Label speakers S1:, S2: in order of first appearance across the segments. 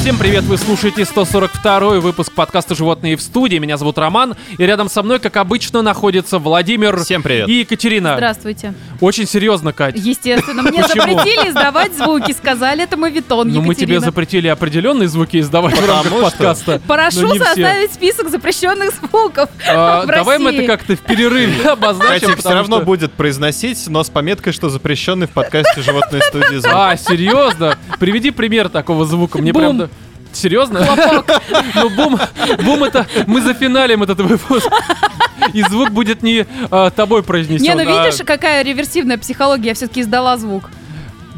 S1: Всем привет, вы слушаете 142 выпуск подкаста «Животные в студии». Меня зовут Роман, и рядом со мной, как обычно, находится Владимир
S2: Всем привет.
S1: и Екатерина.
S3: Здравствуйте.
S1: Очень серьезно, Кать.
S3: Естественно, мне
S1: А. Почему?
S3: запретили издавать звуки, сказали, это мовитон,
S1: Ну, мы тебе
S3: Екатерина.
S1: запретили определенные звуки издавать в
S2: Потому
S1: рамках
S2: что-
S1: подкаста.
S3: Прошу
S1: но не все.
S3: составить список запрещенных звуков
S1: А,
S3: в
S1: давай мы это
S3: России.
S1: как-то в перерыве обозначим.
S2: Котик все
S1: потому
S2: равно
S1: что-
S2: будет произносить, но с пометкой, что запрещенный в подкасте «Животные студии» звук.
S1: А, серьезно? Приведи пример такого звука. Мне
S3: Бум.
S1: прям... да- Серьезно? Ну, бум, бум это... Мы зафиналим этот выпуск. И звук будет не а, тобой произнесен.
S3: Не, ну
S1: а-
S3: видишь, какая реверсивная психология, я все-таки издала звук.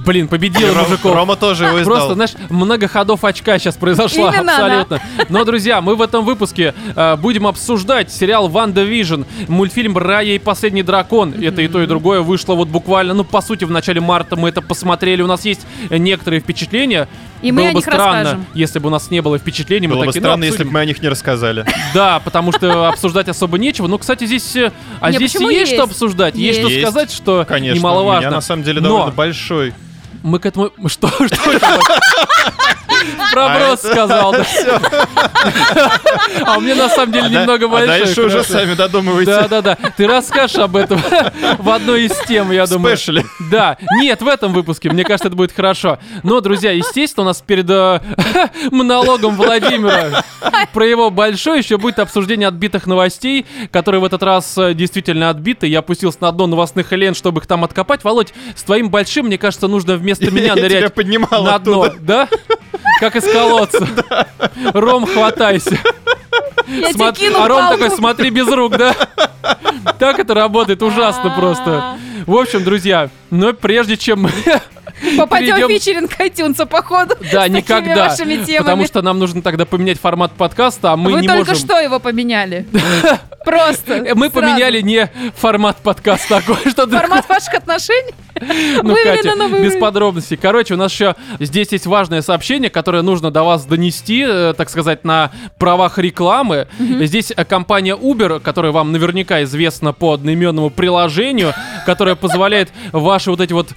S1: Блин, победил
S2: Ром-
S1: мужиков.
S2: Рома тоже его
S1: Просто,
S2: издал.
S1: знаешь, много ходов очка сейчас произошло
S3: Именно,
S1: абсолютно. Но, друзья, мы в этом выпуске э, будем обсуждать сериал «Ванда Вижн», мультфильм «Рая и последний дракон». Это и то, и другое вышло вот буквально, ну, по сути, в начале марта мы это посмотрели. У нас есть некоторые впечатления.
S3: И мы
S1: было
S3: о
S1: бы
S3: них
S1: странно,
S3: расскажем.
S1: если бы у нас не было впечатлений. мы
S2: Было бы
S1: такие, ну,
S2: странно, если
S1: обсудим.
S2: бы мы о них не рассказали.
S1: Да, потому что обсуждать особо нечего. Но, кстати, здесь... э, А
S3: Не,
S1: здесь и
S3: почему
S1: есть,
S3: есть?
S1: что обсуждать. Есть, что
S2: Есть.
S1: сказать, что
S2: Конечно.
S1: немаловажно.
S2: Я на самом деле
S1: Но
S2: довольно большой.
S1: мы к этому... Что? Что это? Проброс
S2: А это-
S1: сказал, да. А мне на самом деле
S2: А да-
S1: немного
S2: а
S1: большой.
S2: дальше уже
S1: хорошо.
S2: сами додумывайте.
S1: Да-да-да, ты расскажешь об этом в одной из тем, я думаю.
S2: Спешили.
S1: Да, нет, в этом выпуске, мне кажется, это будет хорошо. Но, друзья, естественно, у нас перед э, монологом Владимира про его большой еще будет обсуждение отбитых новостей, которые в этот раз э, действительно отбиты. Я опустился на дно новостных лент, чтобы их там откопать. Володь, с твоим большим, мне кажется, нужно вместо меня
S2: Я тебя
S1: нырять
S2: поднимал
S1: на дно,
S2: оттуда.
S1: да? Как из колодца. Ром, хватайся.
S3: Я тебе
S1: Смотри-
S3: кину
S1: а Ром
S3: палку.
S1: такой, смотри без рук, да? Так это работает, ужасно
S3: А.
S1: просто. В общем, друзья, но прежде чем...
S3: Попадем
S1: перейдем-
S3: в вечеринг iTunes, походу.
S1: Да,
S3: с такими
S1: никогда.
S3: вашими темами.
S1: Потому что нам нужно тогда поменять формат подкаста, а мы
S3: Вы
S1: не
S3: только
S1: можем...
S3: что его поменяли. Просто.
S1: Э, Мы
S3: сразу.
S1: поменяли не формат подкаста, а кое-что другое.
S3: Формат ваших отношений?
S1: Ну,
S3: вывели
S1: Катя,
S3: на новый
S1: без
S3: уровень.
S1: подробностей. Короче, у нас еще здесь есть важное сообщение, которое нужно до вас донести, э, так сказать, на правах рекламы. Здесь э, компания Uber, которая вам наверняка известна по одноименному приложению, которое позволяет ваши вот эти вот э,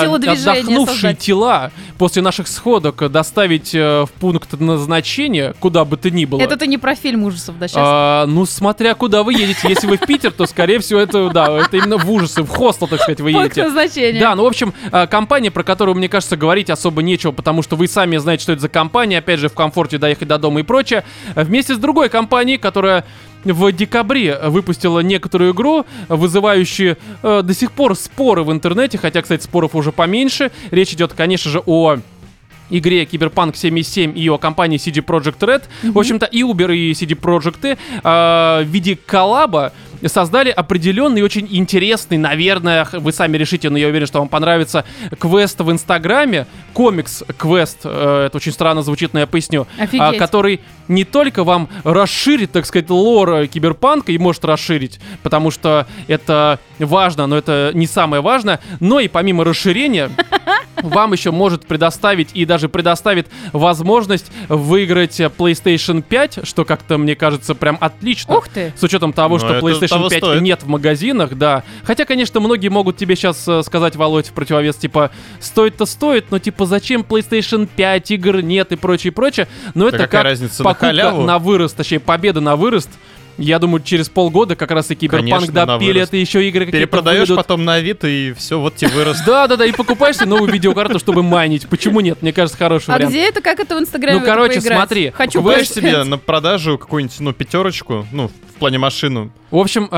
S3: Телодвижения
S1: отдохнувшие
S3: создать.
S1: тела после наших сходок э, доставить э, в пункт назначения, куда бы то ни было.
S3: Это ты не про фильм ужасов, да, сейчас?
S1: А, ну, смотря куда вы едете. Если вы в Питер, то, скорее всего, это, да, это именно в ужасы, в хостел, так сказать, вы
S3: Пункт
S1: едете.
S3: назначения.
S1: Да, ну, в общем, э, компания, про которую, мне кажется, говорить особо нечего, потому что вы сами знаете, что это за компания, опять же, в комфорте доехать до дома и прочее, Э, вместе с другой компанией, которая в декабре выпустила некоторую игру, вызывающую э, до сих пор споры в интернете, хотя, кстати, споров уже поменьше. Речь идет, конечно же, о игре Киберпанк 77 и о компании CD Project Red. В общем-то, и Uber, и CD Project а, в виде коллаба создали определенный, очень интересный, наверное, х- вы сами решите, но я уверен, что вам понравится, квест в Инстаграме, комикс-квест, э, это очень странно звучит, но я поясню, а,
S3: Офигеть.
S1: который не только вам расширит, так сказать, лор э, Киберпанка и может расширить, потому что это важно, но это не самое важное, но и помимо расширения вам еще может предоставить и даже предоставит возможность выиграть э, PlayStation 5, что как-то, мне кажется, прям отлично.
S3: Ух ты.
S1: С учетом того,
S2: Ну,
S1: что
S2: это
S1: PlayStation
S2: того
S1: 5
S2: стоит.
S1: нет в магазинах, да. Хотя, конечно, многие могут тебе сейчас сказать, Володь, в противовес, типа, стоит-то стоит, но типа зачем PlayStation 5 игр нет и прочее, прочее. Но это
S2: какая
S1: как
S2: разница, на
S1: покупка
S2: халяву?
S1: на вырост, точнее, победа на вырост. Я думаю, через полгода как раз и Киберпанк
S2: Конечно, на
S1: допилят,
S2: вырост.
S1: и еще игры какие-то
S2: Перепродаешь
S1: выйдут.
S2: потом на Авито, и все, вот тебе вырос.
S1: Да, да, да, и покупаешь себе новую видеокарту, чтобы майнить. Почему нет? Мне кажется, хороший
S3: А
S1: вариант.
S3: где это, как это в Инстаграме?
S1: Ну,
S3: в это
S1: короче,
S3: поиграть?
S1: смотри,
S3: Хочу
S2: Купаешь
S3: PlayStation.
S2: себе на продажу какую-нибудь, ну, пятерочку, ну, в плане машину.
S1: В общем,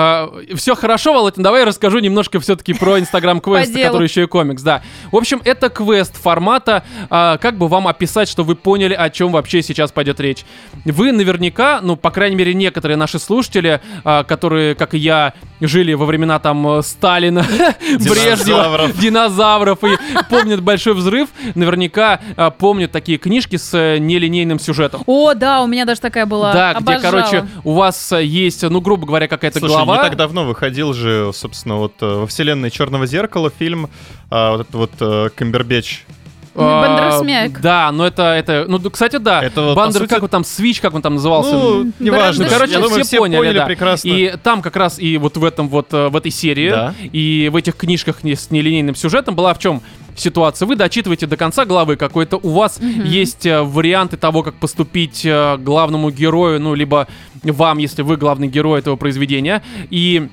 S1: все хорошо, Володь, но давай я расскажу немножко все-таки про Инстаграм квест,
S3: По делу.
S1: который еще и комикс, да. В общем, это квест формата, а, как бы вам описать, что вы поняли, о чем вообще сейчас пойдет речь. Вы наверняка, ну, по крайней мере, некоторые наши слушатели, а, которые, как и я, жили во времена там э, Сталина, Брежнева,
S2: Динозавров.
S1: динозавров и помнят большой взрыв, наверняка а, помнят такие книжки с э, нелинейным сюжетом.
S3: О, да, у меня даже такая была.
S1: Да, где,
S3: Типа, Обожала.
S1: короче, у вас э, есть, ну, грубо говоря, какая-то
S2: Слушай,
S1: глава.
S2: не так давно выходил же, собственно, вот э, во вселенной Черного зеркала фильм, а, вот этот вот э, Камбербэтч.
S3: Ну,
S1: А,
S3: Бондарасмяк.
S1: Да, но это, это, ну, д- кстати, да.
S2: Это вот, по
S1: Бандер,
S2: сути-
S1: как он там, Свич, как он там назывался?
S2: Ну, неважно.
S1: ну, короче,
S2: Я думаю,
S1: все, поняли, да.
S2: прекрасно.
S1: И там как раз и вот в этом вот, э, в этой серии,
S2: Да.
S1: и в этих книжках не- с нелинейным сюжетом была в чем? ситуация. Вы дочитываете до конца главы какой-то. У вас есть э, варианты того, как поступить э, главному герою, ну, либо вам, если вы главный герой этого произведения. И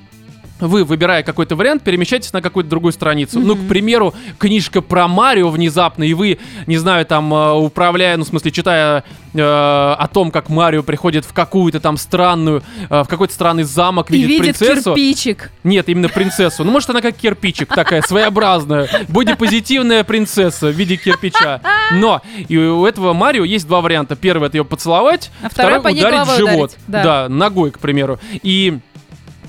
S1: вы, выбирая какой-то вариант, перемещаетесь на какую-то другую страницу. Ну, к примеру, книжка про Марио внезапно, и вы, не знаю, там, э, управляя, ну, в смысле, читая э, о том, как Марио приходит в какую-то там странную, э, в какой-то странный замок,
S3: И
S1: видит,
S3: видит
S1: принцессу.
S3: кирпичик.
S1: Нет, именно принцессу. Ну, может, она как кирпичик такая, своеобразная. Бодипозитивная принцесса в виде кирпича. Но и у этого Марио есть два варианта. Первый — это ее поцеловать,
S3: А второй по ней
S1: ударить в
S3: головой
S1: живот.
S3: ударить, да.
S1: да, ногой, к примеру. И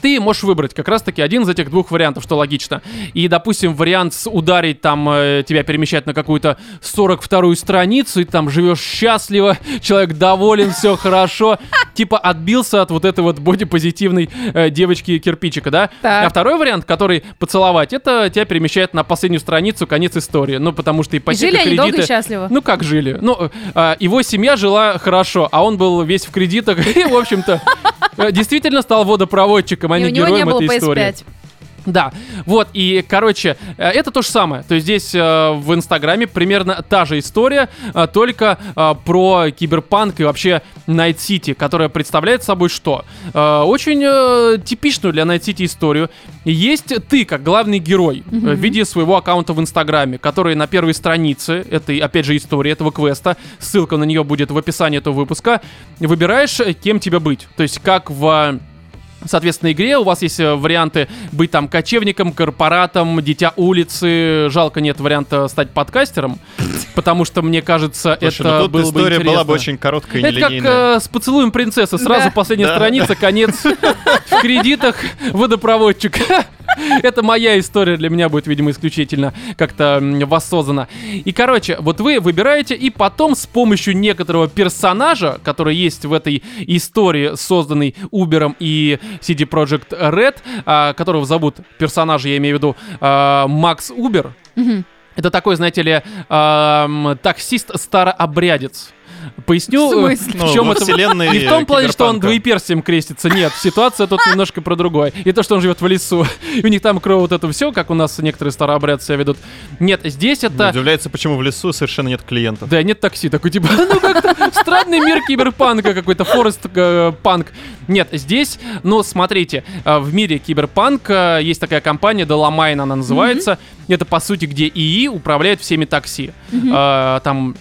S1: ты можешь выбрать как раз-таки один из этих двух вариантов, что логично. И, допустим, вариант с ударить, там, э, тебя перемещать на какую-то 42-ю страницу, и там живешь счастливо, человек доволен, все хорошо. Типа отбился от вот этой вот бодипозитивной э, девочки-кирпичика, да?
S3: Так.
S1: А второй вариант, который поцеловать, это тебя перемещает на последнюю страницу, конец истории. Ну, потому что
S3: И
S1: ипотека,
S3: жили они долго и
S1: кредиты-
S3: счастливо.
S1: ну как жили? Ну, э, а, его семья жила хорошо, а он был весь в кредитах и, в общем-то, э, действительно стал водопроводчиком, а
S3: И
S1: не
S3: у него не
S1: героем
S3: было
S1: этой
S3: PS5.
S1: истории. Да, вот, и, короче, э, это то же самое. То есть здесь э, в Инстаграме примерно та же история, а, только а, про киберпанк и вообще Найт Сити, которая представляет собой что? Э, Очень э, типичную для Найт Сити историю. Есть ты, как главный герой, э, в виде своего аккаунта в Инстаграме, который на первой странице этой, опять же, истории, этого квеста, ссылка на нее будет в описании этого выпуска, выбираешь, э, кем тебе быть. То есть как в... э, Соответственно, игре у вас есть э, варианты быть там кочевником, корпоратом, дитя улицы. Жалко, нет варианта стать подкастером, потому что, мне кажется,
S2: Слушай, ну
S1: это
S2: тут
S1: было бы
S2: история
S1: интересно.
S2: была бы очень короткая и
S1: Это как
S2: нелинейная.
S1: э, с поцелуем принцессы. Сразу
S3: Да.
S1: последняя
S2: Да.
S1: страница, конец. В кредитах водопроводчик. Это моя история, для меня будет, видимо, исключительно как-то м, воссоздана. И, короче, вот вы выбираете, и потом с помощью некоторого персонажа, который есть в этой истории, созданной Uber и CD Projekt Red, а, которого зовут персонажа, я имею в виду, а, Макс Убер,
S3: Мгм.
S1: это такой, знаете ли, эм, таксист-старообрядец. Поясню,
S3: В смысле?
S1: э,
S2: Ну,
S1: в чем
S2: во
S1: это...
S2: вселенной
S1: Не в том плане, что он
S2: киберпанка.
S1: двоеперстием крестится. Нет, ситуация тут немножко про другое. И то, что он живет в лесу. И у них там кровь вот это все, как у нас некоторые старообрядцы себя ведут. Нет, здесь
S2: Ну,
S1: это...
S2: Удивляется, почему в лесу совершенно нет клиентов.
S1: Да, нет такси. Такой типа, ну как-то странный мир киберпанка какой-то, Форест э, Панк. Нет, здесь, ну смотрите, э, в мире киберпанка есть такая компания, Доломайн она называется. Это, по сути, где ИИ управляет всеми такси. Э, Там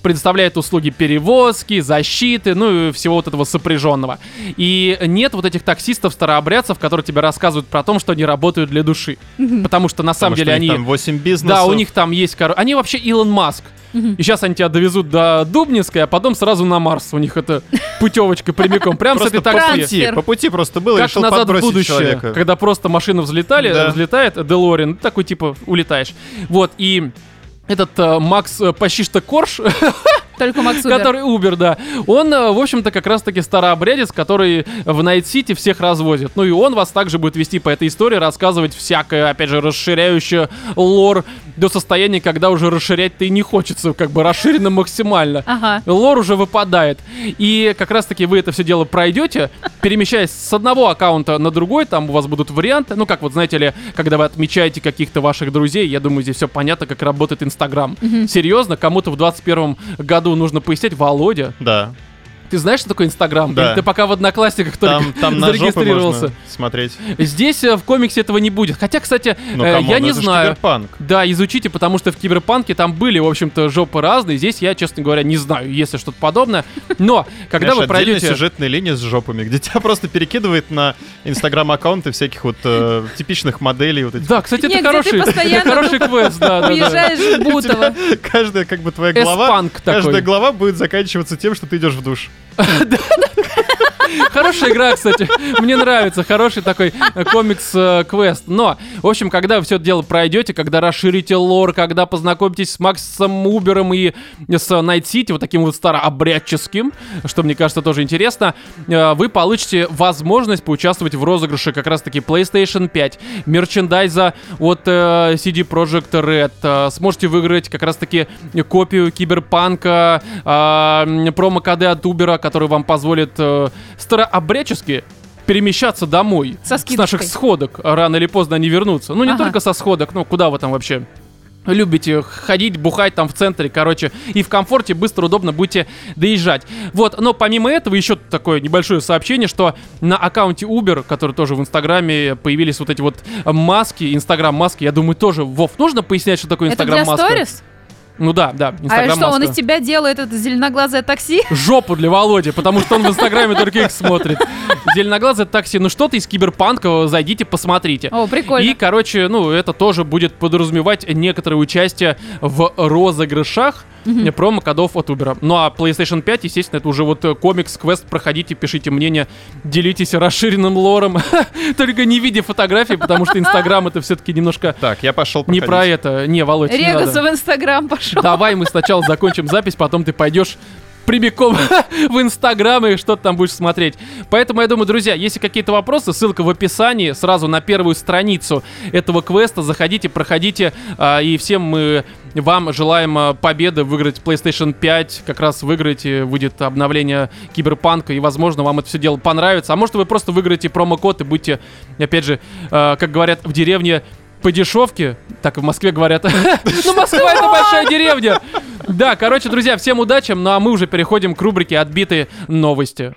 S1: предоставляет услуги перевозки, защиты, ну и всего вот этого сопряженного. И нет вот этих таксистов-старообрядцев, которые тебе рассказывают про то, что они работают для души. Потому что на самом
S2: Потому что
S1: деле
S2: у них
S1: они...
S2: Там 8 бизнесов.
S1: Да, у них там есть, короче, они вообще Илон Маск. И сейчас они тебя довезут до Дубнинской, а потом сразу на Марс. У них это путевочка прямиком. Прям с
S2: Просто
S1: этой
S2: по
S1: такси.
S2: пути,
S3: Трансфер.
S2: по пути просто было,
S1: Как
S2: решил
S1: назад в
S2: подбросить
S1: будущее,
S2: человека.
S1: когда просто машина взлетали,
S2: Да.
S1: взлетает, Делорин, такой типа улетаешь. Вот, и этот э, Макс э, почти что Корж,
S3: Только Макс Убер.
S1: который Убер, да, он, э, в общем-то, как раз-таки старообрядец, который в Найт-Сити всех развозит. Ну и он вас также будет вести по этой истории, рассказывать всякое, опять же, расширяющее лор до состояния, когда уже расширять-то и не хочется, как бы расширено максимально.
S3: Ага.
S1: Лор уже выпадает. И как раз-таки вы это все дело пройдете, перемещаясь с одного аккаунта на другой, там у вас будут варианты. Ну, как вот, знаете ли, когда вы отмечаете каких-то ваших друзей, я думаю, здесь все понятно, как работает Инстаграм. Серьезно, кому-то в 21 году нужно пояснять, Володя,
S2: Да,
S1: ты знаешь, что такое Инстаграм?
S2: Да.
S1: Или Ты пока в Одноклассниках только
S2: там, там на жопы
S1: зарегистрировался.
S2: можно смотреть.
S1: Здесь э, в комиксе этого не будет. Хотя, кстати,
S2: Ну,
S1: э,
S2: камон,
S1: я не
S2: это же
S1: знаю.
S2: киберпанк.
S1: Да, изучите, потому что в Киберпанке там были, в общем-то, жопы разные. Здесь я, честно говоря, не знаю, если что-то подобное. Но, когда
S2: Знаешь,
S1: вы
S2: отдельная
S1: пройдете...
S2: сюжетная линия с жопами, где тебя просто перекидывает на инстаграм-аккаунты всяких вот э, типичных моделей. Вот этих.
S1: Да, кстати,
S3: Не,
S1: это
S3: где ты
S1: хороший, это
S3: постоянно
S1: хороший квест, да, да, да.
S3: Уезжаешь в
S2: И у тебя
S3: Бутово.
S2: Каждая, как бы, твоя глава...
S1: Эспанк
S2: Каждая
S1: такой.
S2: глава будет заканчиваться тем, что ты идешь в душ.
S1: Хорошая игра, кстати. Мне нравится. Хороший такой э, комикс-квест. Но, в общем, когда вы все это дело пройдете, когда расширите лор, когда познакомитесь с Максом Убером и с Найт Сити, вот таким вот старообрядческим, что, мне кажется, тоже интересно, э, вы получите возможность поучаствовать в розыгрыше как раз-таки PlayStation 5, мерчендайза от э, CD Projekt Red. Э, Сможете выиграть как раз-таки копию Киберпанка, а, м, промо-коды от Убера, который вам позволит э, старообрядчески перемещаться домой.
S3: Со
S1: с наших
S3: скидочкой.
S1: сходок. Рано или поздно они вернутся. Ну, не
S3: Ага.
S1: только со сходок, ну, куда вы там вообще любите ходить, бухать там в центре, короче, и в комфорте быстро, удобно будете доезжать. Вот, но помимо этого еще такое небольшое сообщение, что на аккаунте Uber, который тоже в Инстаграме, появились вот эти вот маски, Инстаграм-маски, я думаю, тоже, Вов, нужно пояснять, что такое
S3: Это для
S1: Инстаграм-маска?
S3: сторис?
S1: Ну да, да,
S3: А что, он
S1: Инстаграм-маска.
S3: из тебя делает это зеленоглазое такси?
S1: Жопу для Володи, потому что он в Инстаграме только их смотрит. Зеленоглазый такси, ну что-то из киберпанка, зайдите, посмотрите.
S3: О,
S1: И,
S3: прикольно.
S1: короче, ну, это тоже будет подразумевать некоторое участие в розыгрышах э, промо-кодов от Uber. Ну а PlayStation 5, естественно, это уже вот э, комикс-квест. Проходите, пишите мнение, делитесь расширенным лором. Только не видя фотографии, потому что Инстаграм это все-таки немножко
S2: Так, я пошел
S1: не про
S2: проходить.
S1: это. Не, Володь, не
S3: Регас
S1: надо.
S3: в Инстаграм пошел.
S1: Давай мы сначала закончим запись, потом ты пойдешь прямиком в Инстаграм и что-то там будешь смотреть. Поэтому, я думаю, друзья, если какие-то вопросы, ссылка в описании, сразу на первую страницу этого квеста. Заходите, проходите, а, и всем мы вам желаем а, победы, выиграть PlayStation 5, как раз выиграете, будет обновление Киберпанка, и, возможно, вам это все дело понравится. А может, вы просто выиграете промокод и будете, опять же, а, как говорят в деревне, по дешевке, так и в Москве говорят. Ну, Москва это большая деревня. Да, короче, друзья, всем удачи. Ну а мы уже переходим к рубрике «Отбитые новости».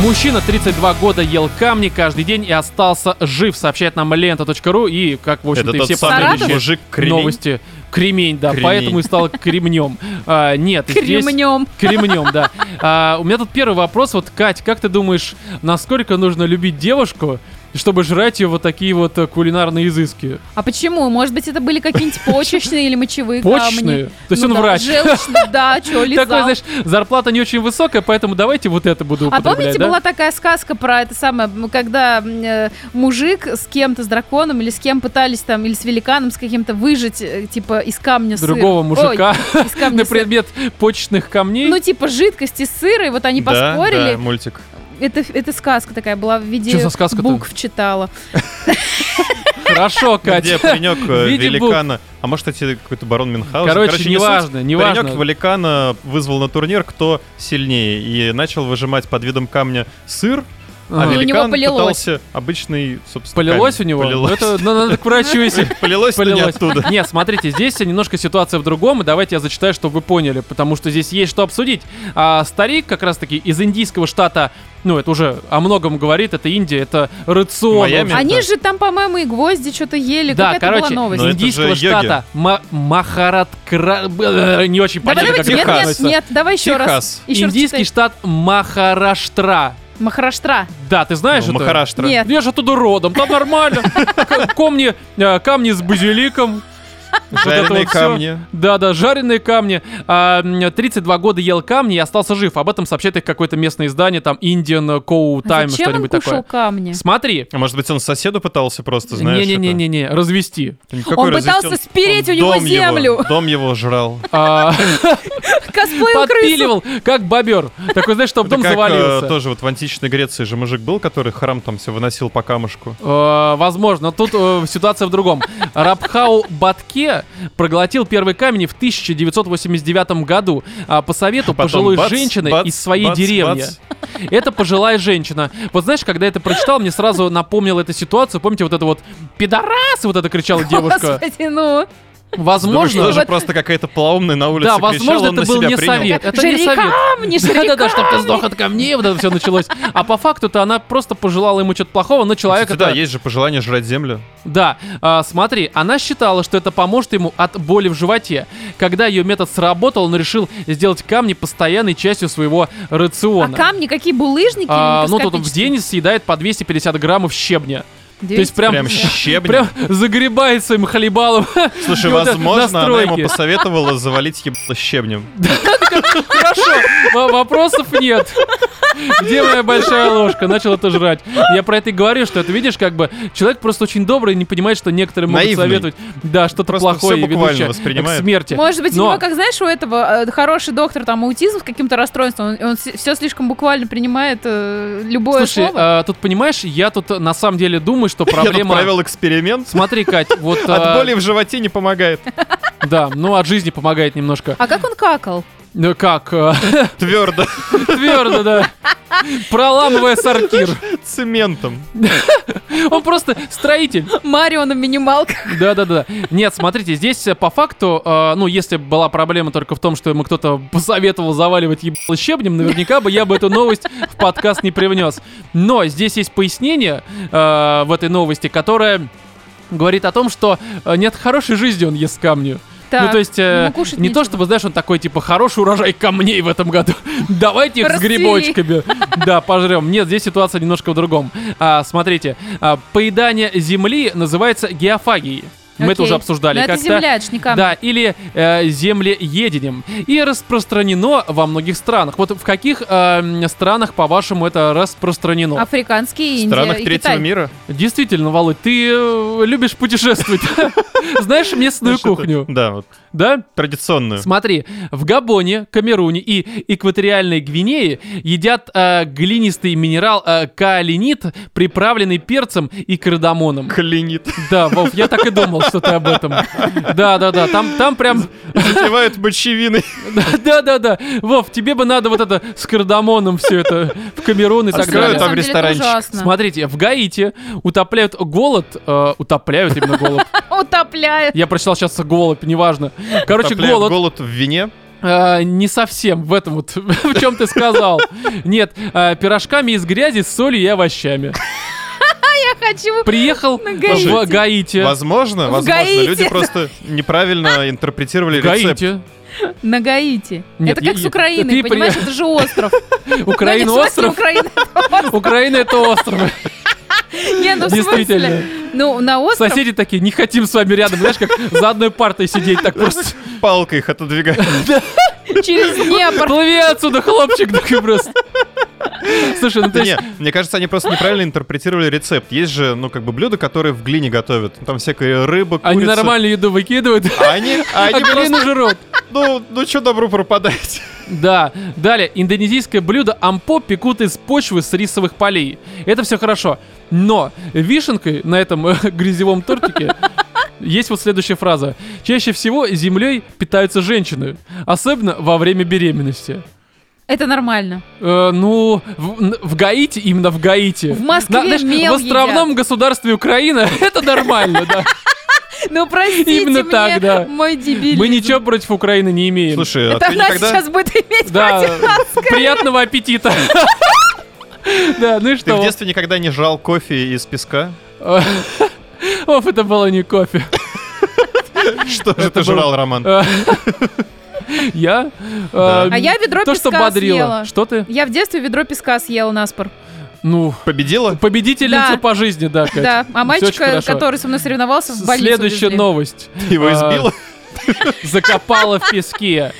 S1: Мужчина 32 года ел камни каждый день и остался жив, сообщает нам лента.ру и, как, в общем-то,
S2: Это
S1: и
S2: тот
S1: все
S2: самый
S1: последующие
S3: последующие
S2: мужик Кремень.
S1: новости. Кремень, да,
S2: Кремень.
S1: поэтому и стал кремнем. А, нет, здесь...
S3: Кремнем.
S1: Кремнем, да. А, у меня тут первый вопрос. Вот, Кать, как ты думаешь, насколько нужно любить девушку, чтобы жрать ее вот такие вот э, кулинарные изыски?
S3: А почему? Может быть, это были какие-нибудь почечные или мочевые камни?
S1: Почечные? То есть
S3: Ну
S1: он
S3: да,
S1: врач.
S3: желчный, да, что,
S1: Такой,
S3: лизал.
S1: знаешь, зарплата не очень высокая, поэтому давайте вот это буду
S3: А
S1: употреблять,
S3: помните,
S1: да?
S3: была такая сказка про это самое, м, когда м, э, мужик с кем-то, с драконом или с кем пытались там, или с великаном, с каким-то выжить, э, типа, из камня сыр.
S1: Другого
S3: Ой,
S1: мужика
S3: из камня
S1: на
S3: сыр.
S1: предмет почечных камней?
S3: Ну, типа, жидкость из сыра, и вот они
S2: Да,
S3: поспорили.
S2: да, мультик.
S3: Это, это сказка такая была в виде
S1: Чё за сказка-то?
S3: букв читала.
S1: Хорошо, Кать.
S2: Где паренек
S1: В
S2: э,
S1: виде
S2: великана? А может, это какой-то барон Мюнхгаузен?
S1: Короче, неважно,
S2: суть.
S1: неважно.
S2: Паренек великана вызвал на турнир, кто сильнее, и начал выжимать под видом камня сыр, а
S1: Ага.
S3: Ну, у него
S2: великан
S3: полилось.
S2: пытался обычный, собственно,
S1: Полилось у
S2: камень.
S1: него?
S2: Полилось.
S1: Это ну, надо к врачу, если
S2: Полилось, но не
S1: полилось.
S2: оттуда.
S1: Не, смотрите, здесь немножко ситуация в другом, и давайте я зачитаю, чтобы вы поняли, потому что здесь есть что обсудить. А, старик как раз-таки из индийского штата, ну, это уже о многом говорит, это Индия, это рацион.
S2: Майами?
S1: вообще-то.
S3: Они же там, по-моему, и гвозди что-то ели.
S1: Да,
S3: Какая-то
S1: короче,
S3: была новость.
S2: Ну,
S1: из
S2: это
S1: индийского
S2: же йоги.
S1: штата Ма- Махараткра... Б- Не очень
S3: Давай,
S1: понятно, как это
S3: давайте, нет, нет,
S1: произносится.
S3: нет, давай еще раз.
S2: Техас.
S3: Еще раз
S1: Индийский
S3: читай.
S1: штат Махараштра.
S3: Махараштра.
S1: Да, ты знаешь
S2: Ну,
S1: это?
S2: Махараштра.
S3: Нет.
S1: Я же оттуда родом, там нормально. К- Камни, э, камни с базиликом, это
S2: Жареные
S1: вот всё.
S2: камни.
S1: Да-да, жареные камни. А, м, 32 года ел камни и остался жив. Об этом сообщает их какое-то местное издание, там Indian Co.
S3: А
S1: Time,
S3: Зачем он
S1: что-нибудь
S3: кушал
S1: такое.
S3: камни?
S1: Смотри.
S2: А может быть, он соседу пытался просто, знаешь?
S1: Не-не-не-не, развести.
S2: это? Какой
S3: Он пытался
S2: развести?
S3: спереть
S2: Он
S3: у него
S2: дом его-
S3: землю.
S2: дом его жрал.
S1: А,
S3: Косплеил крысу.
S1: Подпиливал, как бобер. Такой, знаешь, чтобы
S2: Это
S1: дом
S2: как э,
S1: завалился.
S2: тоже вот в античной Греции же мужик был, который храм там все выносил по камушку.
S1: Э, Возможно, тут э, ситуация в другом. Рабхау Батке проглотил первый камень в 1989 году а, по совету
S2: Потом
S1: пожилой
S2: бац,
S1: женщины
S2: бац,
S1: из своей
S2: бац,
S1: деревни.
S2: бац.
S1: Это пожилая женщина. Вот знаешь, когда я это прочитал, мне сразу напомнил эту ситуацию. Помните, вот это вот «пидорас!» вот это кричала девушка.
S3: Господи, ну.
S2: Думаешь,
S1: Возможно,
S2: тоже
S3: вот-
S2: просто какая-то полоумная на улице
S1: да,
S2: кричала,
S1: возможно,
S2: он
S1: это
S2: на
S1: был
S2: себя
S1: не
S2: принял.
S1: совет. Это не
S3: Жри
S1: совет.
S3: камни, жри
S1: Да-да-да, чтоб ты
S3: камни.
S1: сдох от камней, вот это все началось. А по факту-то она просто пожелала ему что-то плохого, но человек...
S2: Кстати, Да,
S1: это-
S2: есть же пожелание жрать землю.
S1: Да, а, смотри, она считала, что это поможет ему от боли в животе. Когда ее метод сработал, он решил сделать камни постоянной частью своего
S3: А
S1: рациона.
S3: камни какие, булыжники?
S1: А,
S3: или
S1: ну, тут в день съедает по 250 граммов щебня. То есть прям,
S2: Прям щебень.
S1: прям загребает своим хлебалом.
S2: Слушай,
S1: Вот это
S2: возможно, она ему
S1: настройки.
S2: посоветовала завалить ебало щебнем.
S1: Хорошо, в- вопросов нет. Где моя большая ложка? Начал это жрать. Я про это и говорю, что это видишь, как бы человек просто очень добрый и не понимает, что некоторые могут
S2: Наивный.
S1: советовать. Да, что-то
S2: Просто
S1: плохое
S2: всё
S1: и
S2: буквально
S1: ведущее к
S2: воспринимает.
S1: смерти.
S3: Может быть, у
S1: Но-
S3: него, как знаешь, у этого э, хороший доктор там аутизм с каким-то расстройством, он, все слишком буквально принимает э, любое
S1: Слушай,
S3: слово.
S1: э, тут понимаешь, я тут э, на самом деле думаю, что
S2: Я тут
S1: проблема.
S2: провел эксперимент.
S1: Смотри, Кать, вот. э,
S2: От боли в животе не помогает.
S1: Да, ну от жизни помогает немножко.
S3: А как он какал?
S1: Ну как? э,
S2: Твердо.
S1: Твердо, да. Проламывая сортир.
S2: Цементом.
S1: Он просто строитель.
S3: Марио на минималках.
S1: Да, да, да. Нет, смотрите, здесь э, по факту, э, ну, если бы была проблема только в том, что ему кто-то посоветовал заваливать ебало щебнем, наверняка бы я бы эту новость в подкаст не привнес. Но здесь есть пояснение э, в этой новости, которое говорит о том, что э, нет хорошей жизни он ест камни. Ну,
S3: Так,
S1: то есть, э,
S3: ему кушать
S1: не
S3: нечего.
S1: то чтобы, знаешь, он такой, типа, хороший урожай камней в этом году. Давайте их с
S3: Расцвели.
S1: грибочками. Да, пожрем. Нет, здесь ситуация немножко в другом. А, Смотрите, а, поедание земли называется геофагией. Мы это
S3: Окей.
S1: уже обсуждали
S3: Но это а
S1: как-то.
S3: земля, это ж не камни.
S1: Да, или э, землеедением. И распространено во многих странах. Вот в каких э, м, странах, по-вашему, это
S3: А
S1: распространено?
S3: Африканские,
S2: В
S3: Индия
S2: странах
S3: и
S2: третьего
S3: Китай.
S2: мира.
S1: Действительно, Володь, ты э, любишь путешествовать. Знаешь местную
S2: Знаешь, это-
S1: Ну кухню,
S2: Да, вот
S1: да?
S2: традиционную.
S1: Смотри, в Габоне, Камеруне и экваториальной Гвинее едят э, глинистый минерал э, каолинит, приправленный перцем и кардамоном.
S2: Клинит.
S1: Да, Вов, я так и думал, что ты об этом. Да, да, да, там, там прям...
S2: Затевают мочевиной.
S1: Да, да, да. Вов, тебе бы надо вот это с кардамоном все это в Камерун и так далее.
S2: Открою там
S3: деле, А это
S2: ресторанчик.
S3: ужасно.
S1: Смотрите, в Гаити утопляют голод, э, утопляют именно голод.
S3: Утопляет.
S1: Я прочитал сейчас голод, неважно. Короче,
S2: Топляют
S1: голод.
S2: голод в вине.
S1: Э, не совсем в этом вот, в чем ты сказал. Нет, э, пирожками из грязи с солью и овощами.
S3: Я хочу...
S1: Приехал
S3: На
S1: в
S3: Гаити.
S1: Гаити.
S2: Возможно,
S3: В
S2: возможно.
S3: Гаити. А!
S2: Люди просто неправильно интерпретировали рецепт.
S1: Гаити.
S3: На Гаити.
S1: Нет,
S3: это как
S1: и-
S3: с
S1: и-
S3: Украиной,
S1: ты при-
S3: понимаешь? Это же остров.
S1: Украина
S3: Ну, не в смысле
S1: остров.
S3: Украина.
S1: Украина это остров.
S3: Не, ну в
S1: Действительно.
S3: смысле. Ну, на остров.
S1: Соседи такие, не хотим с вами рядом, знаешь, как за одной партой сидеть так просто.
S2: Палкой их отодвигают.
S3: Через Днепр.
S1: Плыви отсюда, хлопчик, такой просто. Слушай, ну то
S2: Да
S1: есть...
S2: не, мне кажется, они просто неправильно интерпретировали рецепт. Есть же, ну, как бы блюда, которые в глине готовят. Ну, Там всякая рыба, курица.
S1: Они нормально еду выкидывают,
S2: А Они,
S1: а
S2: а они просто,
S1: глину жрут.
S2: ну, ну что добру пропадать?
S1: Да. Далее, индонезийское блюдо ампо пекут из почвы с рисовых полей. Это все хорошо. Но вишенкой на этом э, грязевом тортике есть вот следующая фраза. Чаще всего землей питаются женщины, особенно во время беременности.
S3: Это нормально.
S1: Э, ну, в, н- в Гаити, именно в Гаити.
S3: В Москве мел
S1: В островном государстве Украина это нормально, да.
S3: Ну, простите
S1: Именно
S3: мне
S1: так, да.
S3: мой дебилизм.
S1: Мы ничего против Украины не имеем.
S2: Слушай, а
S3: Это
S2: ты
S3: она
S2: никогда...
S3: сейчас будет иметь
S1: да,
S3: против.
S1: приятного аппетита. Да, ну и
S2: Ты в
S1: что?
S2: детстве никогда не жрал кофе из песка?
S1: Оф, это было не кофе.
S2: Что же
S1: Это
S2: ты
S1: было-
S2: жрал, Роман?
S1: Э, Я?
S2: Да.
S1: э,
S3: А я ведро
S1: То, что
S3: песка съела.
S1: бодрило. Что ты?
S3: Я в детстве ведро песка съела наспор.
S1: Ну,
S2: Победила?
S1: победительница
S3: Да.
S1: по жизни, да, Кать.
S3: Да, а
S1: очень
S3: мальчика,
S1: хорошо.
S3: который со мной соревновался, в больницу
S1: Следующая
S3: увезли.
S1: новость.
S2: Его
S1: А,
S2: избила?
S1: Закопала в песке.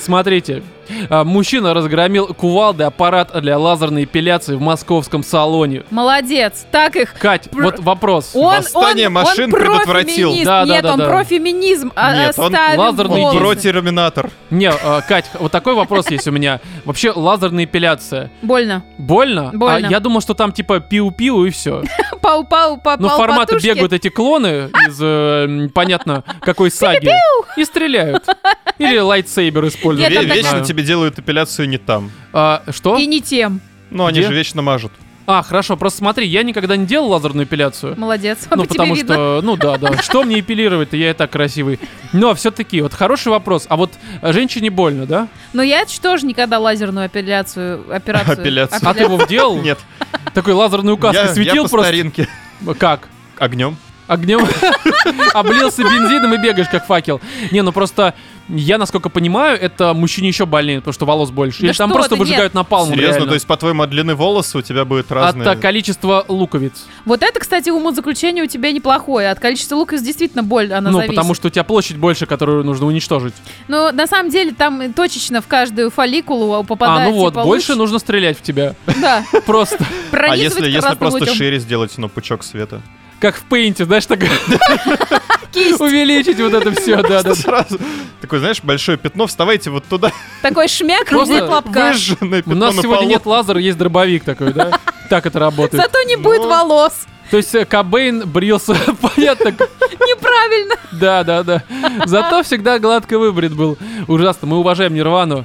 S1: Смотрите. а, Мужчина разгромил кувалды аппарат для лазерной эпиляции в московском салоне.
S3: Молодец, так их.
S1: Кать,
S3: Пр-
S1: вот вопрос.
S3: Он,
S2: Восстание
S3: он,
S2: машин
S3: он
S2: предотвратил.
S3: профеминист.
S1: Да, да,
S3: Нет,
S1: да,
S3: он
S1: да.
S3: профеминизм. а-
S2: Нет, он
S3: оставим
S1: лазерный
S3: волосы.
S2: Он
S1: Волосы.
S2: про терминатор.
S1: Не, э, Кать, вот такой вопрос есть у меня. Вообще, лазерная эпиляция.
S3: Больно.
S1: Больно?
S3: Больно.
S1: А я думал, что там типа пиу-пиу и все.
S3: Пау-пау, пау
S1: Но Ну, форматы бегают эти клоны из, э, м, понятно, какой саги. И стреляют. Или лайтсейбер
S2: Ве-
S1: используют.
S3: Нет, там такая-
S2: Вечно тебе делают апелляцию не там.
S1: А, что?
S3: И не тем.
S2: Ну, они
S1: Где?
S2: же вечно мажут.
S1: А, хорошо, просто смотри, я никогда не делал лазерную эпиляцию.
S3: Молодец.
S1: Ну,
S3: по тебе
S1: потому
S3: видно.
S1: что, ну да, да. Что мне эпилировать-то, я и так красивый. Но все-таки, вот хороший вопрос. А вот э, женщине больно, да?
S3: Но я ч- тоже никогда лазерную апелляцию... Операцию.
S2: Апелляцию.
S1: А ты его делал?
S2: Нет,
S1: Такой лазерной указкой
S2: я, я
S1: светил
S2: по
S1: просто.
S2: старинке.
S1: Как?
S2: Огнем.
S1: Огнем облился бензином и бегаешь как факел. Не, ну просто я, насколько понимаю, это мужчине еще больнее, потому что волос больше.
S3: Да
S1: Или там
S3: что
S1: просто
S3: ты,
S1: выжигают напалмом
S2: Серьезно,
S1: реально.
S2: то есть, по-твоему, от длины волоса у тебя будет
S1: от
S2: разные...
S1: э, количества луковиц.
S3: Вот это, кстати, умозаключение у тебя неплохое. От количества луков действительно боль, она
S1: ну,
S3: зависит.
S1: потому что у тебя площадь больше, которую нужно уничтожить.
S3: Но на самом деле там и точечно в каждую фолликулу
S1: а,
S3: попадает
S1: ну вот,
S3: типа,
S1: больше
S3: луч.
S1: нужно стрелять в тебя.
S3: Да,
S1: Просто.
S2: А
S3: пронизывать
S2: если, если
S3: красным
S2: просто
S3: лучом.
S2: шире сделать, ну, пучок света?
S1: Как в пейнте, знаешь, так увеличить вот это все, да, да.
S2: Просто сразу. Такой, знаешь, большое пятно, вставайте вот туда.
S3: Такой шмяк,
S1: Просто
S3: будет лапка.
S2: Выжженное
S1: У
S2: пятно
S1: нас
S2: на
S1: сегодня
S2: полу.
S1: нет лазера, есть дробовик такой, да? Так это работает.
S3: Зато не будет
S2: Ну.
S3: волос.
S1: То есть э, Кобейн брился, понятно,
S3: правильно.
S1: Да, да, да. Зато всегда гладко выбрит был. Ужасно, мы уважаем Нирвану.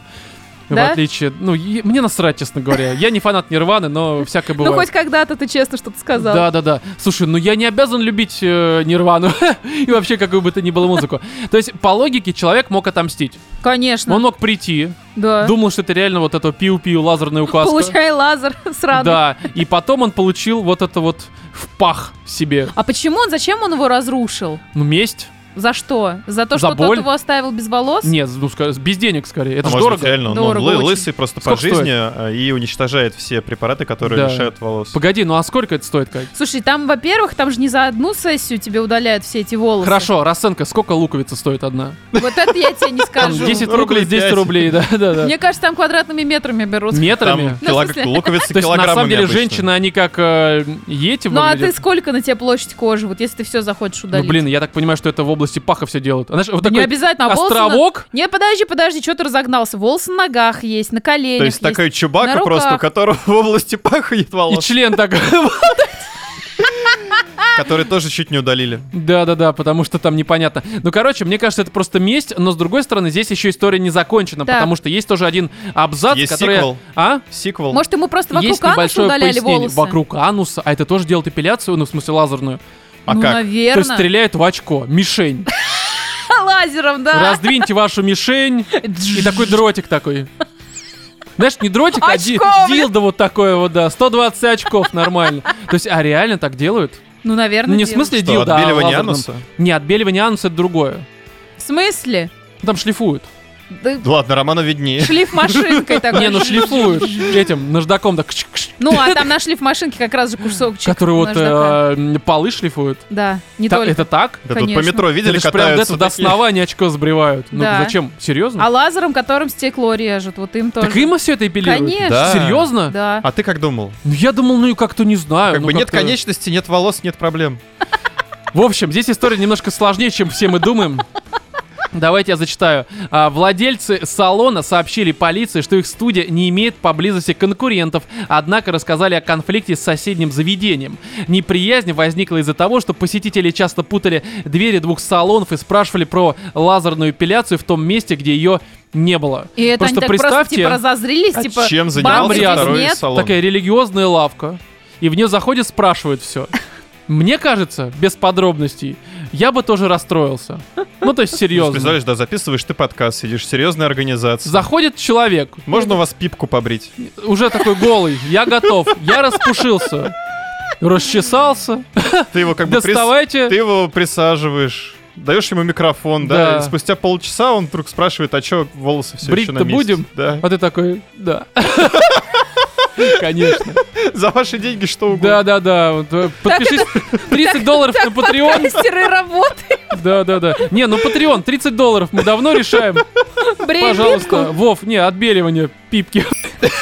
S3: Да?
S1: В отличие... Ну, и- мне насрать, честно говоря. Я не фанат Нирваны, но всякое бывает.
S3: Ну, хоть когда-то ты честно что-то сказал.
S1: Да, да, да. Слушай, ну я не обязан любить э, Нирвану и вообще какую бы то ни было музыку. То есть, по логике, человек мог отомстить.
S3: Конечно.
S1: Он мог прийти,
S3: да.
S1: думал, что это реально вот это пиу-пиу лазерная указка.
S3: Получай лазер сраный.
S1: Да, и потом он получил вот это вот в пах себе.
S3: А почему он, зачем он его разрушил?
S1: Ну, месть?
S3: За что? За то,
S1: За
S3: что
S1: боль?
S3: тот его оставил без волос?
S1: Нет, ну, ска- без денег скорее. Это
S2: А
S1: же
S2: может
S1: дорого.
S2: быть, реально, он-
S3: Дорого
S2: он лы-
S3: очень.
S2: лысый просто
S1: Сколько
S2: по жизни э, и уничтожает все препараты, которые
S1: Да.
S2: лишают волос.
S1: Погоди, ну а сколько это стоит, Кать?
S3: Слушай, там, во-первых, там же не за одну сессию тебе удаляют все эти волосы.
S1: Хорошо, расценка, сколько луковица стоит одна?
S3: Вот это я тебе не
S1: Там
S3: скажу.
S1: 10
S2: Рублей
S1: рублей, 10
S2: пять.
S1: рублей, да, да, да.
S3: Мне кажется, там квадратными метрами берут.
S1: Метрами?
S2: Там
S3: Ну, в
S2: килог-
S3: смысле?
S2: луковицы
S1: То есть, на
S2: килограммами
S1: самом деле,
S2: обычно.
S1: женщины, они как э, ети
S3: Ну а ты
S1: выглядят.
S3: сколько на тебе площадь кожи, вот если ты все захочешь
S1: Ну,
S3: удалить?
S1: блин, я так понимаю, что это в области паха все делают. А знаешь, вот
S3: Да не
S1: такой
S3: обязательно, а волосы на-
S1: островок,
S3: Не, подожди, подожди, что ты разогнался? Волосы на ногах есть, на коленях
S2: То есть такой
S3: на
S2: чубака просто, у
S3: руках.
S2: которого в области паха нет
S1: и
S2: волос,
S1: член так.
S2: который тоже чуть не удалили.
S1: Да-да-да, потому что там непонятно. Ну, короче, мне кажется, это просто месть, но, с другой стороны, здесь еще история не закончена,
S3: Так.
S1: потому что есть тоже один абзац,
S2: Есть
S1: который...
S2: сиквел.
S1: А?
S2: Сиквел.
S3: Может, ему просто вокруг
S1: есть
S3: ануса
S1: небольшое
S3: удаляли
S1: пояснение.
S3: волосы?
S1: Вокруг ануса, а это тоже делает эпиляцию, ну, в смысле, лазерную.
S2: А
S3: ну,
S2: как?
S1: То есть
S3: наверное.
S1: стреляет в очко, мишень.
S3: А, Лазером, да.
S1: Раздвиньте вашу мишень, и такой дротик такой. Знаешь, не дротик, а ди-
S3: Очко, блин.
S1: дилдо вот такое вот, да. 120 очков, нормально. То есть, а реально так делают?
S3: Ну,
S1: Ну,
S3: наверное,
S1: не в
S3: делают.
S1: смысле
S2: Что,
S1: дилдо, а
S2: отбеливание
S1: лазерным.
S2: ануса?
S1: Не, отбеливание ануса — это другое.
S3: В смысле?
S1: Ну, Там шлифуют.
S3: Да
S2: Ладно, Роману виднее.
S3: Шлиф машинкой такой.
S1: Не, ну шлифуют этим наждаком так, кш- кш-
S3: Ну, а там нашли в машинке как раз же кусочек
S1: который вот
S3: наждака.
S1: э, м, полы шлифуют.
S3: Да, не
S1: Та-
S3: только.
S1: Это так?
S2: Да тут по
S3: Конечно.
S2: метро видели,
S1: Это ж прям до,
S2: катаются
S1: этого, до
S2: такие.
S1: основания очко сбривают. Ну
S3: Да.
S1: зачем? Серьезно?
S3: А лазером, которым стекло режут, вот им тоже.
S1: Так им все это эпилируют?
S3: Конечно.
S2: Да.
S1: Серьезно?
S3: Да.
S2: А ты как думал?
S1: Ну я думал, ну и как-то не знаю.
S2: Как
S1: ну
S2: бы нет
S1: как-то-
S2: конечности, нет волос, нет проблем.
S1: В общем, здесь история немножко сложнее, чем все мы думаем. Давайте я зачитаю. А, Владельцы салона сообщили полиции, что их студия не имеет поблизости конкурентов, однако рассказали о конфликте с соседним заведением. Неприязнь возникла из-за того, что посетители часто путали двери двух салонов и спрашивали про лазерную эпиляцию в том месте, где ее не было.
S3: И это
S1: Просто
S3: они так просто,
S1: представьте,
S3: типа, разозлились,
S2: А
S3: типа,
S2: Чем
S1: бабы
S2: занимался
S1: здесь
S2: второй
S3: нет?
S2: салон?
S1: такая религиозная лавка, и в нее заходят, спрашивают все. Мне кажется, без подробностей, я бы тоже расстроился. Ну, то есть,
S2: Ты же
S1: серьезно.
S2: Представляешь, да, записываешь ты подкаст, сидишь, серьезная организация.
S1: Заходит человек,
S2: Можно у вас пипку побрить?
S1: уже такой голый, я готов, я распушился, расчесался,
S2: Ты его как бы прис-
S1: доставайте.
S2: Ты его присаживаешь, даешь ему микрофон, да.
S1: Да.
S2: и спустя полчаса он вдруг спрашивает, а чё волосы все еще
S1: Брить-то
S2: на месте?
S1: будем?
S2: Да.
S1: А ты такой, да. Конечно.
S2: За ваши деньги что
S1: Да,
S2: угодно.
S1: да, да. вот, э, Подпишись 30 долларов на Patreon.
S3: кастеры работают,
S1: Да, да, да. Не, ну Patreon 30 долларов мы давно решаем.
S3: брей
S1: Пожалуйста, Вов, не, отбеливание пипки.
S3: пипку.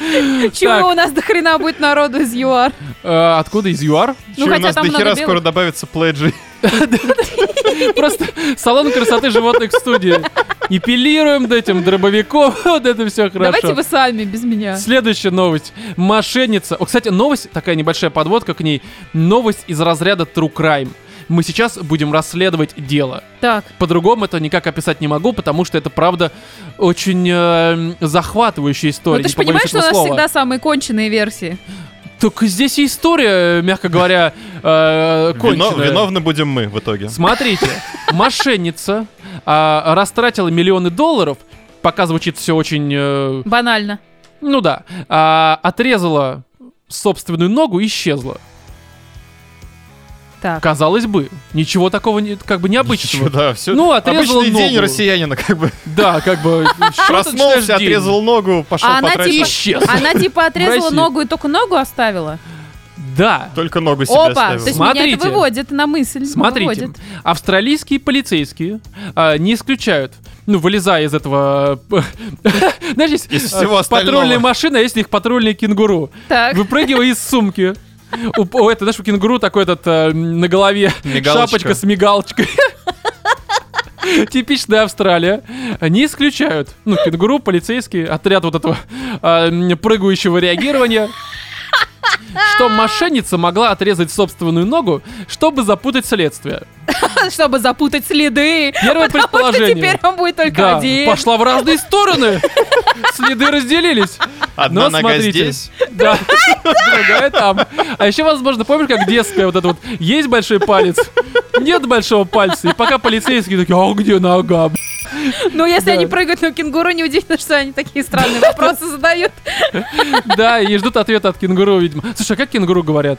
S3: ну, Чего у нас до хрена будет народу из ЮАР?
S1: Э, Откуда из ЮАР?
S2: Чё,
S3: Ну,
S2: у
S3: хотя
S2: нас
S3: там
S2: до хера
S3: много
S2: скоро
S3: белых.
S2: добавится пледжи.
S1: Просто салон красоты животных в студии. Эпилируем до этим дробовиком. Вот это все
S3: Давайте
S1: хорошо.
S3: вы сами, без меня.
S1: Следующая новость. Мошенница. О, кстати, новость, такая небольшая подводка к ней. Новость из разряда True Crime. Мы сейчас будем расследовать дело.
S3: Так,
S1: По-другому это никак описать не могу, потому что это, правда, очень э, захватывающая
S3: ну
S1: история.
S3: ты
S1: не
S3: же
S1: побоюсь
S3: понимаешь, что у
S1: этого
S3: нас
S1: слова.
S3: всегда самые конченые версии.
S1: Так здесь и история, мягко говоря, э,
S2: Вино-
S1: конченая.
S2: Виновны будем мы в итоге.
S1: Смотрите, мошенница а, растратила миллионы долларов, пока звучит все очень... э,
S3: Банально.
S1: ну да. а, отрезала собственную ногу и исчезла.
S3: Так.
S1: Казалось бы, ничего такого не, как бы необычного.
S2: Ничего, Да, все.
S1: Ну, отрезала
S2: Обычный день
S1: ногу. А
S2: россиянина, как бы.
S1: Да, как бы... что ты начинаешь
S2: Проснулся,
S1: день?
S2: отрезал ногу, пошел
S3: А она
S1: И
S2: потратил.
S3: типа-
S1: Исчез.
S3: Она типа отрезала
S1: России.
S3: ногу и только ногу оставила?
S1: Да.
S2: Только ногу себе
S3: типа- Опа, то
S2: оставил.
S3: есть меня это
S1: Смотрите.
S3: выводит на мысль.
S1: Смотрите,
S3: выводит.
S1: австралийские полицейские а, не исключают, ну, вылезая из этого... э, Знаешь, есть
S2: Из
S1: э,
S2: всего остального.
S1: патрульная машина, а есть у них патрульные кенгуру.
S3: Так,
S1: Выпрыгивая из сумки. У, у это, знаешь, у кенгуру такой этот э, на голове
S2: Мигалочка.
S1: шапочка с мигалочкой. Типичная Австралия. Не исключают. Ну, а, кенгуру, полицейский, отряд вот этого э, м, прыгающего реагирования. что мошенница могла отрезать собственную ногу, чтобы запутать следствие.
S3: чтобы запутать следы.
S1: Первое
S3: Потому что
S1: предположение.
S3: теперь он будет только
S1: Да,
S3: один.
S1: пошла в разные стороны. Следы разделились.
S2: Одна
S1: Но
S2: нога
S1: Ну, смотрите.
S2: здесь.
S1: Да, другая там. А еще, возможно, помнишь, как детская вот эта вот, есть большой палец, нет большого пальца. И пока полицейские такие, а где нога? б***?»
S3: Ну, если
S1: Да.
S3: они прыгают на кенгуру, неудивительно, что они такие странные вопросы задают.
S1: Да, и ждут ответа от кенгуру, видимо. Слушай, а как кенгуру говорят?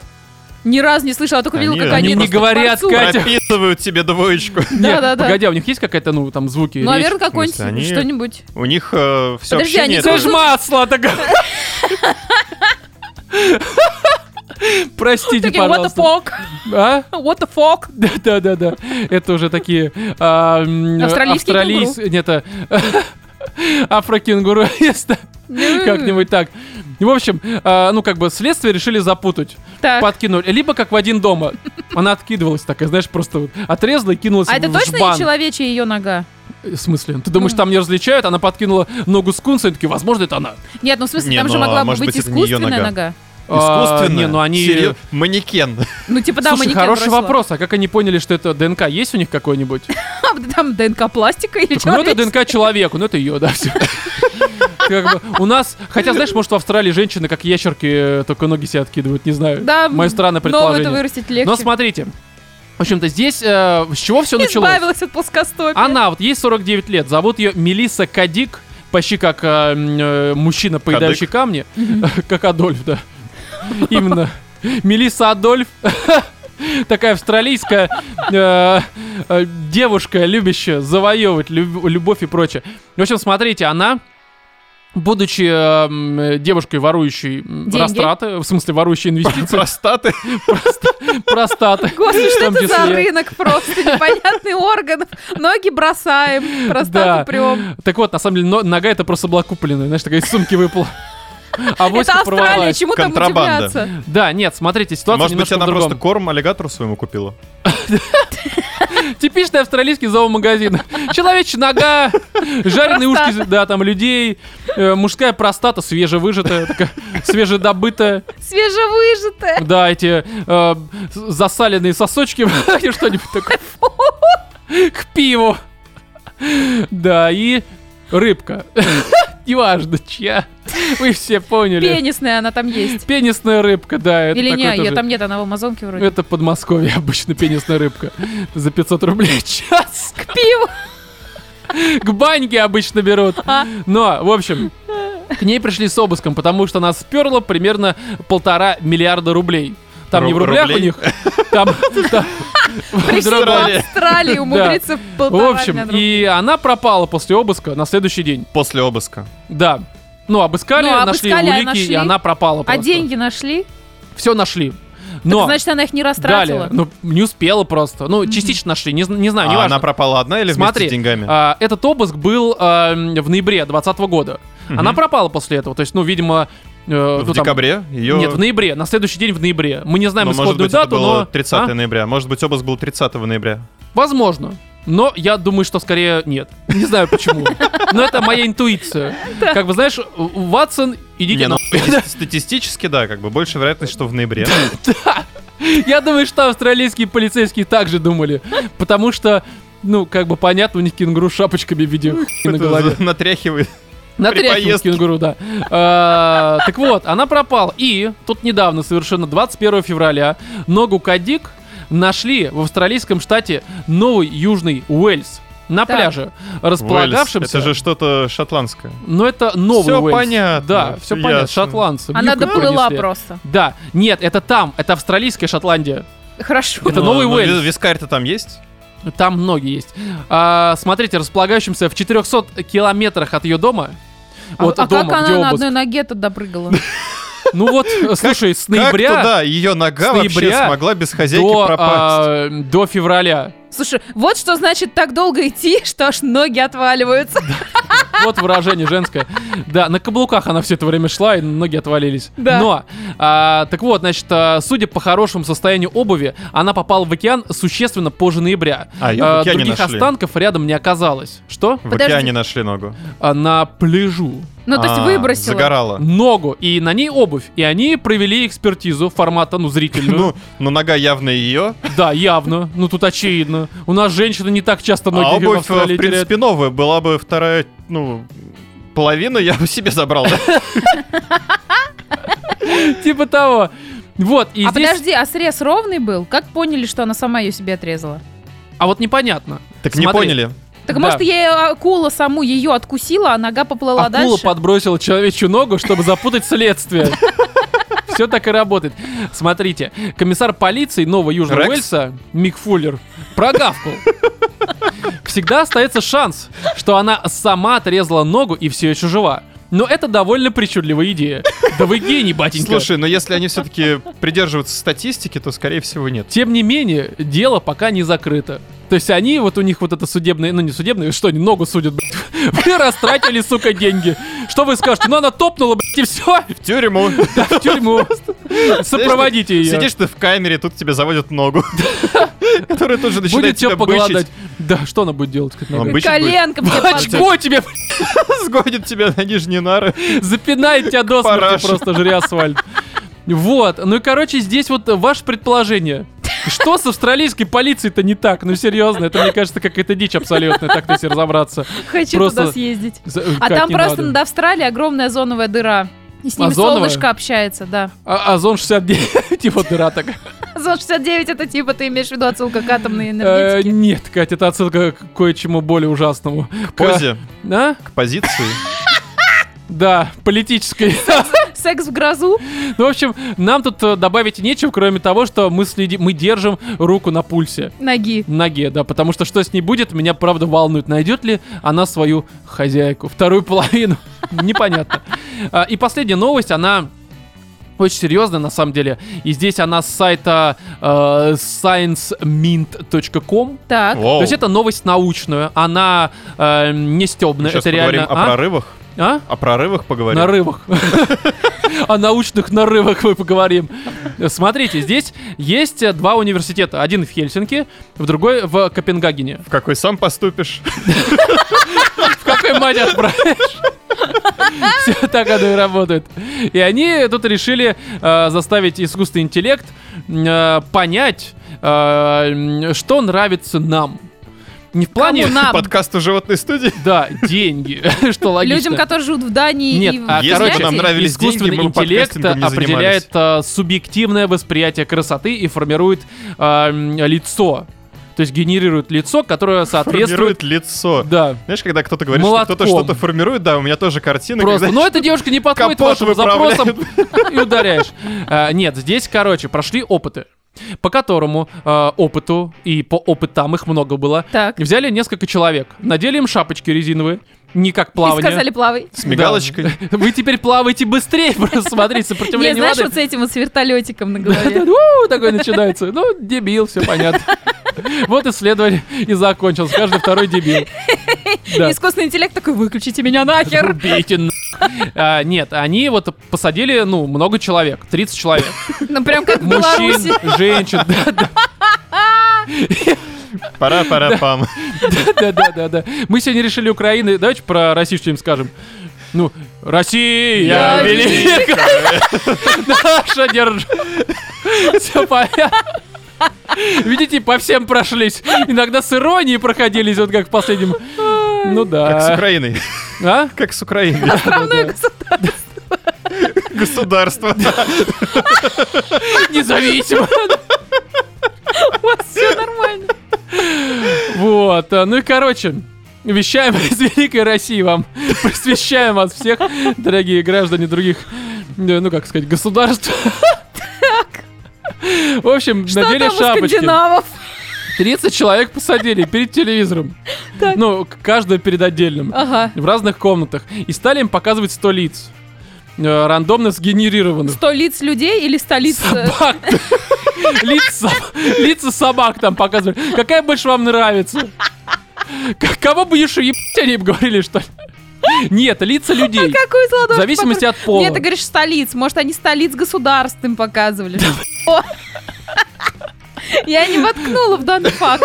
S3: Ни разу не слышала, только видела,
S2: Они-
S3: как
S2: они не
S3: они просто
S1: говорят,
S3: к
S1: Катя.
S2: Прописывают тебе двоечку.
S1: Нет,
S3: да, да.
S1: Погоди, а у них есть какая-то, ну, там, звуки? речь?
S3: Ну, наверное, какой-нибудь
S2: они-
S3: что-нибудь.
S2: У них э, все
S3: Подожди,
S2: общение...
S3: они
S2: это-
S1: Ты ж масло такая. Простите,
S3: Такие, what the
S1: пожалуйста.
S3: fuck?
S1: А?
S3: What the fuck?
S1: Да-да-да. Это уже такие... а, м,
S3: Австралийские
S1: австралийс- Нет, а, афрокенгуру. не знаю,
S3: Ну.
S1: Как-нибудь так. В общем, а, ну как бы следствие решили запутать,
S3: Так.
S1: подкинули. Либо как в один дома. Она откидывалась такая, знаешь, просто вот отрезала и кинулась
S3: А это
S1: в
S3: точно
S1: жбан. Э,
S3: не человечья ее нога?
S1: В смысле? Ты думаешь,
S3: Ну.
S1: там не различают? Она подкинула ногу скунса и такие, возможно, это она.
S3: Нет, ну в смысле,
S2: Не,
S3: там же
S2: ну, а
S3: могла бы
S2: может
S3: быть
S2: быть, это не её
S3: искусственная
S2: нога.
S3: нога.
S1: А,
S2: Искусственно.
S1: Не, ну они...
S2: Серьё- Манекен.
S3: Ну, типа, да,
S1: Слушай,
S3: манекен
S1: хороший
S3: бросила.
S1: вопрос. А как они поняли, что это ДНК? Есть у них какой-нибудь?
S3: А, Там ДНК пластика или
S1: Так, ну это
S3: человеческая?
S1: ДНК человеку, ну это ее, да, все. Как бы, у нас, хотя, знаешь, может, в Австралии женщины, как ящерки, э, только ноги себе откидывают, не знаю.
S3: Да,
S1: Мое странное
S3: но это
S1: предположение.
S3: вырастить легче.
S1: Но смотрите, в общем-то, здесь э, с чего все началось?
S3: Избавилась от плоскостопия.
S1: Она, вот ей 49 лет, зовут ее Мелисса Кадик, почти как э, м, э, мужчина, поедающий камни, как Адольф, да. Именно. Мелисса Адольф. Такая австралийская э, э, девушка, любящая завоевывать люб- любовь и прочее. В общем, смотрите, она, будучи э, м, э, девушкой, ворующей м,
S3: Деньги.
S1: растраты, в смысле, ворующей инвестиции,
S2: Простаты.
S1: простаты.
S3: Господи,
S1: в
S3: что
S1: том
S3: это за
S1: числе.
S3: рынок просто непонятный орган. Ноги бросаем,
S1: Да.
S3: простату прям.
S1: Так вот, на самом деле, но- нога это просто была купленная, знаешь, такая из сумки выпала. А
S3: Это Австралия,
S1: порвалась.
S3: чему там
S2: Контрабанда.
S3: удивляться?
S1: Да, нет, смотрите, ситуация
S2: Может быть,
S1: немножко
S2: она
S1: в другом.
S2: просто корм аллигатору своему купила?
S1: Типичный австралийский зоомагазин. Человечья нога, жареные ушки, да, там, людей, э, мужская простата свежевыжатая, такая свежедобытая.
S3: Свежевыжатая.
S1: Да, эти э, с- засаленные сосочки или что-нибудь такое. К пиву. Да, и рыбка. Неважно, чья. Вы все поняли.
S3: Пенисная она там есть.
S1: Пенисная рыбка, да. Это
S3: Или
S1: такое
S3: не, ее
S1: тоже-
S3: там нет, она в Амазонке вроде.
S1: Это Подмосковье обычно пенисная рыбка. За 500 рублей в час.
S3: К пиву.
S1: К баньке обычно берут.
S3: А.
S1: Но, в общем, к ней пришли с обыском, потому что она сперла примерно полтора миллиарда рублей. Там не в
S2: Ру-
S1: рублях у
S2: рублей?
S1: них, там... там в
S3: Пришла
S1: другом.
S2: Австралия.
S3: в Австралию умудриться
S1: В
S3: полтора
S1: общем,
S3: на друг.
S1: и она пропала после обыска на следующий день.
S2: После обыска.
S1: Да. Ну, обыскали,
S3: Ну,
S1: нашли
S3: обыскали, а
S1: улики,
S3: нашли?
S1: и она пропала
S3: А
S1: просто.
S3: деньги нашли?
S1: Все нашли.
S3: Так
S1: Но
S3: значит, она их не
S1: далее,
S3: растратила.
S1: ну, не успела просто. Ну, частично нашли, не, зн- не знаю, не
S2: А
S1: важно.
S2: она пропала одна или
S1: Смотри,
S2: вместе с деньгами?
S1: а, этот обыск был а, м, в ноябре 2020 года.
S2: Мгм.
S1: Она пропала после этого. То есть, ну, видимо... э,
S2: В
S1: ну, там-
S2: декабре? Ее...
S1: Нет, в ноябре, на следующий день в ноябре. Мы не знаем
S2: Ну, может
S1: исходную
S2: быть, это
S1: дату,
S2: было
S1: но...
S2: 30
S1: А?
S2: ноября. Может быть, обыск был 30 ноября.
S1: Возможно. Но я думаю, что скорее нет. Не знаю почему. Но это моя интуиция. Как бы, знаешь, Ватсон, идите
S2: Не, ну,
S1: на...
S2: Статистически, да, как бы больше вероятность, что в ноябре.
S1: Я думаю, что австралийские полицейские также думали. Потому что, ну, как бы понятно, у них кенгуру с шапочками в виде хуй на
S2: Это
S1: голове.
S2: за- Натряхивает.
S1: На
S2: При
S1: тряпке
S2: поездке.
S1: кенгуру, да. А, Так вот, она пропала. И тут недавно, совершенно 21 февраля, ногу Кадик нашли в австралийском штате Новый Южный Уэльс. На
S3: Так.
S1: пляже,
S2: Уэльс.
S1: располагавшемся.
S2: Это же что-то шотландское.
S1: Но это новый
S2: Всё
S1: Уэльс.
S2: понятно,
S1: Да, все
S2: ясно.
S1: понятно. Шотландцы.
S3: Она
S1: Бьюка
S3: доплыла
S1: принесли.
S3: просто.
S1: Да, нет, это там, это австралийская Шотландия.
S3: Хорошо.
S1: Это
S2: Ну,
S1: новый
S2: ну,
S1: Уэльс.
S2: ви- Вискарь-то там есть?
S1: Там многие есть. А, смотрите, располагающимся в 400 километрах от ее дома.
S3: А-
S1: От
S3: а
S1: дома,
S3: как
S1: где
S3: она на
S1: обыск.
S3: одной ноге тут допрыгала?
S1: Ну вот, слушай, с ноября...
S2: Как туда? Ее нога
S1: с
S2: вообще
S1: ноября
S2: смогла без хозяйки
S1: до,
S2: пропасть.
S1: а, до февраля.
S3: Слушай, вот что значит так долго идти, что аж ноги отваливаются.
S1: Вот выражение женское. Да, на каблуках она все это время шла, и ноги отвалились.
S3: Да.
S1: Но, а, так вот, значит, а, судя по хорошему состоянию обуви, она попала в океан существенно позже ноября.
S2: А, её в океане
S1: других
S2: нашли. Хм.
S1: останков рядом не оказалось. Что?
S2: В
S3: Подожди.
S2: океане нашли ногу.
S1: А, на пляжу.
S3: Ну, то есть
S2: А,
S3: выбросила.
S1: Ну.
S2: Загорала.
S1: Ногу, и на ней обувь. И они провели экспертизу формата, ну, зрительную.
S2: Ну, ну, нога явно ее,
S1: Да, явно. Ну тут очевидно. У нас женщины не так часто ноги
S2: а
S1: в
S2: обувь, э, в
S1: Австралии теряют.
S2: принципе, новая. Была бы вторая, ну, половину я бы себе забрал. да.
S1: Типа того. Вот, и
S3: а
S1: здесь...
S3: подожди, а срез ровный был? Как поняли, что она сама ее себе отрезала?
S1: А вот непонятно.
S2: Так не
S1: Смотри,
S2: поняли.
S3: Так
S1: Да.
S3: может, ей а, акула саму ее откусила, а нога поплыла
S1: Акула
S3: дальше?
S1: подбросила человечью ногу, чтобы запутать следствие. Все так и работает. Смотрите, комиссар полиции Нового Южного
S2: Рекс?
S1: Уэльса Мик Фуллер прогавкал. Всегда остается шанс, что она сама отрезала ногу и все еще жива. Но это довольно причудливая идея. Да вы гений, батенька.
S2: Слушай, но если они все-таки придерживаются статистики, то, скорее всего, нет.
S1: Тем не менее, дело пока не закрыто. То есть они, вот у них вот это судебное, ну не судебное, что они ногу судят, блядь. Вы растратили, сука, деньги. Что вы скажете? Ну она топнула, блядь, и все,
S2: В тюрьму.
S1: да, в тюрьму. Сопроводите ее.
S2: Сидишь ты в камере, тут тебе заводят ногу. Которая тут же
S1: будет
S2: начинает
S1: тебя
S2: тебя
S1: погладать.
S2: бычить.
S1: Да, что она будет делать? как
S2: Ну,
S1: нога?
S2: бы- обычно
S3: Коленка мне под-
S1: Очко тебе блядь,
S2: Сгонит тебя на нижние нары.
S1: запинает тебя до смерти,
S2: Парашу.
S1: просто жри асфальт. Вот, ну и короче, здесь вот э, ваше предположение. Что с австралийской полицией-то не так? Ну серьезно, это мне кажется какая-то дичь абсолютная, так-то если разобраться.
S3: Хочу
S1: Просто-
S3: туда съездить.
S1: За-
S3: А
S1: как
S3: там
S1: не
S3: просто
S1: надо. А
S3: над Австралией огромная озоновая дыра. И с ними
S1: Озоновая?
S3: солнышко общается, да.
S1: А- Озон 69, типа дыра так.
S3: Озон 69 это типа ты имеешь в виду отсылка к атомной
S1: Э,
S3: энергетике.
S1: Нет, Катя, это отсылка к кое-чему более ужасному.
S2: К позе,
S1: А?
S2: к позиции.
S1: Да, политической.
S3: Секс в грозу.
S1: Ну, в общем, нам тут э, добавить нечего, кроме того, что мы следи- мы держим руку на пульсе.
S3: Ноги.
S1: Ноге, да, потому что что с ней будет, меня правда волнует, найдет ли она свою хозяйку, вторую половину, непонятно. А, И последняя новость, она очень серьезная на самом деле, и здесь она с сайта э, sciencemint.com,
S3: Так.
S1: А, То
S2: Воу.
S1: есть это новость научная, она э, не стебная,
S2: Сейчас
S1: это
S2: поговорим
S1: реально...
S2: о
S1: а?
S2: прорывах.
S1: А?
S2: О прорывах поговорим.
S1: Нарывах. О научных нарывах мы поговорим. Смотрите, здесь есть э, два университета. Один в Хельсинки, в другой в Копенгагене.
S2: В какой сам поступишь?
S1: В какой мать отправишь? Все так оно и работает. И они тут решили э, заставить искусственный интеллект э, понять, э, м, что нравится нам. Не в плане...
S3: Кому нам?
S2: Подкасту животной студии?
S1: Да, деньги, что логично.
S3: Людям, которые живут в Дании
S1: Нет,
S3: и в
S1: а,
S2: Если бы
S1: короче,
S2: нам
S3: Финляндии.
S2: нравились деньги,
S1: искусственный
S2: мы бы
S1: интеллект
S2: подкастингом не
S1: определяет а, субъективное восприятие красоты и формирует а, м, лицо. То есть генерирует лицо, которое соответствует...
S2: Формирует лицо.
S1: Да.
S2: Знаешь, когда кто-то говорит, что кто-то
S1: Молотком.
S2: что-то формирует, да, у меня тоже картина.
S1: Просто,
S2: когда-
S1: ну эта девушка не подходит
S2: капот
S1: вашим
S2: выправляет.
S1: запросам и ударяешь. А, Нет, здесь, короче, прошли опыты, по которому а, опыту и по опытам их много было.
S3: Так.
S1: Взяли несколько человек, надели им шапочки резиновые, не как
S3: И
S1: плавание.
S3: сказали плавай.
S2: С мигалочкой.
S1: Вы теперь плаваете быстрее, просто смотрите,
S3: Не,
S1: сопротивление
S3: знаешь,
S1: воды.
S3: вот с этим вот с вертолетиком на
S1: Да,
S3: голове.
S1: да, «У», такой начинается. Ну, дебил, все понятно. Вот исследование и закончилось. Каждый второй дебил. Да.
S3: Искусственный интеллект такой, выключите меня нахер.
S1: Убейте на- А, Нет, они вот посадили, ну, много человек. 30 человек.
S3: Ну прям как в Беларуси.
S1: Мужчин, женщин. Да, да,
S2: Пора, пора, пам.
S1: да, да, да, да. Мы сегодня решили Украины. Давайте про Россию что-нибудь скажем. Ну, Россия
S3: Я
S1: великая. Наша держ. Все понятно. Видите, по всем прошлись. Иногда с иронией проходились, вот как в последнем. Ну
S2: Как с
S1: да.
S2: Украиной.
S1: А?
S2: Как с Украиной.
S3: Островное государство.
S2: Государство.
S1: Независимо.
S3: У вас все нормально.
S1: Вот. а, Ну и короче. Вещаем из Великой России вам. Просвещаем вас всех, дорогие граждане других, э, ну как сказать, государств. В общем,
S3: Что
S1: надели
S3: там у
S1: шапочки.
S3: скандинавов?
S1: 30 человек посадили перед телевизором.
S3: Так. А.
S1: Ну, к- каждого перед отдельным.
S3: Ага.
S1: В разных комнатах. И стали им показывать 100 лиц. Э, Рандомно сгенерированных.
S3: Сто лиц людей или сто лиц... э,
S1: Собак. Лица, лица собак там показывали. Какая больше вам нравится? К- Кого бы еще ебать, они им говорили, что ли? Нет, лица людей.
S3: Какую
S1: В
S3: золотую?
S1: зависимости от пола.
S3: Нет, ты говоришь столиц. Может, они столиц государств им показывали. О! Я не воткнула в данный факт.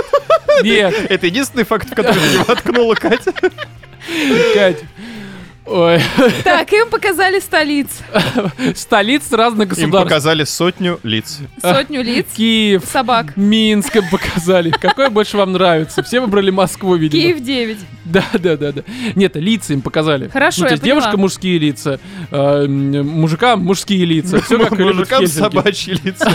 S1: Нет,
S2: Это единственный факт, в который меня воткнула Катя.
S1: Кать. Ой,
S3: Так, им показали столиц.
S1: столиц разных
S2: Им
S1: государств.
S2: показали сотню лиц.
S3: Сотню лиц.
S1: Киев,
S3: Собак.
S1: Минск им показали. Какое больше вам нравится? Все выбрали Москву, видимо.
S3: Киев 9.
S1: Да, да, да, да. Нет, лица им показали. Ну,
S3: Хорошо,
S1: то
S3: я
S1: есть девушка
S3: поняла.
S1: мужские лица, э, м, мужикам мужские лица. Все как и любят в
S2: Мужикам
S1: Хельсинки.
S2: собачьи лица.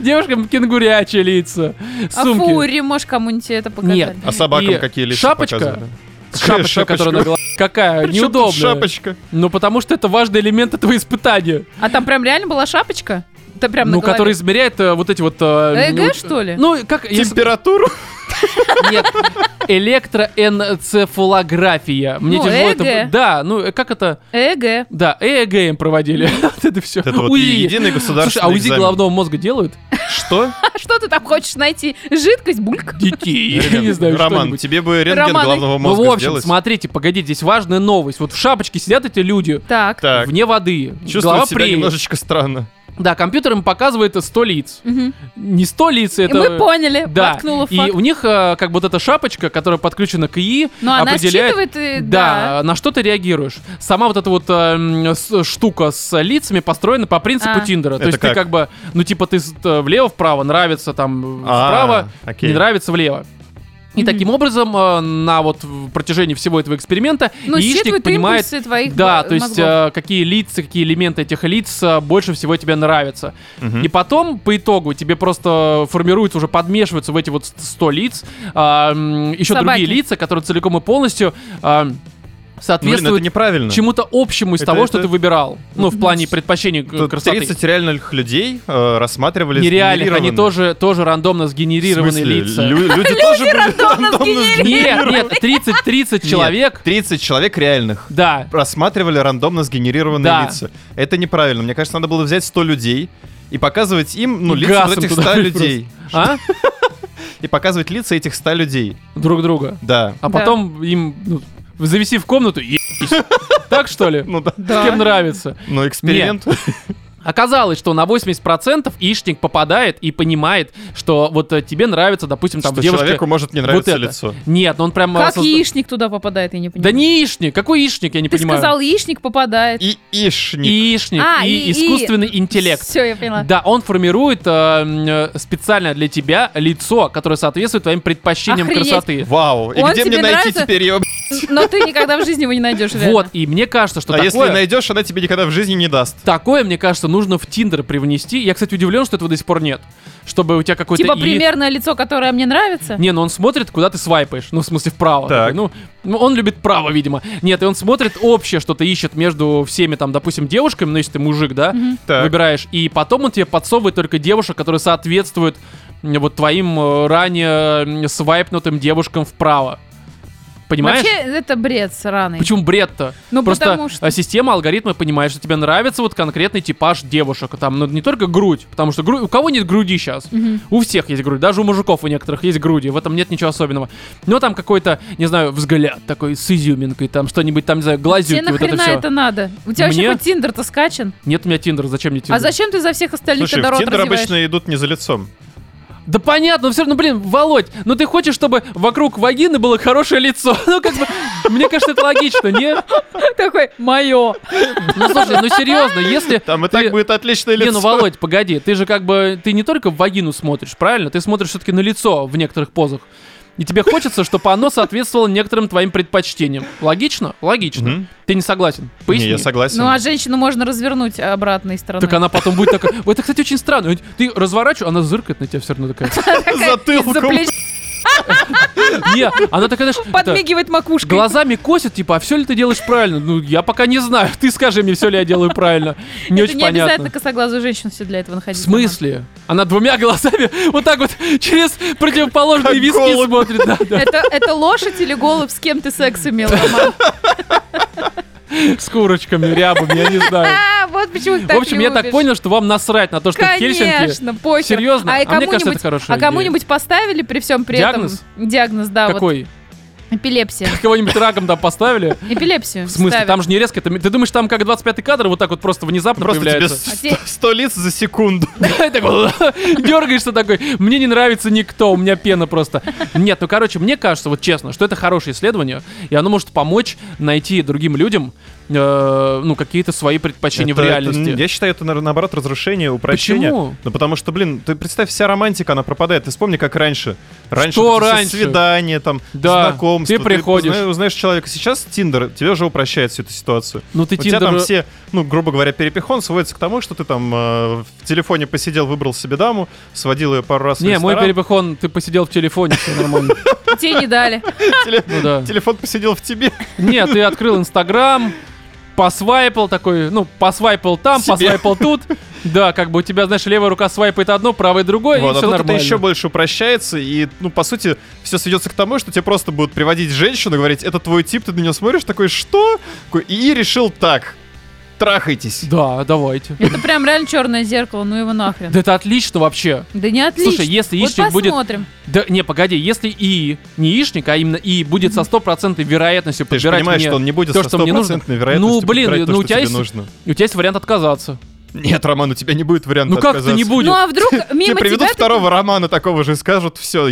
S1: Девушкам кенгурячие лица.
S3: А
S1: Сумки.
S3: фури, может, кому-нибудь это показали?
S1: Нет.
S2: А собакам
S1: И
S2: какие лица
S1: шапочка?
S2: показывали?
S1: Шапочка, которая на
S2: Шапочку.
S1: голове. Какая?
S2: Причём тут
S1: Неудобная.
S2: Шапочка.
S1: Ну, потому что это важный элемент этого испытания.
S3: А там прям реально была шапочка? Это прям на
S1: Ну,
S3: голове.
S1: который измеряет э, вот эти вот... э,
S3: ЭГ,
S1: ну,
S3: что ли?
S1: Ну, как... если-
S2: Температуру?
S1: Нет. Электроэнцефалография. Мне
S3: Ну,
S1: тяжело это...
S3: ЭЭГ.
S1: Да, ну, э, как это...
S3: ЭГ.
S1: Да, ЭЭГ им проводили. Вот это все.
S2: Это вот
S1: Слушай,
S2: единый
S1: а
S2: государственный
S1: УЗИ
S2: экзамен.
S1: головного мозга делают?
S2: Что?
S3: А что ты там хочешь найти? Жидкость? Бульк?
S1: Детей. Я
S2: Ребят,
S1: не знаю,
S2: Роман,
S1: что-нибудь.
S2: тебе бы рентген
S3: Роман,
S1: Ну,
S2: головного
S1: в
S2: мозга
S1: общем,
S2: сделать.
S1: смотрите, погодите, здесь важная новость. Вот в шапочке сидят эти люди,
S3: Так.
S2: Так,
S1: вне воды. Голова
S2: чувствую себя
S1: при-
S2: немножечко странно.
S1: Да, компьютер им показывает 100 лиц.
S3: Мгм.
S1: Не 100 лиц,
S3: И
S1: это...
S3: мы поняли,
S1: Да,
S3: воткнула в
S1: и
S3: факт.
S1: у них э, как бы вот эта шапочка, которая подключена к ИИ,
S3: Но она
S1: определяет...
S3: считывает, и- да.
S1: Да, на что ты реагируешь? Сама вот эта вот э, м, с- штука с лицами построена по принципу
S3: А.
S1: Тиндера. То
S2: Это
S1: есть ты
S2: как?
S1: как бы, ну типа ты с- э, влево-вправо, нравится там э,
S2: А,
S1: вправо,
S2: окей.
S1: не нравится влево. И
S3: Мгм.
S1: таким образом э, на вот в протяжении всего этого эксперимента
S3: Ну,
S1: яичник
S3: считывает
S1: понимает,
S3: импульсы твоих
S1: да,
S3: б-
S1: то есть
S3: мозгов.
S1: э, какие лица, какие элементы этих лиц э, больше всего тебе нравятся.
S2: Мгм. Ну,
S1: И потом, по итогу, тебе просто формируются, уже подмешиваются в эти вот 100 лиц, а, м, еще
S3: Собаки.
S1: другие лица, которые целиком и полностью а,
S2: Ну, блин, это
S1: соответствуют
S2: неправильно.
S1: чему-то общему из
S2: Это-
S1: того, что
S2: это-
S1: ты выбирал. Ну, в
S3: Ну,
S1: плане
S3: с-
S1: предпочтений к-
S2: Тут
S1: красоты.
S2: 30 реальных людей э, рассматривали
S1: Нереальных, они
S2: сгенерированные.
S1: тоже, тоже рандомно
S2: В
S1: сгенерированные
S2: смысле?
S1: лица.
S2: Лю- Люди тоже были рандомно
S1: Нет,
S2: сгенерированы.
S1: нет, 30-30 человек.
S2: 30 человек реальных.
S1: Да.
S2: рассматривали рандомно сгенерированные
S1: Да.
S2: лица. Это неправильно. Мне кажется, надо было взять 100 людей и показывать им, ну,
S1: И
S2: лица вот
S1: газом
S2: этих
S1: туда
S2: 100
S1: просто.
S2: людей.
S1: А?
S2: И показывать лица этих 100 людей.
S1: Друг друга.
S2: Да.
S1: А
S3: Да.
S1: потом им ну, завести в комнату и ебись. Так что ли?
S2: Ну да.
S1: С кем нравится.
S2: Но эксперимент.
S1: Оказалось, что на 80% яичник попадает и понимает, что вот э, тебе нравится, допустим, там
S2: Что
S1: девушке...
S2: человеку может не нравиться
S1: это.
S2: лицо.
S1: Нет, ну он прям... э,
S3: Как
S1: созда-
S3: яичник туда попадает, я не
S1: Да
S3: понимаю.
S1: не яичник, какой яичник, я не
S3: Ты
S1: понимаю.
S3: сказал, яичник попадает.
S2: И ишник.
S1: Яичник
S3: А,
S1: и,
S3: и- и-
S1: искусственный интеллект.
S3: Все, я поняла.
S1: Да, он формирует э, м, э, специально для тебя лицо, которое соответствует твоим предпочтениям
S3: Охренеть.
S1: красоты.
S2: Вау. И
S3: Он
S2: где
S3: тебе
S2: мне найти
S3: нравится?
S2: теперь ее?
S3: Но ты никогда в жизни его не найдешь, реально.
S1: Вот, и мне кажется, что
S2: А
S1: такое...
S2: если найдешь, она тебе никогда в жизни не даст.
S1: Такое, мне кажется, нужно в Тиндер привнести. Я, кстати, удивлен, что этого до сих пор нет. Чтобы у тебя какой-то...
S3: Типа
S1: и-
S3: примерное лицо, которое мне нравится.
S1: Не, ну он смотрит, куда ты свайпаешь. Ну, в смысле, вправо.
S2: Так.
S1: Такой, Ну, ну, он любит право, видимо. Нет, и он смотрит общее, что-то ищет между всеми, там, допустим, девушками, ну, если ты мужик, да,
S2: Так.
S1: выбираешь. И потом он тебе подсовывает только девушек, которые соответствуют м, вот твоим э, ранее м, свайпнутым девушкам вправо. Понимаешь?
S3: Вообще, это бред сраный.
S1: Почему бред-то?
S3: Ну,
S1: Просто
S3: потому что-
S1: э, система, алгоритмы понимает, что тебе нравится вот конкретный типаж девушек. Там, ну, не только грудь, потому что гру- у кого нет груди сейчас?
S3: Мгм.
S1: У всех есть грудь, даже у мужиков у некоторых есть груди, в этом нет ничего особенного. Но там какой-то, не знаю, взгляд такой с изюминкой, там что-нибудь, там, не знаю, глазюки, вот
S3: Тебе нахрена
S1: это все.
S3: это надо? У тебя
S1: Мне?
S3: вообще хоть Тиндер-то скачан?
S1: Нет у меня Тиндер, зачем мне Тиндер?
S3: А зачем ты за всех остальных
S2: Слушай,
S3: тогда
S2: в
S3: рот
S2: Тиндер
S3: разеваешь?
S2: обычно идут не за лицом.
S1: Да понятно, все равно, блин, Володь, ну ты хочешь, чтобы вокруг вагины было хорошее лицо? Ну как бы, мне кажется, это логично, не?
S3: Такой, мое.
S1: Ну слушай, ну серьезно, если...
S2: Там и
S1: ты-
S2: так будет отличное лицо.
S1: Не, ну, Володь, погоди, ты же как бы, ты не только в вагину смотришь, правильно? Ты смотришь все-таки на лицо в некоторых позах. И тебе хочется, чтобы оно соответствовало некоторым твоим предпочтениям. Логично? Логично.
S2: Мгм.
S1: Ты не согласен? Поясни.
S2: Не, я согласен.
S3: Ну а женщину можно развернуть обратной стороной.
S1: Так она потом будет такая... Вот Это, кстати, очень странно. Ты разворачиваешь, она зыркает на тебя все равно такая.
S3: За
S2: Затылком.
S3: плечо
S1: Не, она такая, знаешь... это,
S3: подмигивает макушкой.
S1: Глазами косит, типа, а все ли ты делаешь правильно? Ну, я пока не знаю. Ты скажи мне, все ли я делаю правильно. Не
S3: Это
S1: очень
S3: не обязательно
S1: понятно.
S3: косоглазую женщину все для этого
S1: В
S3: находить.
S1: смысле? Она двумя глазами вот так вот через противоположные
S2: Как
S1: виски
S2: голубь.
S1: смотрит. Да, да.
S3: Роман. Это, это лошадь или голубь? С кем ты секс имел, Роман?
S1: С курочками, рябами, я не знаю.
S3: А, вот почему ты
S1: В
S3: так
S1: общем, я так
S3: любишь.
S1: понял, что вам насрать на то, что в Хельсинки...
S3: Конечно, похер.
S1: Серьезно?
S3: А, и
S1: А мне кажется,
S3: кому-нибудь-
S1: это хорошая
S3: А кому-нибудь поставили при всем при
S1: Диагноз?
S3: этом? Диагноз, да. вот.
S1: Какой?
S3: Эпилепсия.
S1: Кого-нибудь раком там поставили?
S3: Эпилепсию.
S1: В смысле,
S3: ставят.
S1: там же не резко. это м- Ты думаешь, там как 25-й кадр вот так вот просто внезапно
S2: Просто тебе
S1: появляется?
S2: 100, лиц за секунду.
S1: И так вот Дергаешься такой, мне не нравится никто, у меня пена просто. Нет, ну короче, мне кажется, вот честно, что это хорошее исследование, и оно может помочь найти другим людям э, ну какие-то свои предпочтения в
S2: Это- это,
S1: реальности.
S2: н- я считаю, это, наверно, наоборот, разрушение, упрощение.
S1: Почему?
S2: Ну, потому что, блин, ты представь, вся романтика, она пропадает. Ты вспомни, как раньше. Раньше
S1: Что
S2: вот эти все
S1: раньше?
S2: свидания, там,
S1: Да,
S2: знакомства.
S1: ты приходишь.
S2: узна- узнаешь человека. Сейчас Тиндер тебе уже упрощает всю эту ситуацию.
S1: Ну ты
S2: У тебя там
S1: Тиндер...
S2: все, ну, грубо говоря, перепихон сводится к тому, что ты там э, в телефоне посидел, выбрал себе даму, сводил ее пару раз в
S1: Не, мой
S2: ресторан.
S1: перепихон, ты посидел в телефоне, все нормально.
S3: Тебе не дали.
S2: Теле-
S1: Ну да.
S2: Телефон посидел в тебе.
S1: Нет, ты открыл Инстаграм, посвайпал такой, ну, посвайпал там,
S2: Себе.
S1: посвайпал тут. Да, как бы у тебя, знаешь, левая рука свайпает одно, правая другое,
S2: Вот,
S1: и
S2: а
S1: все
S2: тут
S1: нормально.
S2: это еще больше упрощается, и, ну, по сути, все сведется к тому, что тебе просто будут приводить женщину, говорить, это твой тип, ты на нее смотришь, такой, что? Такой, И решил так, трахайтесь.
S1: Да, давайте.
S3: Это прям реально черное зеркало, ну его нахрен.
S1: Да это отлично вообще.
S3: Да не отлично.
S1: Слушай, если
S3: Вот
S1: яичник будет-
S3: посмотрим.
S1: Да, не, погоди, если и не яичник, а именно и будет со стопроцентной вероятностью
S2: Ты же
S1: подбирать
S2: понимаешь,
S1: мне-
S2: что он не будет
S1: то,
S2: со
S1: что мне нужно.
S2: стопроцентной вероятностью
S1: Ну, блин,
S2: подбирать то,
S1: ну, у
S2: что
S1: тебя
S2: тебе
S1: есть-
S2: нужно.
S1: И у тебя есть вариант отказаться.
S2: Нет, Роман, у тебя не будет варианта
S1: ну как это не
S2: отказаться.
S1: будет?
S3: Ну а вдруг
S2: Тебе
S3: мимо
S2: приведут
S3: тебя... ты-
S2: второго Романа такого же и скажут, все,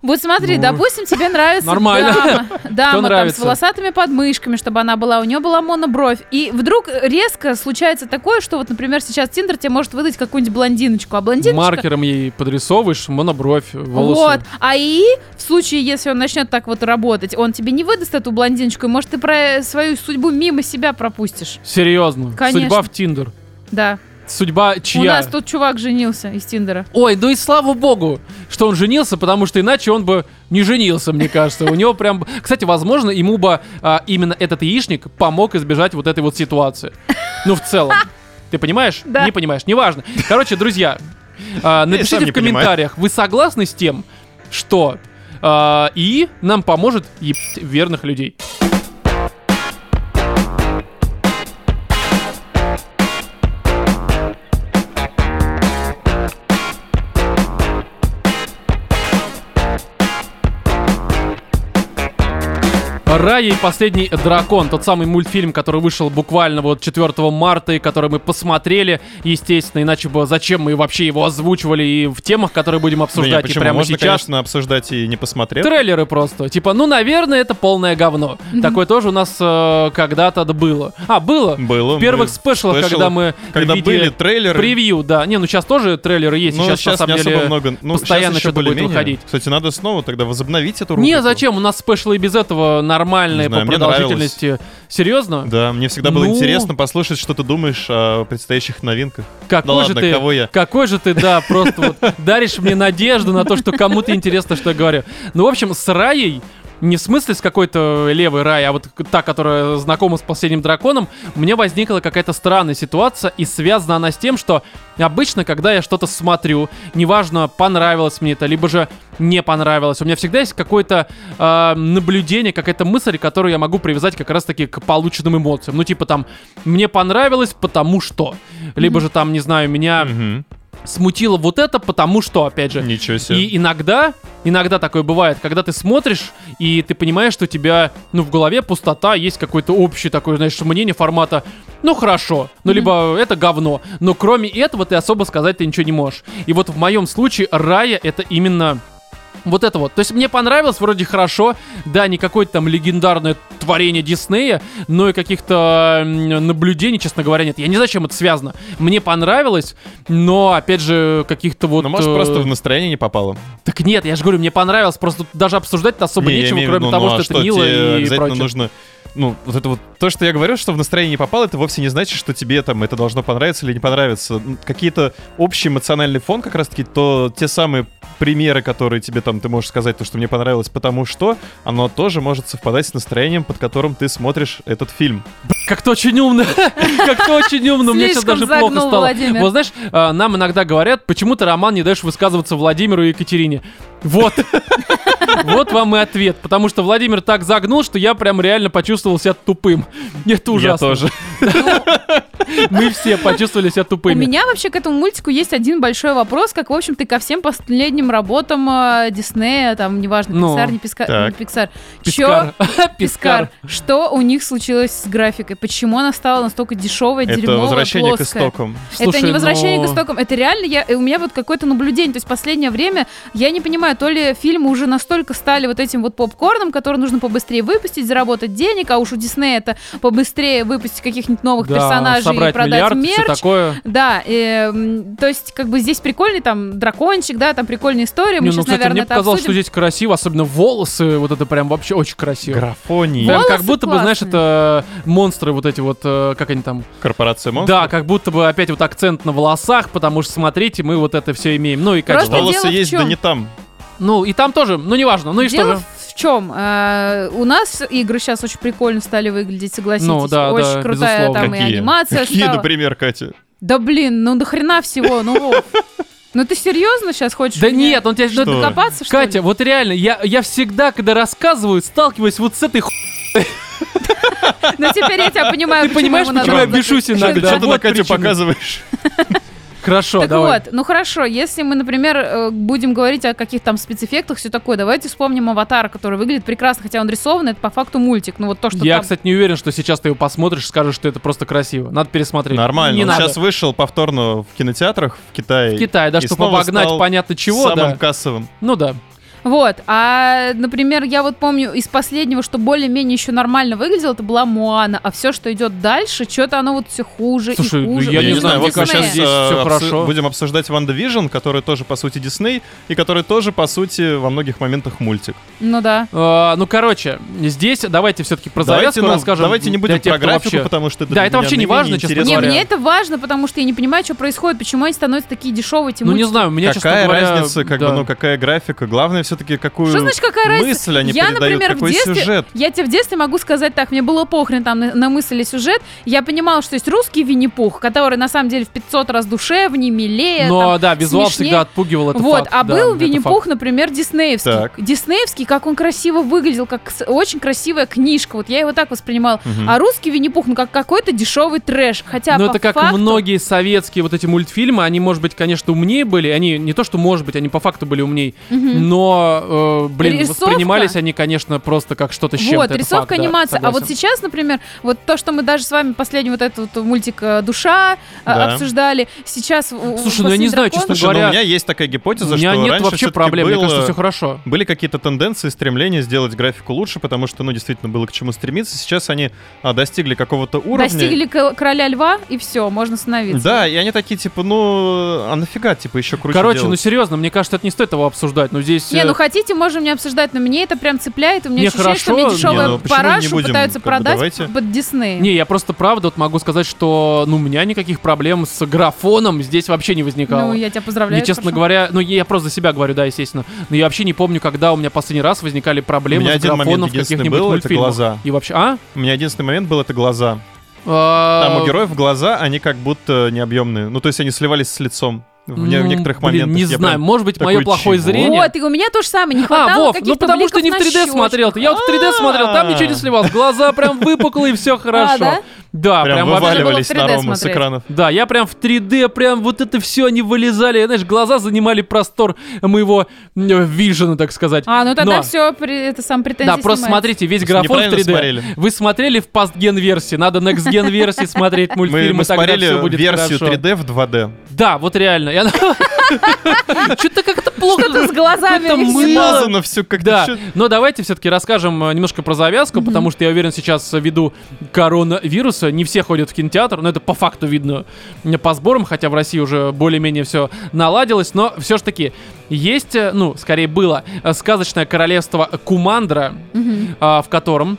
S3: Вот смотри,
S1: Ну.
S3: допустим, тебе нравится
S1: Нормально.
S3: дама, дама там, с
S1: нравится?
S3: волосатыми подмышками, чтобы она была, у нее была монобровь. И вдруг резко случается такое, что вот, например, сейчас Тиндер тебе может выдать какую-нибудь блондиночку, а блондиночка...
S1: Маркером ей подрисовываешь монобровь, волосы.
S3: Вот. А и в случае, если он начнет так вот работать, он тебе не выдаст эту блондиночку, и, может, ты про свою судьбу мимо себя пропустишь.
S1: Серьезно.
S3: Конечно.
S1: Судьба в Тиндер.
S3: Да.
S1: Судьба чья?
S3: У нас тут чувак женился из Тиндера.
S1: Ой, ну и слава богу, что он женился, потому что иначе он бы не женился, мне кажется. У него прям... Кстати, возможно, ему бы а, именно этот яичник помог избежать вот этой вот ситуации. Ну, в целом. Ты понимаешь?
S3: Да.
S1: Не понимаешь, неважно. Короче, друзья, а,
S2: сам
S1: напишите
S2: не
S1: в
S2: понимаю.
S1: комментариях, вы согласны с тем, что а, ИИ нам поможет ебать верных людей? Рая и последний дракон. Тот самый мультфильм, который вышел буквально вот 4 марта, и который мы посмотрели, естественно, иначе бы зачем мы вообще его озвучивали и в темах, которые будем обсуждать и
S2: почему?
S1: прямо
S2: Можно,
S1: сейчас.
S2: конечно, обсуждать и не посмотреть.
S1: Трейлеры просто. Типа, ну, наверное, это полное говно. Такое тоже у нас э, когда-то да было. А, было.
S2: Было. ну,
S1: В первых спешлах, когда мы
S2: Когда
S1: видели
S2: были трейлеры.
S1: превью, да. Не, ну сейчас тоже трейлеры есть. и
S2: Ну,
S1: сейчас, на самом
S2: не
S1: деле,
S2: особо много. Ну,
S1: постоянно
S2: сейчас еще
S1: что-то будет
S2: более-менее.
S1: выходить.
S2: Кстати, надо снова тогда возобновить эту рубрику.
S1: Не, зачем? У нас спешлы и без этого нормальные
S2: Не знаю,
S1: по
S2: мне
S1: продолжительности. Серьезно?
S2: Да, мне всегда было
S1: Ну.
S2: интересно послушать, что ты думаешь о предстоящих новинках.
S1: Какой
S2: да
S1: же
S2: ладно,
S1: ты,
S2: кого я?
S1: какой же ты, да, просто вот даришь мне надежду на то, что кому-то интересно, что я говорю. Ну, в общем, с Раей, не в смысле с какой-то левой Раей, а вот та, которая знакома с последним драконом, у меня возникла какая-то странная ситуация, и связана она с тем, что обычно, когда я что-то смотрю, неважно, понравилось мне это, либо же не понравилось, у меня всегда есть какое-то э, наблюдение, какая-то мысль, которую я могу привязать как раз-таки к полученным эмоциям. Ну, типа там, мне понравилось, потому что. Либо же там, не знаю, меня
S2: Мгм.
S1: смутило вот это, потому что, опять же.
S2: Ничего себе.
S1: И иногда, иногда такое бывает, когда ты смотришь, и ты понимаешь, что у тебя, ну, в голове пустота, есть какое-то общее такое, знаешь, мнение формата, ну, хорошо, ну,
S3: Мгм.
S1: либо это говно, но кроме этого ты особо сказать ты ничего не можешь. И вот в моем случае Рая это именно вот это вот. То есть мне понравилось, вроде хорошо. Да, не какое-то там легендарное творение Диснея, но и каких-то м, наблюдений, честно говоря, нет. Я не знаю, с чем это связано. Мне понравилось, но, опять же, каких-то вот...
S2: Ну, может,
S1: э,
S2: просто в настроение не попало.
S1: Так нет, я же говорю, мне понравилось. Просто тут даже обсуждать-то особо
S2: Не, я
S1: нечего,
S2: имею в
S1: кроме
S2: виду,
S1: того,
S2: ну, а
S1: что, это мило
S2: тебе
S1: и
S2: обязательно
S1: прочее.
S2: нужно... Ну, вот это вот... То, что я говорю, что в настроение не попало, это вовсе не значит, что тебе там это должно понравиться или не понравиться. М, Какие-то общий эмоциональный фон как раз-таки, то те самые примеры, которые тебе там, ты можешь сказать, то, что мне понравилось, потому что, оно тоже может совпадать с настроением, под которым ты смотришь этот фильм.
S1: Как-то очень умно. Как-то очень умно. Мне сейчас
S3: Слишком
S1: даже плохо
S3: загнул
S1: стало.
S3: Владимир.
S1: Вот знаешь, э, нам иногда говорят, почему ты, Роман, не даешь высказываться Владимиру и Екатерине. Вот. Вот вам и ответ. Потому что Владимир так загнул, что я прям реально почувствовал себя тупым. Это ужасно.
S2: Я тоже.
S1: Мы все почувствовали себя
S3: У
S1: тупыми.
S3: меня вообще к этому мультику есть один большой вопрос, как, в общем-то, и ко всем последним работам э, Диснея, там, неважно,
S1: Ну,
S3: Пиксар, не Пиксар,
S2: так.
S3: не Пиксар. Чё?
S1: Пискар.
S3: Пискар.
S1: Пискар.
S3: Что у них случилось с графикой? Почему она стала настолько дешевая,
S2: Это
S3: дерьмовая,
S2: возвращение к
S3: плоская?
S2: истокам.
S1: Слушай,
S3: это не возвращение
S1: ну,
S3: к истокам, это реально я, у меня вот какое-то наблюдение. То есть последнее время я не понимаю, то ли фильмы уже настолько стали вот этим вот попкорном, который нужно побыстрее выпустить, заработать денег, а уж у Диснея это побыстрее выпустить каких-нибудь новых
S1: да,
S3: персонажей и
S1: собрать
S3: продать
S1: миллиард,
S3: мерч.
S1: все такое.
S3: Да, э, м, то есть как бы здесь прикольный там дракончик, да, там прикольная история.
S1: Не,
S3: Мы
S1: ну,
S3: сейчас,
S1: кстати,
S3: наверное,
S1: мне
S3: это
S1: показалось, что
S3: обсудим.
S1: здесь красиво, особенно волосы, вот это прям вообще очень красиво.
S2: Графония.
S1: Прям
S3: Волосы
S1: как будто бы, знаешь,
S3: классные.
S1: это э, монстры вот эти вот, э, как они там?
S2: Корпорация монстров.
S1: Да, как будто бы опять вот акцент на волосах, потому что, смотрите, мы вот это все имеем. Ну и как
S3: Просто
S1: же.
S3: дело
S2: Волосы
S3: в
S2: есть, да
S3: чём?
S2: не там.
S1: Ну и там тоже, ну неважно, ну и что
S3: Дело
S1: же.
S3: в чем? у нас игры сейчас очень прикольно стали выглядеть, согласитесь.
S1: Ну, да,
S3: очень
S1: да,
S3: крутая там
S2: безусловно.
S3: и
S2: Какие?
S3: анимация
S2: Какие,
S3: стала.
S2: например, Катя?
S3: Да блин, ну дохрена всего, ну Вов. Ну ты серьезно сейчас хочешь?
S1: Да
S3: мне
S1: нет, он тебя...
S2: Что?
S1: ну, это-
S3: Докопаться, что
S1: Катя,
S3: ли?
S1: вот реально, я, я всегда, когда рассказываю, сталкиваюсь вот с этой ху...
S3: Ну теперь я тебя понимаю,
S1: Ты понимаешь,
S3: ему
S1: почему я
S3: надо было
S1: бешусь
S3: так-
S2: Ты
S1: иногда? Да,
S2: что ты на
S1: вот
S2: Катю
S1: причина.
S2: показываешь?
S1: Хорошо,
S3: Так
S1: давай.
S3: вот, ну хорошо, если мы, например, э, будем говорить о каких-то там спецэффектах, все такое, давайте вспомним «Аватар», который выглядит прекрасно, хотя он рисован, это по факту мультик. Ну вот то, что
S1: Я,
S3: там-
S1: кстати, не уверен, что сейчас ты его посмотришь и скажешь, что это просто красиво. Надо пересмотреть.
S2: Нормально.
S1: Не
S2: Он
S1: надо.
S2: сейчас вышел повторно в кинотеатрах в Китае.
S1: в Китае, да,
S2: И
S1: чтобы
S2: снова
S1: обогнать
S2: стал
S1: понятно чего,
S2: Самым
S1: да.
S2: кассовым.
S1: Ну да.
S3: Вот, а, например, я вот помню из последнего, что более-менее еще нормально выглядело, это была Моана, а все, что идет дальше, что-то оно вот все хуже
S1: Слушай,
S3: и
S1: ну,
S3: хуже.
S1: я
S3: и
S1: не
S3: хуже.
S1: знаю,
S2: вот
S1: мне
S2: мы
S1: кажется,
S2: сейчас
S1: здесь
S2: э,
S1: всё
S2: обсу-
S1: хорошо.
S2: будем обсуждать Ванда Вижн, который тоже, по сути, Дисней, и который тоже, по сути, во многих моментах мультик.
S3: Ну да.
S1: А, ну, короче, здесь давайте все-таки про
S2: давайте,
S1: завязку
S2: нам-
S1: расскажем.
S2: давайте не будем
S1: для тех,
S2: про
S1: кто
S2: графику,
S1: вообще-
S2: потому что это
S1: Да,
S2: для
S1: это
S2: меня
S1: вообще не
S2: ныне
S1: важно, честно
S2: неинтересно.
S3: Не,
S1: говоря.
S3: мне это важно, потому что я не понимаю, что происходит, почему они становятся такие дешевые, эти
S1: Ну, не
S3: мультики.
S1: знаю, у меня, честно
S2: Какая
S1: говоря...
S2: разница, как
S1: да.
S2: бы, ну, какая графика? Главное все-таки, какую
S3: Что значит, какая разница?
S2: мысль они
S3: я,
S2: передают,
S3: например,
S2: какой
S3: в детстве,
S2: сюжет.
S3: Я тебе в детстве могу сказать так, мне было похрен там на, на мысль и сюжет. Я понимала, что есть русский Винни-Пух, который на самом деле в 500 раз душевнее, милее.
S1: Но,
S3: там,
S1: да, визуал
S3: смешнее.
S1: всегда отпугивал, это
S3: вот,
S1: факт,
S3: а
S1: да,
S3: был
S1: это
S3: Винни-Пух,
S1: факт.
S3: например, диснеевский.
S2: Так.
S3: Диснеевский, как он красиво выглядел, как с- очень красивая книжка. Вот я его так воспринимала.
S2: Мгм.
S3: А русский Винни-Пух, ну как какой-то дешевый трэш. Хотя
S1: Ну,
S3: по
S1: это как
S3: факту-
S1: многие советские вот эти мультфильмы, они, может быть, конечно, умнее были, они не то, что может быть, они по факту были умней,
S3: Мгм.
S1: но, э, блин,
S3: Рисовка?
S1: воспринимались они, конечно, просто как что-то с чем-то.
S3: Вот,
S1: это
S3: рисовка,
S1: факт, да,
S3: анимация. а вот
S1: согласен.
S3: сейчас, например, вот то, что мы даже с вами последний вот этот вот мультик э, «Душа» э,
S2: Да.
S3: обсуждали, сейчас... у-
S1: Слушай,
S3: у
S1: ну, я не
S3: «Последний
S1: знаю,
S3: дракон»
S1: честно
S2: Слушай, ну,
S1: говоря,
S2: у меня есть такая гипотеза,
S1: У меня
S2: что
S1: нет
S2: раньше
S1: вообще
S2: всё-таки
S1: проблем, мне
S2: было-
S1: кажется, все хорошо.
S2: Были какие-то тенденции, стремления сделать графику лучше, потому что, ну, действительно, было к чему стремиться. Сейчас они а, достигли какого-то уровня.
S3: Достигли к- короля льва, и все, можно остановиться.
S2: Да, и они такие, типа, ну, а нафига, типа, еще круче
S1: Короче, ну
S2: делать?
S1: серьезно, мне кажется, это не стоит его обсуждать, но здесь...
S3: Не,
S1: э,
S3: ну хотите, можем не обсуждать, но мне это прям цепляет, и у меня
S1: Не,
S3: ощущение, что
S1: хорошо,
S3: мне
S1: не,
S3: дешевая
S2: ну, почему не
S3: парашу
S2: будем,
S3: пытаются
S2: как бы,
S3: продать
S2: давайте.
S3: под Дисней.
S1: Не, я просто правда вот могу сказать, что ну, у меня никаких проблем с графоном здесь вообще не возникало.
S3: ну, я тебя поздравляю.
S1: Мне, честно
S3: хорошо.
S1: говоря, ну я просто за себя говорю, да, естественно. Но я вообще не помню, когда у меня последний раз возникали
S2: У
S1: проблемы
S2: меня
S1: с
S2: один момент
S1: графоном в
S2: единственный
S1: каких-нибудь
S2: был, это
S1: мультфильмах.
S2: глаза.
S1: И вообще, а?
S2: У меня единственный момент был это глаза. Там
S1: Там
S2: у героев глаза, они как будто необъемные. Ну, то есть они сливались с лицом в, не- в некоторых моментах.
S1: ну, Не
S2: Я прям-
S1: знаю, может быть, мое
S2: такой,
S1: плохое
S2: «Чего?»
S1: зрение.
S3: Вот, и у меня то же самое, не
S1: а,
S3: хватало
S1: Вов, ну
S3: каких-то
S1: потому что не в
S3: бликов
S1: 3D
S3: на щечку.
S1: смотрел. Я вот в 3D смотрел, там ничего не сливалось. Глаза прям выпуклые, все хорошо.
S3: А, да?
S1: Да, а
S2: прям,
S1: прям вообще.
S2: вываливались
S3: Нужно было в 3D
S2: на Рому с
S3: смотреть.
S2: экранов.
S1: Да, я прям в 3D, прям вот это все они вылезали. Знаешь, глаза занимали простор моего м, вижена, так сказать.
S3: А, ну тогда
S1: Но-
S3: все, это сам претензии
S1: Да, просто
S3: снимается.
S1: смотрите, весь
S2: Просто
S1: графон в
S2: неправильно
S1: 3D.
S2: смотрели.
S1: Вы смотрели в пастген версии, надо next gen версии смотреть
S2: Мы,
S1: мультфильмы,
S2: мы
S1: тогда
S2: смотрели
S1: все будет
S2: версию
S1: хорошо.
S2: 3D в 2D.
S1: Да, вот реально. Я- Чё-то как-то плохо.
S3: Что-то с глазами.
S1: Какой-то
S3: не
S1: Мы-
S3: снималось.
S2: Смазано все как-то.
S1: Да,
S2: чё-
S1: но давайте все-таки расскажем э, немножко про завязку, потому что я уверен, сейчас э, ввиду коронавируса не все ходят в кинотеатр, но это по факту видно э, по сборам, хотя в России уже более-менее все наладилось, но все ж таки есть, э, ну, скорее было, э, сказочное королевство Кумандра,
S3: Мгм.
S1: а, в котором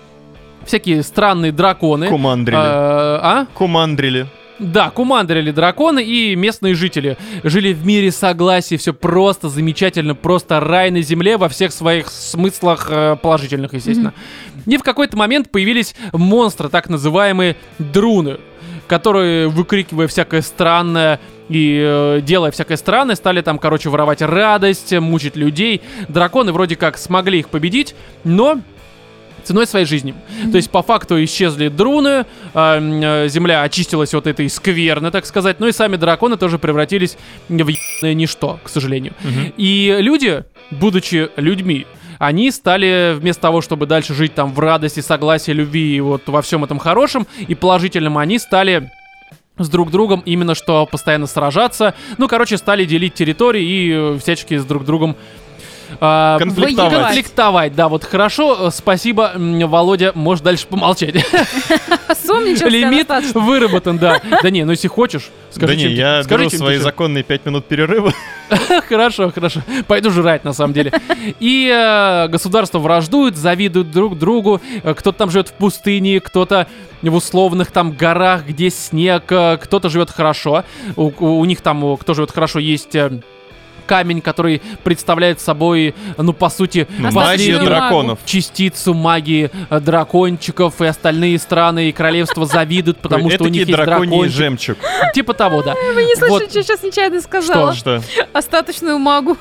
S1: всякие странные драконы...
S2: Кумандрили.
S1: э, а?
S2: Кумандрили.
S1: Да, кумандрили драконы и местные жители. Жили в мире согласия, все просто замечательно, просто рай на земле во всех своих смыслах э, положительных, естественно. И в какой-то момент появились монстры, так называемые друны, которые, выкрикивая всякое странное и э, делая всякое странное, стали там, короче, воровать радость, мучить людей. Драконы вроде как смогли их победить, но ценой своей жизни. То есть, по факту, исчезли друны, э, м, э, земля очистилась от этой скверны, так сказать, ну и сами драконы тоже превратились в ебаное ничто, к сожалению.
S2: Мгм.
S1: И люди, будучи людьми, они стали вместо того, чтобы дальше жить там в радости, согласии, любви и вот во всем этом хорошем и положительном, они стали с друг другом именно что постоянно сражаться. Ну, короче, стали делить территории и э, всячески с друг другом а,
S2: Конфликтовать.
S1: воевать. Конфликтовать, да, вот хорошо. э, Спасибо, м, Володя, можешь дальше помолчать.
S3: Сумничал.
S1: Лимит выработан, да. Да не, ну если хочешь, скажи,
S2: да не,
S1: чем ты-
S2: я
S1: скажи,
S2: беру
S1: чем ты
S2: свои
S1: жив.
S2: законные 5 минут перерыва.
S1: Хорошо, хорошо. Пойду жрать, на самом деле. И э, государства враждуют, завидуют друг другу. Э, Кто-то там живет в пустыне, кто-то в условных там горах, где снег, э, кто-то живет хорошо. У, у- у них там, у кто живет хорошо, есть... э, камень, который представляет собой, ну, по сути,
S3: Остаточную
S2: Магия
S1: последнюю
S3: магу.
S2: драконов.
S1: частицу магии э, дракончиков, и остальные страны и королевства завидуют, потому что у
S2: Этакий
S1: них есть
S2: драконий
S1: дракончик.
S2: жемчуг.
S1: Типа того, да.
S3: Вы не
S1: Вот.
S3: слышали, что сейчас нечаянно сказала?
S2: Что?
S3: Остаточную магу.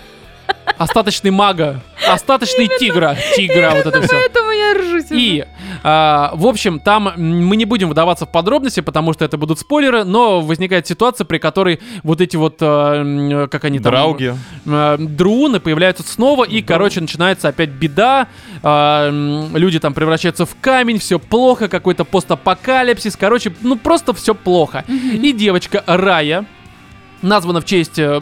S1: Остаточный мага. Остаточный тигра. Тигра, вот это все.
S3: Поэтому я ржусь. уже.
S1: И, а, в общем, там м, мы не будем вдаваться в подробности, потому что это будут спойлеры, но возникает ситуация, при которой вот эти вот, а, м, как они там...
S2: Драуги.
S1: э, Друуны появляются снова, и, короче, начинается опять беда. А, м, люди там превращаются в камень, все плохо, какой-то постапокалипсис. Короче, ну просто все плохо. И девочка Рая, названа в честь э,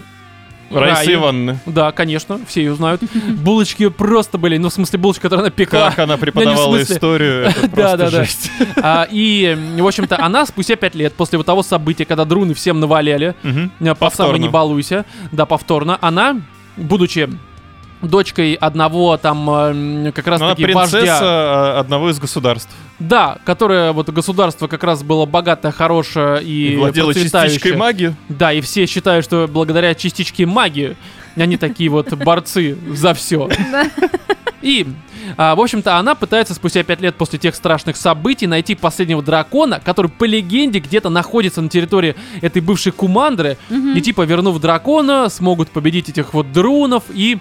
S2: Раиса
S1: Раи.
S2: Ивановна.
S1: Да, конечно, все ее знают. Булочки её просто были, ну, в смысле, булочки, которые она пекла.
S2: Как она преподавала
S1: смысле.
S2: историю, это просто
S1: Да-да-да.
S2: жесть.
S1: А, и, м, в общем-то, она спустя пять лет после вот того события, когда друны всем наваляли,
S2: Мгм.
S1: э, по самой
S2: Повторно.
S1: не балуйся, да, повторно, она, будучи дочкой одного там э, м, как раз
S2: Ну, Она
S1: таки вождя,
S2: принцесса э, одного из государств.
S1: да, которое вот государство как раз было богатое, хорошее и,
S2: И владела частичкой
S1: процветающее.
S2: магии.
S1: Да, и все считают, что благодаря частичке магии они такие вот борцы за все. И, а, в общем-то, она пытается спустя пять лет после тех страшных событий найти последнего дракона, который по легенде где-то находится на территории этой бывшей Кумандры. И типа, вернув дракона, смогут победить этих вот друнов и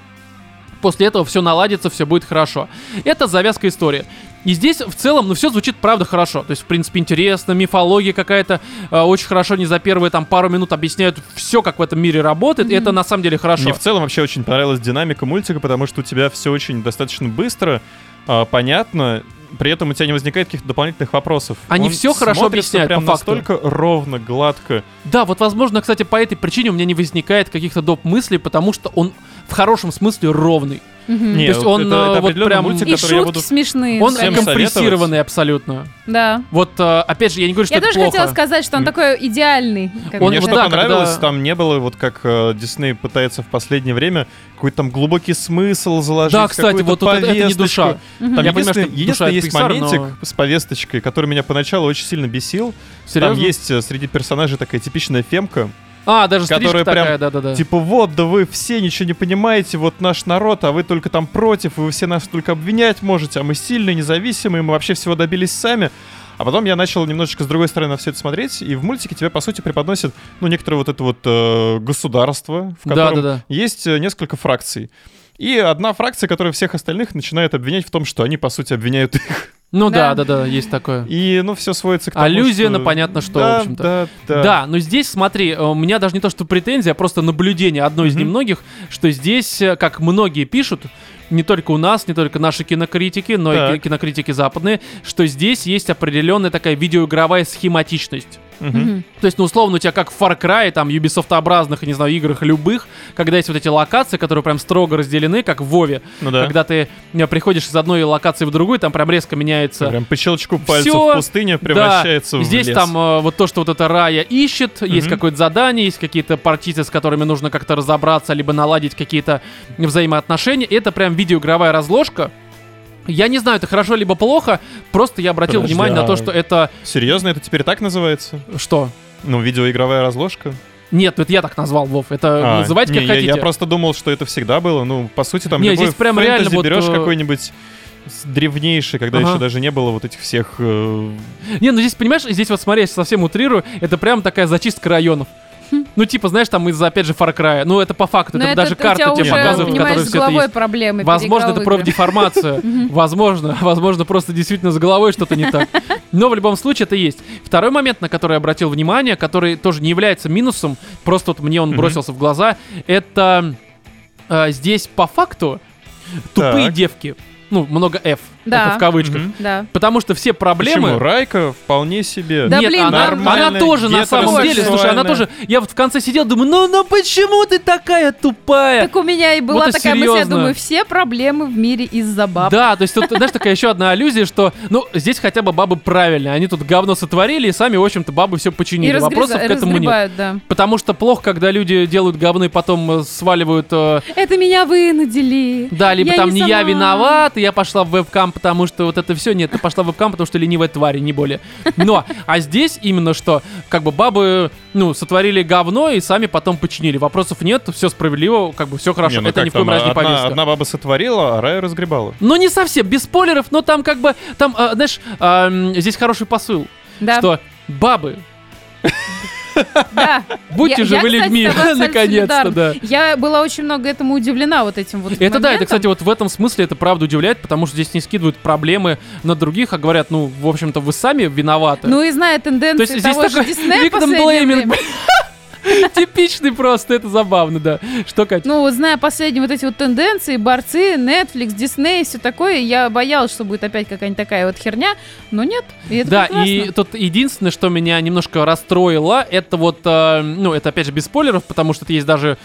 S1: после этого все наладится, все будет хорошо. Это завязка истории. И здесь в целом, ну, все звучит, правда, хорошо. То есть, в принципе, интересно, мифология какая-то. э, очень хорошо, не за первые там пару минут объясняют все, как в этом мире работает. И это на самом деле хорошо.
S2: Мне в целом вообще очень понравилась динамика мультика, потому что у тебя все очень достаточно быстро, а, понятно, при этом у тебя не возникает каких-то дополнительных вопросов.
S1: Они
S2: Он
S1: всё хорошо
S2: смотрится
S1: объясняют,
S2: прям
S1: по факту.
S2: настолько ровно, гладко.
S1: Да, вот, возможно, кстати, по этой причине у меня не возникает каких-то доп. мыслей, потому что он в хорошем смысле ровный.
S3: Мгм.
S2: Не,
S1: есть
S2: вот
S1: он,
S2: это,
S1: э,
S2: это
S1: вот
S2: определенный
S1: прям-
S2: мультик,
S3: И
S2: который я
S3: шутки
S2: буду...
S3: смешные.
S1: Он
S2: Всем
S1: компенсированный абсолютно.
S3: Да.
S1: Вот, э, опять же, я не говорю, что
S3: Я
S1: это
S3: тоже
S1: плохо.
S3: хотела сказать, что он такой идеальный. как
S1: Он
S2: Мне
S3: бы.
S1: вот
S2: что
S1: да,
S2: понравилось,
S1: когда-
S2: там не было, вот как э, Дисней пытается в последнее время, какой-то там глубокий смысл заложить.
S1: Да, кстати,
S2: какую-то
S1: вот, вот это- это не
S2: повесточку.
S1: душа.
S2: Там
S1: Я понимаю, что
S2: единственный,
S1: душа
S2: единственный
S1: от
S2: есть
S1: Pixar,
S2: моментик
S1: но-
S2: с повесточкой, который меня поначалу очень сильно бесил.
S1: Серьезно?
S2: Там есть э, среди персонажей такая типичная фемка,
S1: А, даже стрижка
S2: которая прям
S1: такая, да-да-да.
S2: Типа, вот, да вы все ничего не понимаете, вот наш народ, а вы только там против, и вы все нас только обвинять можете, а мы сильные, независимые, мы вообще всего добились сами. А потом я начал немножечко с другой стороны на все это смотреть, и в мультике тебе, по сути, преподносят, ну, некоторое вот это вот э, государство, в котором
S1: Да-да-да.
S2: есть э, несколько фракций. И одна фракция, которая всех остальных начинает обвинять в том, что они, по сути, обвиняют их.
S1: Ну да,
S3: Да.
S1: да, да, есть такое.
S2: И, ну, все сводится к тому,
S1: Аллюзия
S2: что-
S1: на А ну, понятно что, в
S2: Да,
S1: общем-то.
S2: Да, да,
S1: Да. но здесь, смотри, э, у меня даже не то, что претензия, а просто наблюдение одно из
S2: Мгм.
S1: немногих, что здесь, э, как многие пишут, не только у нас, не только наши кинокритики, но и
S2: Так.
S1: ки- кинокритики западные, что здесь есть определенная такая видеоигровая схематичность.
S2: Мгм.
S3: Мгм.
S1: То есть, ну, условно, у тебя как в Far Cry, там, Ubisoft-образных, я не знаю, играх любых, когда есть вот эти локации, которые прям строго разделены, как в Вове,
S2: Ну да.
S1: когда ты э, приходишь из одной локации в другую, там прям резко меняется
S2: Прям по щелчку пальцев
S1: Всё.
S2: пустыня превращается
S1: да,
S2: в
S1: здесь
S2: лес.
S1: там э, вот то, что вот эта Рая ищет, есть
S2: Мгм.
S1: какое-то задание, есть какие-то партиты, с которыми нужно как-то разобраться, либо наладить какие-то взаимоотношения. Это прям видеоигровая разложка, Я не знаю, это хорошо либо плохо, просто я обратил
S2: Подожди,
S1: внимание на
S2: а-
S1: то, что это...
S2: Серьезно, это теперь так называется?
S1: Что?
S2: Ну, видеоигровая разложка.
S1: Нет, это я так назвал, Вов. Это
S2: А,
S1: называйте Э, ну, как
S2: не, я-
S1: хотите.
S2: Я просто думал, что это всегда было. Ну, по сути, там
S1: Не,
S2: любой
S1: здесь прям
S2: фэнтези
S1: реально вот,
S2: берешь
S1: э,
S2: какой-нибудь с- древнейший, когда
S1: Ага.
S2: еще даже не было вот этих всех... э,
S1: Не, ну здесь, понимаешь, здесь вот смотри, я сейчас совсем утрирую, это прям такая зачистка районов. Ну, типа, знаешь, там из-за, опять же, Far Cry. Ну, это по факту.
S3: Хм. Но
S1: Там
S3: это
S1: даже
S3: ты- у тебя
S1: карта тебе
S3: уже,
S1: показывает, в
S3: понимаешь,
S1: которой
S3: с
S1: все это
S3: головой
S1: есть.
S3: проблемы.
S1: Возможно, это
S3: переиграл в игре.
S1: профдеформация. Возможно, возможно, просто действительно с головой что-то не так. Но в любом случае это есть. Второй момент, на который я обратил внимание, который тоже не является минусом, просто вот мне он
S2: Мгм.
S1: бросился в глаза, это э, здесь по факту тупые
S2: Так.
S1: девки. Ну, много F.
S3: Да.
S1: Это в кавычках.
S2: мгм.
S3: Да.
S1: Потому что все проблемы...
S2: Почему? Райка вполне себе...
S3: Да
S1: Нет,
S3: блин,
S1: она,
S3: там-
S1: она тоже на самом
S3: гетеросексуальная.
S1: деле, слушай, она тоже. Я вот в конце сидел, думаю, ну, ну почему ты такая тупая?
S3: Так у меня и была
S1: Вот и
S3: такая мысль, я
S1: серьезно.
S3: думаю, все проблемы в мире из-за баб.
S1: Да, то есть тут, знаешь, такая еще одна аллюзия, что, ну, здесь хотя бы бабы правильные, они тут говно сотворили и сами, в общем-то, бабы все
S3: и
S1: починили.
S3: разгреб-
S1: Вопросов к этому нет.
S3: разгребают, да.
S1: Потому что плохо, когда люди делают говно и потом э, сваливают, э,
S3: Это меня вынудили.
S1: да, либо
S3: Я
S1: там
S3: не
S1: не, я
S3: сама».
S1: виноват, и я пошла в вебкам, потому что вот это все, нет, ты пошла в вебкам, потому что ленивая тварь, и не более. Но, а здесь именно что, как бы бабы, ну, сотворили говно и сами потом починили. Вопросов нет, все справедливо, как бы все хорошо,
S2: Не, ну
S1: это
S2: как
S1: ни в коем
S2: там,
S1: разе не
S2: одна-
S1: повестка.
S2: Одна баба сотворила, а Рая разгребала.
S1: Ну, не совсем, без спойлеров, но там как бы, там, э, знаешь, эм, здесь хороший посыл,
S3: Да,
S1: что бабы,
S3: да.
S1: будьте
S3: Я-
S1: же
S3: я,
S1: вы
S3: кстати, с
S1: людьми,
S3: тобой абсолютно
S1: наконец-то, да.
S3: солидарна. Я была очень много этому удивлена вот этим вот
S1: Это да, это,
S3: моментом.
S1: кстати, вот в этом смысле это правда удивляет, потому что здесь не скидывают проблемы на других, а говорят, ну, в общем-то, вы сами виноваты.
S3: Ну и зная тенденции
S1: То есть здесь
S3: того же
S1: такой
S3: Диснея
S1: victim
S3: последнее
S1: blaming.
S3: время-
S1: Типичный просто, это забавно, да. Что, Катя?
S3: Ну, вот зная последние вот эти вот тенденции, борцы, Netflix, Disney и все такое, я боялась, что будет опять какая-нибудь такая вот херня, но нет. И это
S1: да,
S3: прекрасно.
S1: и тут единственное, что меня немножко расстроило, это вот, э, ну, это опять же без спойлеров, потому что это есть даже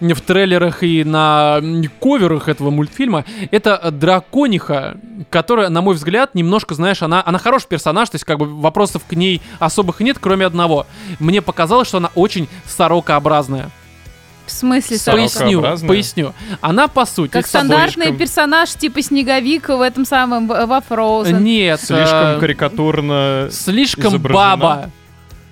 S1: в трейлерах и на м, коверах этого мультфильма, это э, дракониха, которая, на мой взгляд, немножко, знаешь, она, она хороший персонаж, то есть как бы вопросов к ней особых нет, кроме одного. Мне показалось, что она очень сорокообразная.
S3: В смысле,
S2: Сорока.
S3: Сорока?
S1: Поясню,
S2: Сорокообразная?
S1: поясню. Она, по сути...
S3: Как
S1: собой-
S3: стандартный
S2: собачкам.
S3: персонаж типа Снеговик в этом самом, в- во Frozen.
S1: Нет.
S2: Слишком
S1: э,
S2: карикатурно.
S1: Слишком
S2: изображена.
S1: баба.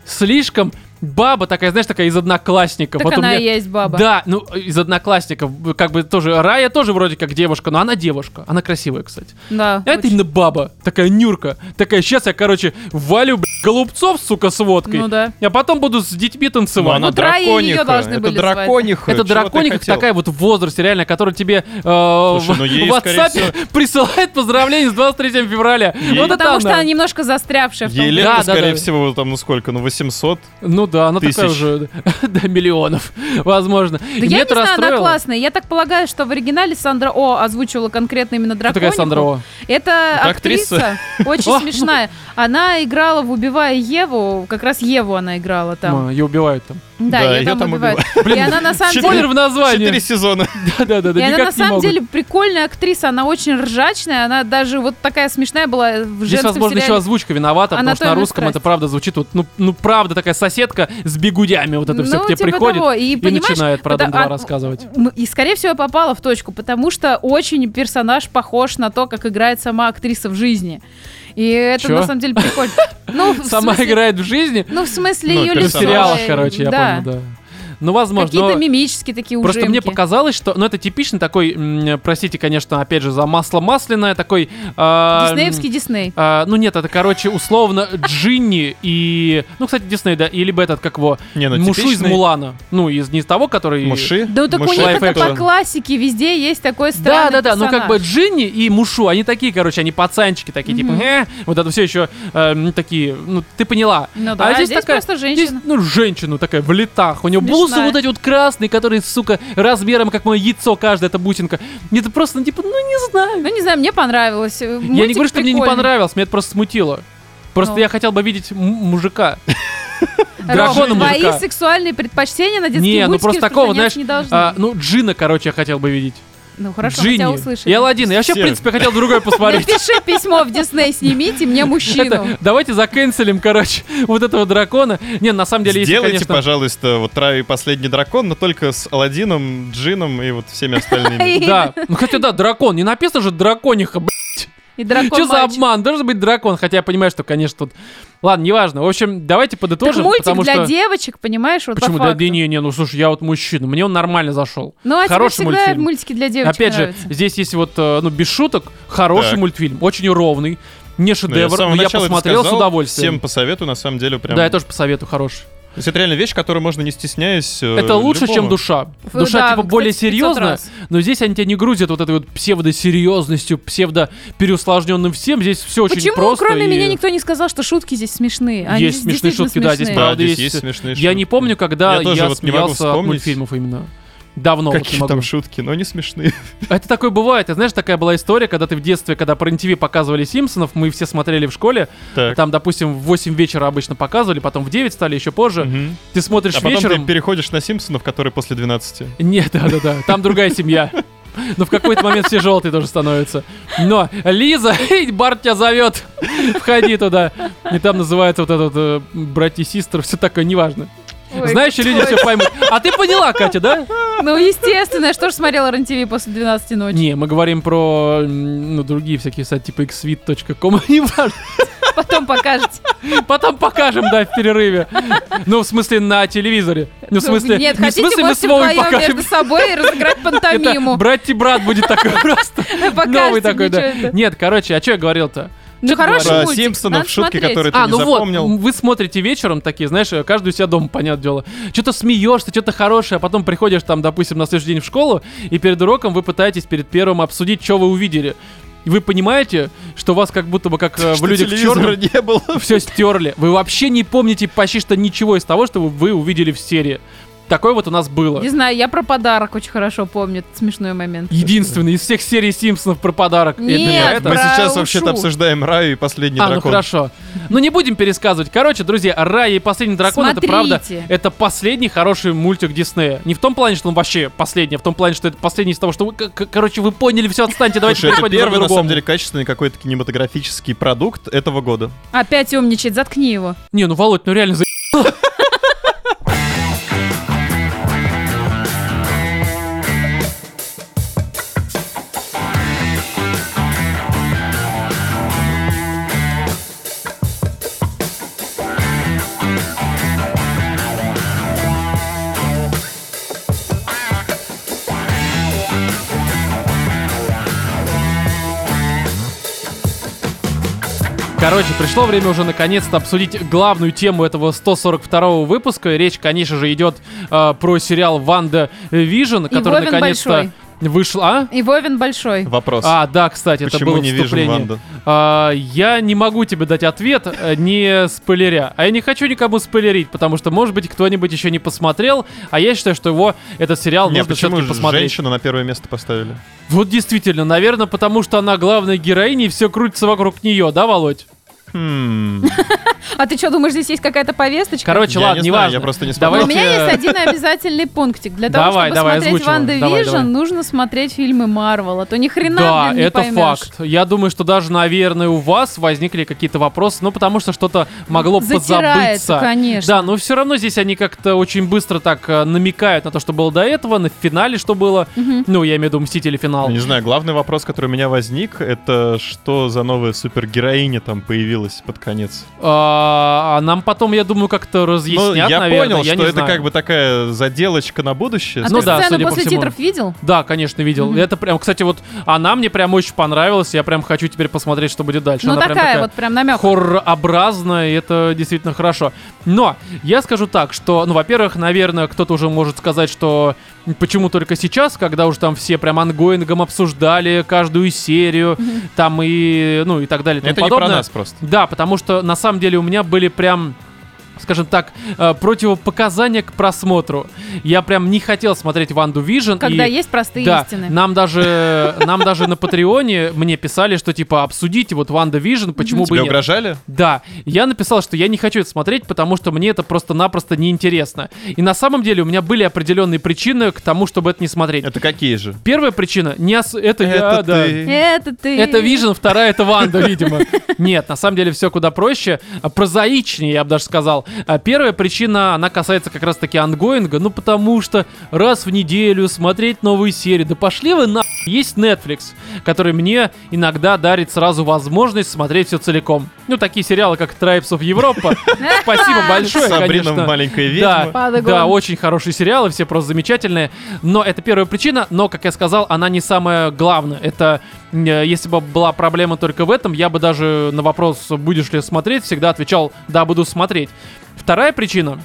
S1: Слишком баба такая, знаешь, такая из одноклассников.
S3: Так
S1: Вот у
S3: она
S1: меня-
S3: и есть баба.
S1: Да, ну, из одноклассников. Как бы тоже... Рая тоже вроде как девушка, но она девушка. Она красивая, кстати.
S3: Да,
S1: А Это
S3: очень.
S1: именно баба. Такая Нюрка. Такая, сейчас я, короче, валю, б***, голубцов, сука, с водкой.
S3: Ну да.
S1: А потом буду с детьми
S2: Ну,
S1: танцевать.
S2: она
S3: Вот Рая и её
S2: дракониха.
S3: должны
S2: это
S3: были звать.
S2: дракониха.
S1: Это
S2: чего ты
S1: драконик
S2: хотел?
S1: такая вот в возрасте, реально, который тебе э, в,
S2: Слушай, ну ей,
S1: в
S2: скорее
S1: WhatsApp
S2: всего-
S1: присылает поздравление с 23 февраля.
S2: Ей-
S1: Ну, Вот это
S3: Ну, Потому что
S1: она.
S3: она немножко застрявшая Э, в том
S2: Ей лет,
S1: Да, да,
S2: скорее
S1: да.
S2: всего, там, ну сколько, ну 800.
S1: Ну да, она такая
S2: Тысяч.
S1: уже, да, миллионов, возможно. И меня
S3: Да я не
S1: это
S3: знаю, она
S1: расстроило.
S3: классная. Я так полагаю, что в оригинале Сандра О озвучивала конкретно именно
S1: Кто
S3: дракониху.
S1: такая Сандра О?
S3: Это
S2: Это
S3: актриса,
S2: актриса.
S3: очень
S1: О.
S3: смешная. Она играла в «Убивая Еву», как раз Еву она играла там.
S1: Ма, Ее убивают там.
S3: Да,
S2: Да,
S3: ее
S2: её
S3: там
S2: там
S3: убивают. И она на самом
S2: Четыре-
S1: Спойлер
S3: деле...
S1: в названии.
S2: Четыре сезона.
S1: Да-да-да,
S3: И она
S1: никак
S3: на
S1: не
S3: самом
S1: могут.
S3: деле прикольная актриса, она очень ржачная, она даже вот такая смешная была в
S1: Здесь,
S3: женском
S1: возможно, еще
S3: сериале.
S1: озвучка виновата,
S3: Анатомия
S1: потому что на русском
S3: страсти.
S1: это правда звучит вот, ну, ну правда такая соседка с бегудями вот это все
S3: Ну,
S1: к тебе
S3: типа
S1: приходит
S3: того. И,
S1: и
S3: понимаешь,
S1: начинает про
S3: пота-
S1: Дом два
S3: а,
S1: рассказывать.
S3: М, И, скорее всего, я попала в точку, потому что очень персонаж похож на то, как играет сама актриса в жизни. И это
S1: Чё?
S3: на самом деле прикольно. Ну, в
S1: Сама
S3: смысле-
S1: играет в жизни,
S3: Ну, в смысле,
S2: Ну,
S3: ее
S1: в
S2: персонаж.
S3: лицо.
S1: сериалах,
S3: э,
S1: короче, я
S3: да.
S1: понял, да. Ну, возможно.
S3: Какие-то
S1: но-
S3: мимические такие ужимки.
S1: Просто мне показалось, что... Ну, это типичный такой, м, простите, конечно, опять же, за масло масляное, такой... а,
S3: Диснеевский Дисней.
S1: А, ну нет, это, короче, условно Джинни и... Ну, кстати, Дисней, да, и либо этот, как его,
S2: Не, ну
S1: Мушу из
S2: типичный
S1: Мулана. Ну, из не из того, который...
S2: Муши.
S3: Да, ну так у
S2: Муши
S3: них это
S2: лайфхак.
S3: по классике, везде есть такой
S1: Да,
S3: странный
S1: да, да, ну как бы
S3: персонаж.
S1: Джинни и Мушу, они такие, короче, они пацанчики такие, типа, «Э, вот это все еще такие, ну ты поняла.
S3: Ну да, а здесь, просто женщина.
S1: здесь, ну, женщина такая в летах. У нее
S3: Смешная.
S1: бусы вот эти вот красные, которые, сука, размером как мое яйцо, каждая эта бусинка. И Это просто, ну, типа, ну не знаю.
S3: Ну не знаю, мне понравилось. э,
S1: я не говорю, что мне не понравилось, меня это просто смутило. Просто
S3: Ну.
S1: я хотел бы видеть м- мужика. Дракона
S3: Твои
S1: мужика.
S3: а сексуальные предпочтения на детские
S1: Не, ну
S3: мультики
S1: просто такого,
S3: распространяться
S1: знаешь,
S3: не должны.
S1: а, ну Джина, короче, я хотел бы видеть.
S3: ну хорошо, мы тебя
S1: Джинни.
S3: услышали.
S1: И Аладдин. Я вообще, в
S2: Все.
S1: принципе, хотел другой посмотреть.
S3: Напиши письмо в Дисней, снимите мне мужчину.
S1: Это, давайте заканцелим, короче, вот этого дракона. Не, на самом деле, если,
S2: Сделайте,
S1: конечно...
S2: пожалуйста, вот Раю и последний дракон, но только с Алладином, Джином и вот всеми остальными.
S1: Да. Ну хотя да, дракон. Не написано же дракониха, блядь.
S3: И дракон
S1: Что за
S3: мальчик.
S1: обман? Должен быть дракон, хотя я понимаю, что, конечно, тут... Ладно, неважно. В общем, давайте
S3: Так
S1: подытожим,
S3: мультик
S1: потому
S3: для
S1: что...
S3: девочек, понимаешь, вот по
S1: Почему? Да,
S3: факту.
S1: да не, не, ну слушай, я вот мужчина, мне он нормально зашел.
S3: Ну, а тебе
S1: Хороший
S3: всегда
S1: мультфильм.
S3: мультики для девочек
S1: Опять
S3: нравятся.
S1: же, здесь есть вот, э, ну, без шуток, хороший
S2: Так.
S1: мультфильм, очень ровный, не
S2: Ну, с
S1: шедевр,
S2: самого
S1: но я
S2: начала это
S1: посмотрел с
S2: сказал,
S1: удовольствием.
S2: Всем посоветую, на самом деле, прям.
S1: Да, я тоже посоветую, хороший.
S2: То есть это реально вещь, которую можно не стесняясь. э,
S1: Это лучше, чем
S2: любому.
S1: душа.
S3: Ф-
S1: Душа
S3: да,
S1: типа
S3: кстати,
S1: более
S3: 500
S1: серьезная,
S3: раз.
S1: но здесь они тебя не грузят вот этой вот псевдосерьезностью, псевдо переусложненным всем. Здесь все очень
S3: Почему,
S1: просто.
S3: кроме
S1: и
S3: меня, никто не сказал, что шутки здесь смешные? Они
S1: Есть
S3: здесь
S1: смешные
S3: действительно
S1: шутки, да, здесь
S3: смешные.
S2: Да,
S1: Правда,
S2: здесь
S1: есть-
S2: есть смешные
S1: Я не
S2: шутки.
S1: помню, когда
S2: Я тоже
S1: я,
S2: вот не могу
S1: смеялся от
S2: вспомнить.
S1: мультфильмов именно. Давно вот не
S2: Какие
S1: могу.
S2: там шутки, но не смешные.
S1: Это такое бывает. Ты знаешь, такая была история, когда ты в детстве, когда по РЕН-ТВ показывали Симпсонов, мы все смотрели в школе.
S2: Так.
S1: Там, допустим, в 8 вечера обычно показывали, потом в 9 стали еще позже.
S2: Мгм.
S1: Ты
S2: А
S1: смотришь
S2: потом
S1: вечером.
S2: ты переходишь на Симпсонов, которые после 12.
S1: Нет, да, да, да. Там другая семья. Но в какой-то момент все желтые тоже становятся. Но Лиза, эй, Барт тебя зовет. Входи туда. И там называется вот этот э, братья и сестры, все такое, неважно.
S3: Ой,
S1: Знающие люди все поймут. А ты поняла, Катя, да?
S3: Ну, естественно, я же тоже смотрела РЕН-ТВ после 12 ночи.
S1: Не, мы говорим про м, ну, другие всякие сайты, типа xvid.com, неважно.
S3: Потом покажете.
S1: Потом покажем, да, в перерыве. Ну, в смысле, на телевизоре. Ну, в смысле,
S3: Нет,
S1: не в
S3: хотите,
S1: смысле, мы с
S3: можете
S1: Вовой
S3: вдвоем
S1: покажем.
S3: между собой разыграть
S1: Это
S3: пантомиму.
S1: братья брат будет такой просто.
S3: Покажете
S1: Новый такой,
S3: мне, что
S1: да.
S3: это.
S1: Нет, короче, а что я говорил-то?
S3: Ну, хороший
S2: Про
S3: мультик.
S2: Симпсонов
S3: надо
S2: шутки,
S3: смотреть.
S2: которые ты
S1: А,
S2: не
S1: ну вот,
S2: запомнил.
S1: м, вы смотрите вечером такие, знаешь, каждый у себя дома, понятное дело. Что-то смеешься, что-то хорошее, а потом приходишь там, допустим, на следующий день в школу, и перед уроком вы пытаетесь перед первым обсудить, что вы увидели. И вы понимаете, что вас как будто бы как э, в
S2: Что
S1: людях в
S2: телевизора
S1: черном
S2: не было.
S1: все стерли. Вы вообще не помните почти что ничего из того, что вы- вы увидели в серии. Такое вот у нас было.
S3: Не знаю, я про подарок очень хорошо помню. этот смешной момент.
S1: Единственный из всех серий Симпсонов про подарок. И для
S3: Нет,
S1: меня
S2: Мы
S1: это-
S3: про
S2: сейчас
S3: Ушу.
S2: вообще-то обсуждаем Раю и последний
S1: а, ну
S2: дракон.
S1: хорошо. Ну не будем пересказывать. Короче, друзья, Рай и последний дракон это правда.
S3: Смотрите.
S1: Это последний хороший мультик Диснея. Не в том плане, что он вообще последний, а в том плане, что это последний из того, что вы. к- к- Короче, вы поняли, все, отстаньте, давайте
S2: Слушай, это
S1: переходим друг к
S2: первый, на
S1: другому.
S2: самом деле, качественный какой-то кинематографический продукт этого года.
S3: Опять умничает, заткни его.
S1: Не, ну Володь, ну реально за. Короче, пришло время уже наконец-то обсудить главную тему этого 142-го выпуска. Речь, конечно же, идет э, про сериал Ванда Вижн, который
S3: Вовин
S1: наконец-то вышел. А?
S3: И Вовин большой.
S2: Вопрос.
S1: А, да, кстати, это
S2: Почему
S1: было
S2: не вижу
S1: вступление.
S2: Ванда?
S1: А, я не могу тебе дать ответ, э, не спойлеря. А я не хочу никому спойлерить, потому что, может быть, кто-нибудь еще не посмотрел, а я считаю, что его, этот сериал,
S2: Не,
S1: нужно
S2: почему
S1: все-таки посмотреть.
S2: женщину на первое место поставили?
S1: Вот действительно, наверное, потому что она главная героиня, и все крутится вокруг нее, да, Володь?
S2: Хм.
S3: А ты что, думаешь, здесь есть какая-то повесточка?
S1: Короче,
S2: Я
S1: ладно,
S2: не знаю,
S1: неважно.
S2: я просто не
S3: У
S1: Давайте,
S3: меня есть
S1: э,
S3: один обязательный пунктик. Для того,
S1: Давай,
S3: чтобы
S1: давай,
S3: смотреть
S1: озвучивай.
S3: Ванда
S1: Давай,
S3: Вижн,
S1: давай.
S3: нужно смотреть фильмы Марвела. То ни хрена
S1: Да,
S3: блин, не
S1: это
S3: поймешь.
S1: факт. Я думаю, что даже, наверное, у вас возникли какие-то вопросы, ну, потому что что-то могло
S3: Затирается,
S1: позабыться.
S3: конечно.
S1: Да, но все равно здесь они как-то очень быстро так э, намекают на то, что было до этого, на финале, что было. Ну, я имею в виду Мстители финал.
S2: Не знаю, главный вопрос, который у меня возник, это что за новая супергероиня там появилась под конец?
S1: А а нам потом, я думаю, как-то
S2: Ну,
S1: разъяснят,
S2: я
S1: наверное.
S2: понял,
S1: я
S2: что
S1: не
S2: это
S1: знаю.
S2: как бы такая заделочка на будущее.
S3: А
S1: Ну
S3: ты
S1: да,
S3: сцену
S1: судя по
S3: после
S1: всему.
S3: титров видел?
S1: Да, конечно, видел. Это прям, кстати, вот она мне прям очень понравилась. Я прям хочу теперь посмотреть, что будет дальше.
S3: Ну
S1: она прям
S3: такая вот прям намек.
S1: хоррообразно, и это действительно хорошо. Но я скажу так, что, ну, во-первых, наверное, кто-то уже может сказать, что почему только сейчас, когда уже там все прям ангоингом обсуждали каждую серию, там и, ну, и так далее. и тому
S2: Это не про
S1: подобное.
S2: нас просто.
S1: Да, потому что на самом деле у меня были прям скажем так, э, противопоказания к просмотру. Я прям не хотел смотреть Ванду Вижн.
S3: Когда
S1: и...
S3: есть простые
S1: Да,
S3: истины.
S1: нам даже, нам даже на Патреоне мне писали, что типа обсудите вот Ванда Вижн, почему бы и
S2: Тебе
S1: нет.
S2: угрожали?
S1: Да, я написал, что я не хочу это смотреть, потому что мне это просто-напросто неинтересно. И на самом деле у меня были определенные причины к тому, чтобы это не смотреть.
S2: Это какие же?
S1: Первая причина, не ос- это, я,
S2: Это
S1: да.
S2: ты.
S3: Это ты.
S1: Это Вижн, вторая это Ванда, видимо. Нет, на самом деле все куда проще, а, прозаичнее, я бы даже сказал. А Первая причина, она касается как раз-таки ангоинга, ну потому что раз в неделю смотреть новую серию, да пошли вы на... Есть Netflix, который мне иногда дарит сразу возможность смотреть все целиком. Ну, такие сериалы, как Tribes of Европа. Спасибо большое,
S2: Сабрина
S1: конечно.
S2: маленькая
S1: Да,
S2: ведьма.
S3: Падагон.
S1: да, очень хорошие сериалы, все просто замечательные. Но это первая причина, но, как я сказал, она не самая главная. Это, э, если бы была проблема только в этом, я бы даже на вопрос, будешь ли смотреть, всегда отвечал, да, буду смотреть. Вторая причина,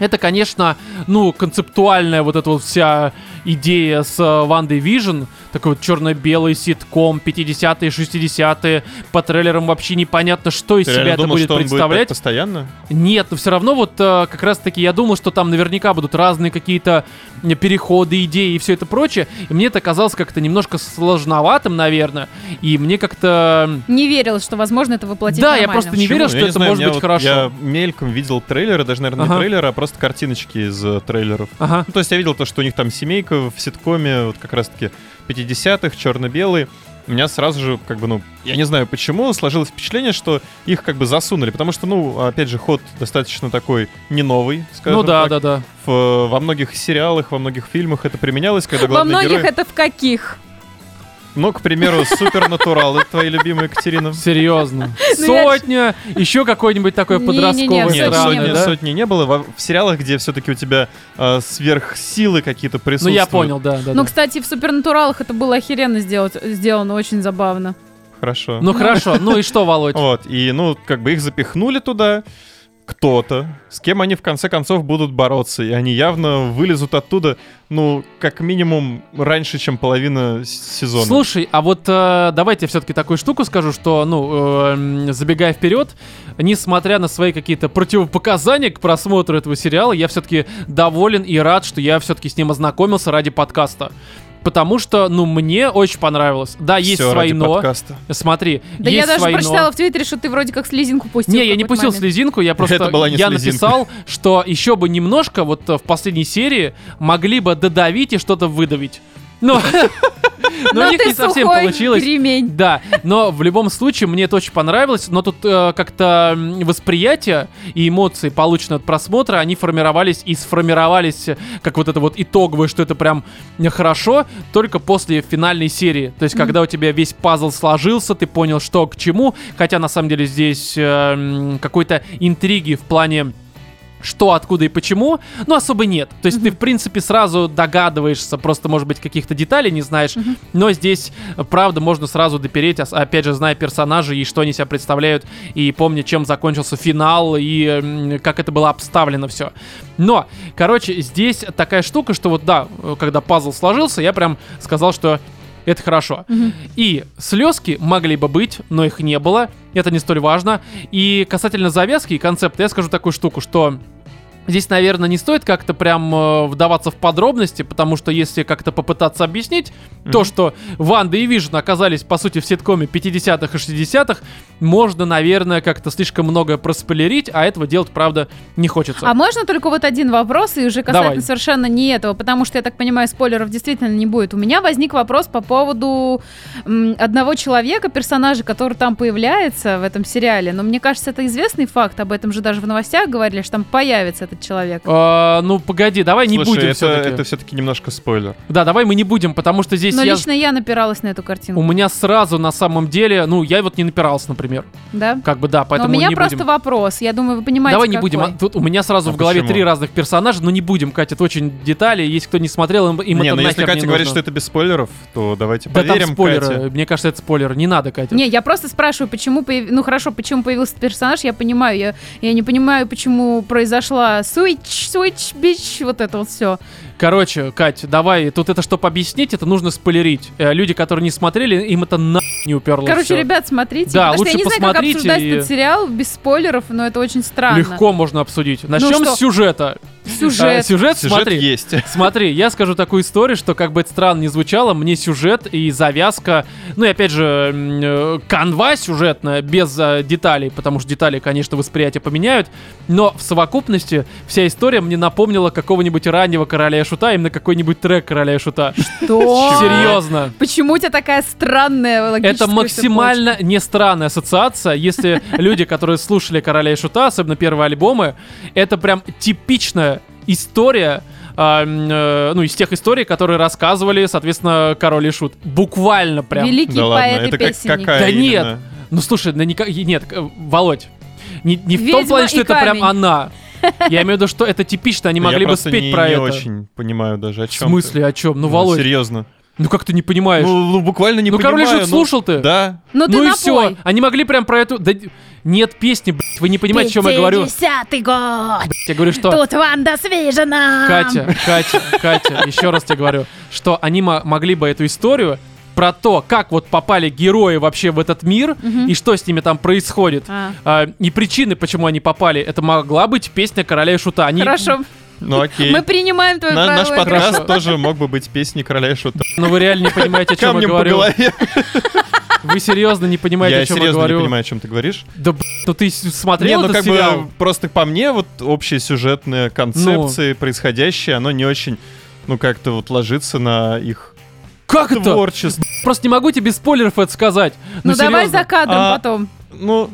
S1: это, конечно, ну, концептуальная вот эта вот вся идея с Ван Вижн, такой вот черно-белый ситком, 50-е, 60-е, по трейлерам вообще непонятно, что из
S2: Ты
S1: себя
S2: реально
S1: это
S2: думал,
S1: будет
S2: что он будет так
S1: представлять.
S2: постоянно?
S1: Нет, но все равно вот э, как раз-таки я думал, что там наверняка будут разные какие-то э, переходы, идеи и все это прочее. И мне это казалось как-то немножко сложноватым, наверное. И мне как-то...
S3: Не верилась, что возможно это воплотить
S1: Да, я
S3: нормально.
S1: просто не
S2: Почему?
S1: верил,
S2: Я
S1: что
S2: не
S1: это
S2: знаю,
S1: может
S2: меня
S1: быть
S2: вот-
S1: хорошо.
S2: Я мельком видел трейлеры, даже, наверное,
S1: Ага.
S2: не трейлеры, а просто картиночки из э, трейлеров.
S1: Ага.
S2: Ну, то есть я видел то, что у них там семейка в ситкоме, вот как раз-таки 50-х, черно-белый. У меня сразу же, как бы, ну, я не знаю почему, сложилось впечатление, что их как бы засунули. Потому что, ну, опять же, ход достаточно такой не новый, скажем
S1: Ну да,
S2: так.
S1: да, да.
S2: В, э, во многих сериалах, во многих фильмах это применялось, когда
S3: Во
S2: главный
S3: многих
S2: герой...
S3: это в каких?
S2: Ну, к примеру, Супернатурал, это твоя любимая Екатерина.
S1: Серьезно.
S3: Ну, я-
S1: Сотня, еще какой-нибудь такой
S3: Не-не-не,
S1: подростковый
S2: Нет,
S3: сотни не
S1: странный,
S2: сотни,
S1: да?
S2: сотни не было. Во- в сериалах, где все-таки у тебя э, сверхсилы какие-то
S1: Ну
S2: присутствуют.
S1: я понял, да, да. да.
S3: Ну, кстати, в Супернатуралах это было охеренно сделать, сделано, очень забавно.
S2: Хорошо.
S1: Ну хорошо, ну и что, Володь?
S2: Вот, и, ну, как бы их запихнули туда кто-то, с кем они в конце концов будут бороться, и они явно вылезут оттуда, ну, как минимум, раньше, чем половина с- сезона.
S1: Слушай, а вот э, давайте все-таки такую штуку скажу, что, ну, э, м, забегая вперед, несмотря на свои какие-то противопоказания к просмотру этого сериала, я все-таки доволен и рад, что я все-таки с ним ознакомился ради подкаста. Потому что, ну, мне очень понравилось. Да, а есть
S2: Всё
S1: свои
S2: ради
S1: но.
S2: подкаста.
S1: Смотри,
S3: Да
S1: есть
S3: я даже
S1: свои но.
S3: прочитала в Твиттере, что ты вроде как слезинку пустил.
S1: Не,
S3: в
S1: я не
S3: какой-то
S1: пустил
S3: момент.
S1: слезинку, я просто
S2: Это была не
S1: я
S2: слезинка.
S1: написал, что еще бы немножко вот э, в последней серии могли бы додавить и что-то выдавить. Но, но у
S3: Но
S1: них
S3: Ну, ты
S1: не совсем
S3: сухой
S1: получилось.
S3: Кремень.
S1: Да, но в любом случае мне это очень понравилось, но тут э, как-то м, восприятие и эмоции, полученные от просмотра, они формировались и сформировались э, как вот это вот итоговое, что это прям э, хорошо, только после финальной серии. То есть, когда у тебя весь пазл сложился, ты понял, что к чему, хотя на самом деле здесь э, м, какой-то интриги в плане что, откуда и почему, ну, особо нет. То есть ты, в принципе, сразу догадываешься, просто, может быть, каких-то деталей не знаешь, но здесь, э, правда, можно сразу допереть, ос- опять же, зная персонажей и что они себя представляют, и помня, чем закончился финал, и м, как это было обставлено все. Но, короче, здесь такая штука, что вот, да, э, когда пазл сложился, я прям сказал, что это хорошо. И слезки могли бы быть, но их не было. Это не столь важно. И касательно завязки и концепта, я скажу такую штуку, что Здесь, наверное, не стоит как-то прям э, вдаваться в подробности, потому что если как-то попытаться объяснить то, что Ванда и Вижн оказались, по сути, в ситкоме 50-х и 60-х, можно, наверное, как-то слишком многое проспойлерить, а этого делать, правда, не хочется.
S3: А можно только вот один вопрос, и уже касательно
S1: Давай.
S3: совершенно не этого, потому что, я так понимаю, спойлеров действительно не будет. У меня возник вопрос по поводу м, одного человека, персонажа, который там появляется в этом сериале. Но мне кажется, это известный факт, об этом же даже в новостях говорили, что там появится этот человек.
S1: Э, ну, погоди, давай не
S2: Слушай,
S1: будем
S2: это,
S1: все-таки.
S2: это все-таки немножко спойлер.
S1: Да, давай мы не будем, потому что здесь
S3: Но
S1: я...
S3: лично я напиралась на эту
S1: У
S3: картинку,
S1: меня сразу на самом деле, ну, я вот не напирался, например.
S3: да?
S1: Как бы да,
S3: Но у
S1: поэтому
S3: меня
S1: не
S3: просто
S1: будем.
S3: вопрос. Я думаю, вы понимаете,
S1: Давай не будем.
S3: какой.
S1: а, Тут у меня сразу
S2: А
S1: в голове
S2: почему?
S1: три разных персонажа, но не будем, Катя, это очень детали. Если кто не смотрел, им, им
S2: не,
S1: это
S2: ну если
S1: нахер
S2: Катя
S1: не
S2: говорит, что
S1: нужно.
S2: это без спойлеров, то давайте
S1: Да
S2: поверим
S1: там спойлеры.
S2: Кате.
S1: Мне кажется, это спойлер. Не надо, Катя.
S3: Не, я просто спрашиваю, почему появ- ну хорошо, почему появился этот персонаж, я понимаю, я, я не понимаю, почему произошла switch, switch, бич, вот это вот все.
S1: Короче, Кать, давай, тут это чтобы объяснить, это нужно спойлерить. Э, люди, которые не смотрели, им это на не уперлось.
S3: Короче,
S1: всё.
S3: ребят, смотрите,
S1: Да,
S3: потому
S1: лучше
S3: что я не знаю, как
S1: посмотрите
S3: обсуждать
S1: и-
S3: этот сериал без спойлеров, но это очень странно.
S1: Легко можно обсудить. Начнем
S3: ну что?
S1: с сюжета. Э,
S3: Сюжет.
S1: сюжет,
S2: Сюжет
S1: смотри.
S2: есть.
S1: Смотри, я скажу такую историю, что как бы это странно не звучало, мне сюжет и завязка, ну и опять же м, э, канва сюжетная, без э, деталей, потому что детали, конечно, восприятие поменяют, но в совокупности вся история мне напомнила какого-нибудь раннего Короля и Шута, именно какой-нибудь трек Короля и Шута.
S3: Что?
S1: Серьезно.
S3: Почему у тебя такая странная
S1: Это
S3: логическая
S1: максимально не странная ассоциация. Если люди, которые слушали Короля и Шута, особенно первые альбомы, это прям типичная история а, м, э, ну, из тех историй, которые рассказывали, соответственно, Король и Шут. Буквально прям.
S3: Великий
S2: Да ладно,
S3: поэт и
S2: это как-
S3: песенник.
S2: какая
S1: Да нет.
S2: именно?
S1: Ну, слушай, да никак... и Нет, э, Володь, не, не в том
S3: Ведьма
S1: плане, что
S3: и
S1: это прям
S3: камень.
S1: она. Я имею в виду, что это типично, они
S2: Я
S1: могли бы
S2: просто
S1: спеть
S2: не-
S1: про
S2: не
S1: это.
S2: очень понимаю даже, о
S1: В
S2: чем
S1: смысле, о чем? Ну, Володь,
S2: Серьезно.
S1: ну как ты не понимаешь?
S2: Ну, ну, буквально не
S1: Ну,
S2: понимаю.
S1: Король и Шут
S2: ну,
S1: слушал ты.
S2: Да.
S3: Ну ты
S1: ну и
S3: напой.
S1: все. Они могли прям про эту... да д- Нет песни, блядь, вы не понимаете, о чем я говорю.
S3: Пятидесятый год.
S1: Я говорю, что...
S3: Тут Ванда Свижена.
S1: Катя, Катя, Катя, еще раз тебе говорю, что они мо- могли бы эту историю про то, как вот попали герои вообще в этот мир и что с ними там происходит.
S3: А.
S1: а, и причины, почему они попали, это могла быть песня короля и шута. Они,
S3: Хорошо.
S2: Ну окей.
S3: Мы принимаем твою
S2: На- наш
S3: правую игру.
S2: подкаст
S1: Хорошо.
S2: тоже мог бы быть песней короля и шута.
S1: Ну вы реально не понимаете, о чем я
S2: Камнем по
S1: говорю.
S2: голове.
S1: Вы серьезно не понимаете,
S2: Я
S1: о чем я
S2: серьезно не
S1: говорю.
S2: понимаю, о чем ты говоришь.
S1: Да, б***ь, ну ты с-
S2: Не,
S1: смотрел
S2: ну
S1: этот
S2: как
S1: сериал?
S2: бы просто по мне вот общая сюжетная концепция
S1: Ну.
S2: происходящее, оно не очень, ну как-то вот ложится на их
S1: Как это?
S2: творчество.
S1: Просто не могу тебе без спойлеров это сказать.
S3: Ну давай
S1: серьезно.
S3: за кадром
S2: А,
S3: потом.
S2: Ну,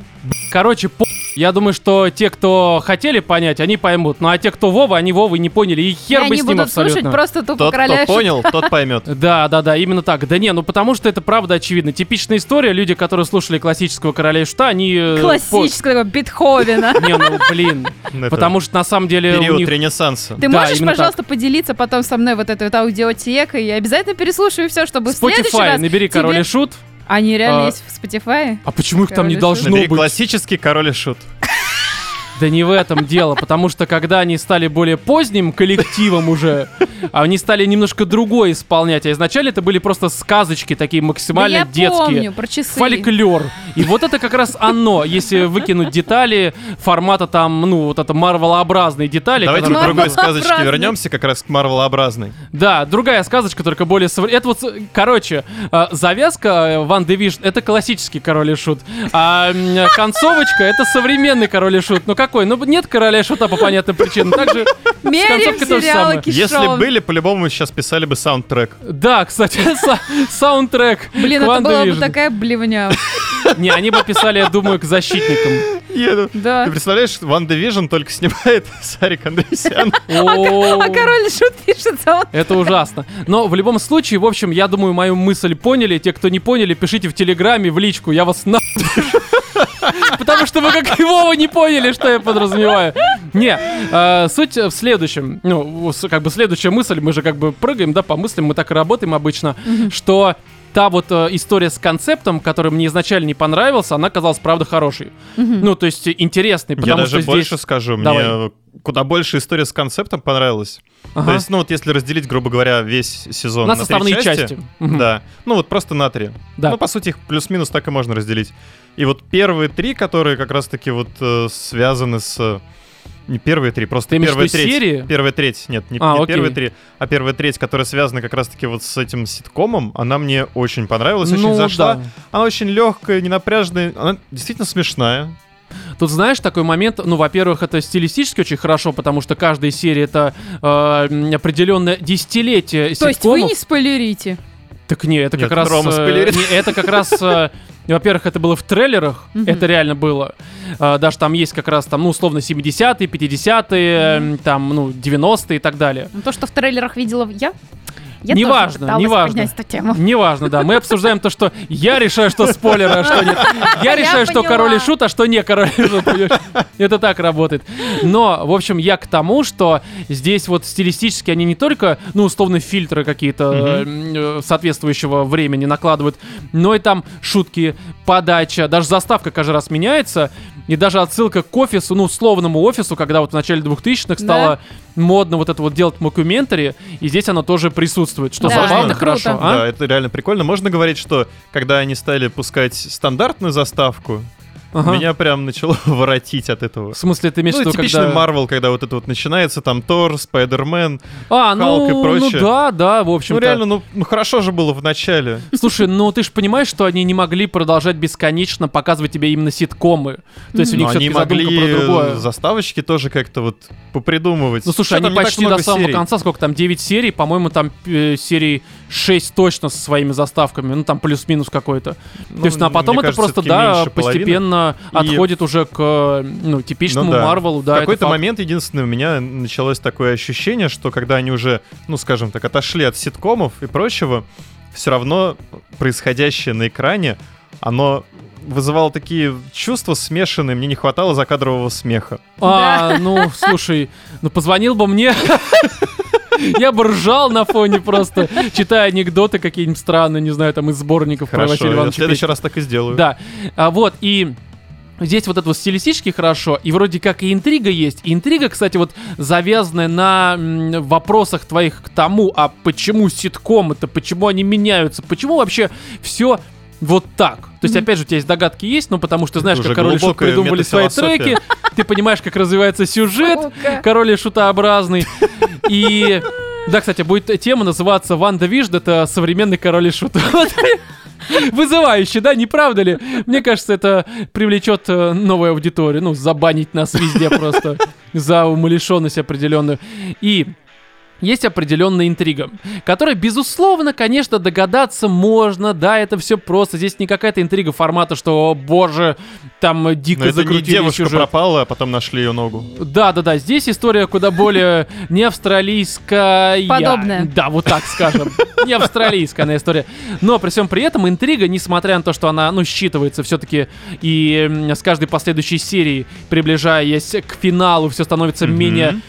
S1: Короче, по... я думаю, что те, кто хотели понять, они поймут. Ну а те, кто Вова, они Вовы не поняли. И
S3: И
S1: хер бы
S3: они
S1: с ним
S3: будут
S1: абсолютно.
S3: слушать просто тупо
S2: тот, кто
S3: короля и Шут.
S2: понял, тот поймет.
S1: Да, да, да, именно так. Да не, ну потому что это правда очевидно. Типичная история. Люди, которые слушали классического короля и шута, они. э,
S3: Классического Бетховена.
S1: по- Не, ну блин. Потому что на самом деле. у
S2: Период
S1: них-
S2: ренессанса.
S3: Ты
S1: Да,
S3: можешь,
S1: именно
S3: пожалуйста, поделиться потом со мной вот этой вот аудиотекой? Я обязательно переслушаю все, чтобы в следующий
S1: Spotify,
S3: раз...
S1: набери
S3: тебе-
S1: король и шут.
S3: Они реально
S1: А.
S3: есть в Spotify?
S1: А почему их там не
S3: Король и Шут.
S1: должно
S2: Набери
S1: быть?
S2: классический король и шут.
S1: Да не в этом дело, потому что когда они стали более поздним коллективом уже, они стали немножко другое исполнять. А изначально это были просто сказочки такие
S3: Да
S1: максимально
S3: я
S1: детские.
S3: помню про часы.
S1: Фольклор. И вот это как раз оно. Если выкинуть детали формата там, ну, вот это марвелообразные детали.
S2: Давайте к
S1: которые-
S3: Марвел-
S2: другой сказочке
S3: Марвелообразный.
S2: вернемся, как раз к Марвелообразной.
S1: Да, другая сказочка, только более современная. Это вот, э, короче, э, завязка э, Ван Division это классический король и шут. А м, концовочка это современный король и шут. Ну какой? Ну нет короля и шута по понятным причинам. Также с
S3: Мерим
S1: концовкой то же самое.
S3: сериалы
S2: Если
S3: Кишон.
S2: были, по-любому сейчас писали бы саундтрек.
S1: Да, кстати, са- саундтрек.
S3: Блин,
S1: к
S3: это
S1: Ван
S3: была бы
S1: Division.
S3: такая блевня.
S1: Не, они бы писали, я думаю, к защитникам.
S2: Еду.
S3: Да.
S2: Ты представляешь, Ван Division только снимает Сарик Андреасян.
S1: О.
S3: А король Шут пишет саунд.
S1: Это ужасно. Но в любом случае, в общем, я думаю, мою мысль поняли. Те, кто не поняли, пишите в Телеграме, в личку. Я вас на... Потому что вы как и Вова не поняли, что я подразумеваю. Не, э, суть в следующем. Ну, с- как бы следующая мысль, мы же как бы прыгаем, да, по мыслям, мы так и работаем обычно, что та вот э, история с концептом, который мне изначально не понравился, она казалась, правда, хорошей. Ну, то есть э, интересной,
S2: Я
S1: потому что
S2: даже
S1: здесь...
S2: больше скажу,
S1: Давай.
S2: мне куда больше история с концептом понравилась.
S1: Ага.
S2: То есть, ну вот если разделить, грубо говоря, весь сезон
S1: На
S2: на три
S1: составные части. Мгм.
S2: Да. Ну вот просто на три.
S1: Да.
S2: Ну, по сути, их плюс-минус так и можно разделить. И вот первые три, которые как раз-таки вот э, связаны с... э, Не первые три, просто
S1: Ты имеешь в
S2: первая
S1: виду
S2: треть.
S1: серии?
S2: Первая треть, нет, не,
S1: А,
S2: не
S1: окей.
S2: первые три, а первая треть, которая связана как раз-таки вот с этим ситкомом, она мне очень понравилась,
S1: Ну,
S2: очень зашла.
S1: да.
S2: Она очень легкая, ненапряжная, она действительно смешная.
S1: Тут знаешь такой момент, ну, во-первых, это стилистически очень хорошо, потому что каждая серия это э, м, определенное десятилетие
S3: То есть вы
S1: ситкомов.
S3: не спойлерите.
S1: Так не, это как
S2: Нет,
S1: раз.
S2: Рома
S1: э,
S2: спойлерит.
S1: не, это как раз. э, Во-первых, это было в трейлерах,
S3: Мгм.
S1: это реально было. Э, Даже там есть как раз там, ну, условно, 70-е, 50-е, м, там, ну, 90-е и так далее.
S3: Ну, То, что в трейлерах видела я, я
S1: Неважно,
S3: тоже пыталась
S1: неважно.
S3: поднять эту тему.
S1: Неважно, да. Мы обсуждаем то, что я решаю, что спойлер, а что нет. Я
S3: Я
S1: решаю, что
S3: поняла.
S1: король и шут, а что не король и шут. понимаешь? Это так работает. Но, в общем, я к тому, что здесь вот стилистически они не только, ну, условно, фильтры какие-то э, э, соответствующего времени накладывают, но и там шутки, подача, даже заставка каждый раз меняется. И даже отсылка к офису, ну, условному офису, когда вот в начале 2000-х
S3: Да.
S1: стало модно вот это вот делать мокументари, и здесь оно тоже присутствует, что
S3: Да,
S1: забавно,
S2: это
S1: хорошо.
S3: круто.
S1: а?
S2: Да, это реально прикольно. Можно говорить, что когда они стали пускать стандартную заставку,
S1: Ага.
S2: меня прям начало воротить от этого.
S1: В смысле, ты имеешь в
S2: Ну,
S1: виду,
S2: типичный
S1: когда...
S2: Марвел, когда вот это вот начинается, там Тор, Спайдермен.
S1: а, ну,
S2: Халк и
S1: ну
S2: прочее.
S1: да, да, в
S2: Ну,
S1: общем-то.
S2: реально, ну, ну, хорошо же было в начале.
S1: Слушай, ну ты же понимаешь, что они не могли продолжать бесконечно показывать тебе именно ситкомы. То есть у них
S2: Но они
S1: все-таки задумка
S2: могли
S1: про
S2: э,
S1: другое.
S2: заставочки тоже как-то вот попридумывать.
S1: Ну слушай,
S2: Чё там
S1: они
S2: не так
S1: почти
S2: много
S1: до самого
S2: серий?
S1: конца, сколько там, 9 серий, по-моему, там э, серий 6 точно со своими заставками, ну там плюс-минус какой-то.
S2: Ну,
S1: То есть, ну, а
S2: мне
S1: потом это
S2: кажется,
S1: просто,
S2: всё-таки
S1: да,
S2: меньше половины.
S1: постепенно плавно
S2: И-
S1: отходит уже к э, ну, типичному
S2: Ну да.
S1: Марвелу. Да,
S2: в
S1: это
S2: какой-то
S1: факт.
S2: момент, единственное, у меня началось такое ощущение, что когда они уже, ну, скажем так, отошли от ситкомов и прочего, все равно происходящее на экране, оно вызывало такие чувства смешанные, мне не хватало закадрового смеха.
S1: А, ну, слушай, ну позвонил бы мне. Я бы ржал на фоне просто, читая анекдоты какие-нибудь странные, не знаю, там из сборников про
S2: Хорошо,
S1: Василия
S2: я в
S1: Ивановича
S2: следующий раз так и сделаю.
S1: Да. А, вот, и здесь вот это вот стилистически хорошо, и вроде как и интрига есть. И интрига, кстати, вот завязанная на м, вопросах твоих к тому, а почему ситком это, почему они меняются, почему вообще все вот так. То есть,
S3: Мгм.
S1: опять же, у тебя есть догадки есть, ну, потому что ты
S2: Это
S1: знаешь, как
S2: уже
S1: король и Шут
S2: глубокая
S1: придумывали свои
S2: метафилософия.
S1: треки, ты понимаешь, как развивается сюжет,
S3: Сука.
S1: король и шутообразный. И да, кстати, будет тема называться Ванда Вижд, это современный король и шут. Вот. Вызывающе, да, не правда ли? Мне кажется, это привлечет э, новую аудиторию. Ну, забанить нас везде просто за умалишенность определенную. И есть определенная интрига, которая, безусловно, конечно, догадаться можно. Да, это все просто. Здесь не какая-то интрига формата, что, «О, боже, там э,
S2: Но
S1: дико
S2: это не
S1: закрутили
S2: девушка
S1: сюжет».
S2: пропала, а потом нашли ее ногу.
S1: Да, да, да. Здесь история куда более не австралийская.
S3: Подобная.
S1: Да, вот так скажем. Не австралийская она история. Но при всем при этом интрига, несмотря на то, что она, ну, считывается все-таки и м, с каждой последующей серии, приближаясь к финалу, все становится
S2: Мгм.
S1: менее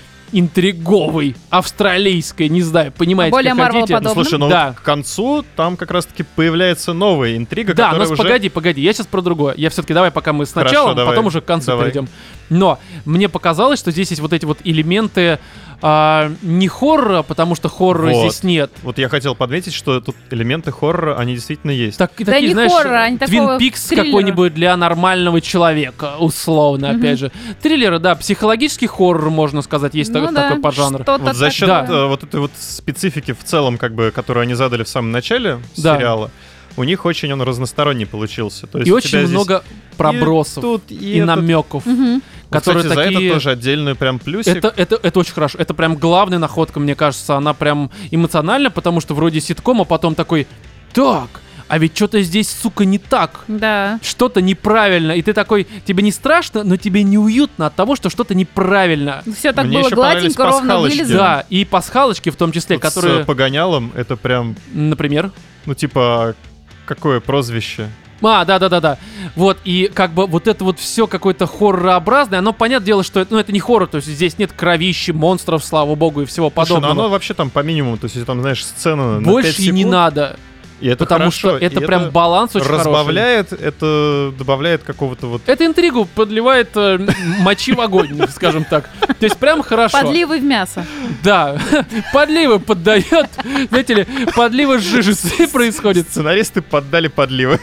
S1: интриговой, австралийской, не знаю, понимаете,
S3: Более
S1: как хотите.
S2: Ну,
S3: Марвел-подобным.
S2: слушай, ну
S1: Да.
S2: вот к концу там как раз-таки появляется новая интрига,
S1: Да, но
S2: которая
S1: с-
S2: уже...
S1: погоди, погоди, я сейчас про другое. Я все-таки давай, пока мы
S2: Хорошо,
S1: сначала,
S2: давай,
S1: потом уже к концу
S2: давай.
S1: перейдем. Но мне показалось, что здесь есть вот эти вот элементы а, не хоррора, потому что хоррора
S2: Вот.
S1: здесь нет.
S2: Вот я хотел подметить, что тут элементы хоррора, они действительно есть.
S1: Так,
S3: Да
S1: такие,
S3: не
S1: знаешь,
S3: хоррор, а не такого
S1: Twin Peaks
S3: триллера.
S1: какой-нибудь для нормального человека, условно,
S3: Мгм.
S1: опять же. Триллеры, да, психологический хоррор, можно сказать, есть
S3: Ну
S1: так-
S3: да,
S1: такой по жанру.
S3: что-то
S2: Вот за счет
S1: Да.
S3: такое.
S2: э, вот этой вот специфики в целом, как бы, которую они задали в самом начале
S1: Да.
S2: сериала, у них очень он разносторонний получился. То есть
S1: И
S2: у
S1: очень
S2: тебя здесь
S1: много пробросов
S2: И тут, и,
S1: и,
S2: этот.
S1: намеков.
S3: Мгм.
S2: Вот,
S1: которые
S2: кстати, за
S1: такие-
S2: это тоже отдельный прям плюсик.
S1: Это, это, это очень хорошо. Это прям главная находка, мне кажется. Она прям эмоциональна, потому что вроде ситком, а потом такой... Так, а ведь что-то здесь, сука, не так.
S3: Да.
S1: Что-то неправильно. И ты такой... Тебе не страшно, но тебе неуютно от того, что что-то неправильно.
S3: Все так
S2: Мне
S3: было
S2: еще понравились
S3: гладенько, ровно
S2: пасхалочки.
S3: вылезано.
S1: Да, и пасхалочки в том числе,
S2: Вот
S1: которые...
S2: С э, погонялом это прям,
S1: Например...
S2: ну, типа, какое прозвище?
S1: А, да, да, да, да. Вот, и как бы вот это вот все какое-то хорророобразное, оно понятное дело, что это, ну, это не хоррор, то есть здесь нет кровищи, монстров, слава богу, и всего
S2: Слушай, ну,
S1: подобного.
S2: оно вообще там по минимуму, то есть если там, знаешь, сцена на
S1: Больше
S2: 5
S1: и не
S2: секунд,
S1: надо.
S2: и это
S1: потому
S2: хорошо,
S1: что это
S2: и
S1: прям баланс очень хороший.
S2: разбавляет, это добавляет какого-то вот...
S1: Это интригу подливает э, м- мочи в огонь, скажем так. То есть прям хорошо.
S3: Подливы в мясо.
S1: Да. Подливы поддает. Знаете ли, подливы жижи происходит.
S2: Сценаристы поддали подливы.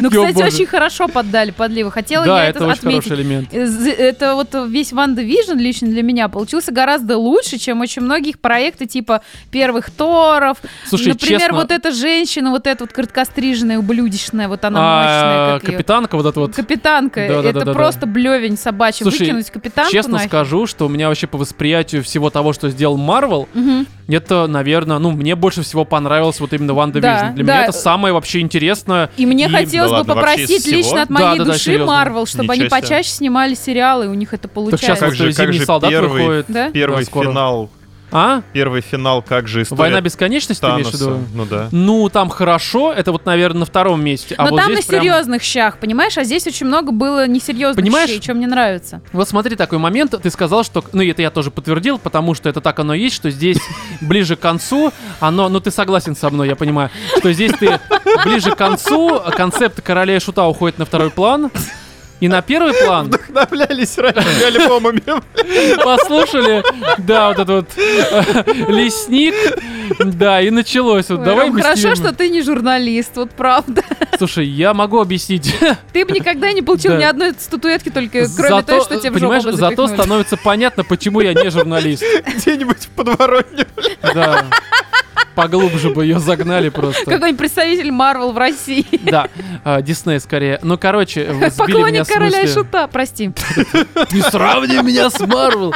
S3: Ну,
S1: Ё,
S3: кстати,
S1: боже.
S3: очень хорошо поддали подливы. Хотела
S1: Да,
S3: я
S1: это
S3: это
S1: очень
S3: отметить.
S1: хороший элемент.
S3: Э, з- Это вот весь Ванда Вижн лично для меня получился гораздо лучше, чем очень многих проекты типа первых Торов.
S1: Слушай,
S3: Например,
S1: честно,
S3: вот эта женщина, вот эта вот короткостриженная, ублюдечная, вот она
S1: а,
S3: мощная. как её.
S1: капитанка вот эта вот.
S3: Капитанка.
S1: Да-да-да-да-да.
S3: это просто блевень собачий.
S1: Слушай,
S3: Выкинуть капитанку
S1: Честно
S3: нахер.
S1: скажу, что у меня вообще по восприятию всего того, что сделал Марвел,
S3: Мгм.
S1: это, наверное, ну, мне больше всего понравилось вот именно Ванда
S3: Да,
S1: Вижн. Для
S3: да.
S1: меня это самое вообще интересное.
S3: И мне
S1: И-
S3: хотелось
S2: Да
S3: бы
S2: ладно, вообще из
S3: попросить
S2: всего?
S3: лично от моей
S1: Да-да-да,
S3: души
S1: серьезно.
S3: Марвел, чтобы они
S2: Ничего себе.
S3: почаще снимали сериалы, и у них это
S1: Так сейчас
S3: получается.
S1: вот
S2: Как же-
S1: э,
S2: как же
S1: «Зимний солдат»
S2: первый-
S1: выходит.
S3: Да?
S2: Первый
S1: Да, скоро.
S2: финал,
S1: А?
S2: первый финал, как же история
S1: Война бесконечности, ты имеешь в
S2: Таноса.
S1: виду?
S2: Ну да.
S1: Ну, там хорошо, это вот, наверное, на втором месте. А
S3: Но
S1: вот
S3: там на
S1: здесь прям-
S3: серьезных щах, понимаешь? А здесь очень много было несерьезных
S1: Понимаешь?
S3: щей, что мне нравится.
S1: Вот смотри, такой момент, ты сказал, что... Ну, и это я тоже подтвердил, потому что это так оно и есть, что здесь ближе к концу оно... Ну, ты согласен со мной, я понимаю, что здесь ты ближе к концу, концепт короля и шута уходит на второй план, и на первый план
S2: Вдохновлялись ранними альбомами.
S1: послушали, да, вот этот вот э, лесник, да, и началось. Вот, Ну, давай
S3: Ром, ну, хорошо,
S1: объясним.
S3: что ты не журналист, вот правда.
S1: Слушай, я могу объяснить.
S3: Ты бы никогда не получил
S1: Да.
S3: ни одной статуэтки, только кроме
S1: Зато,
S3: той, что тебе в жопу
S1: понимаешь,
S3: бы
S1: зато
S3: запихнули.
S1: становится понятно, почему я не журналист.
S2: Где-нибудь в подворотне.
S1: Да. Поглубже бы ее загнали просто.
S3: Какой-нибудь представитель Марвел в России.
S1: Да, а, Дисней скорее. Ну, короче, вы сбили меня
S3: Поклонник
S1: с
S3: короля и
S1: мысли.
S3: шута, прости.
S1: Не сравни меня с Марвел.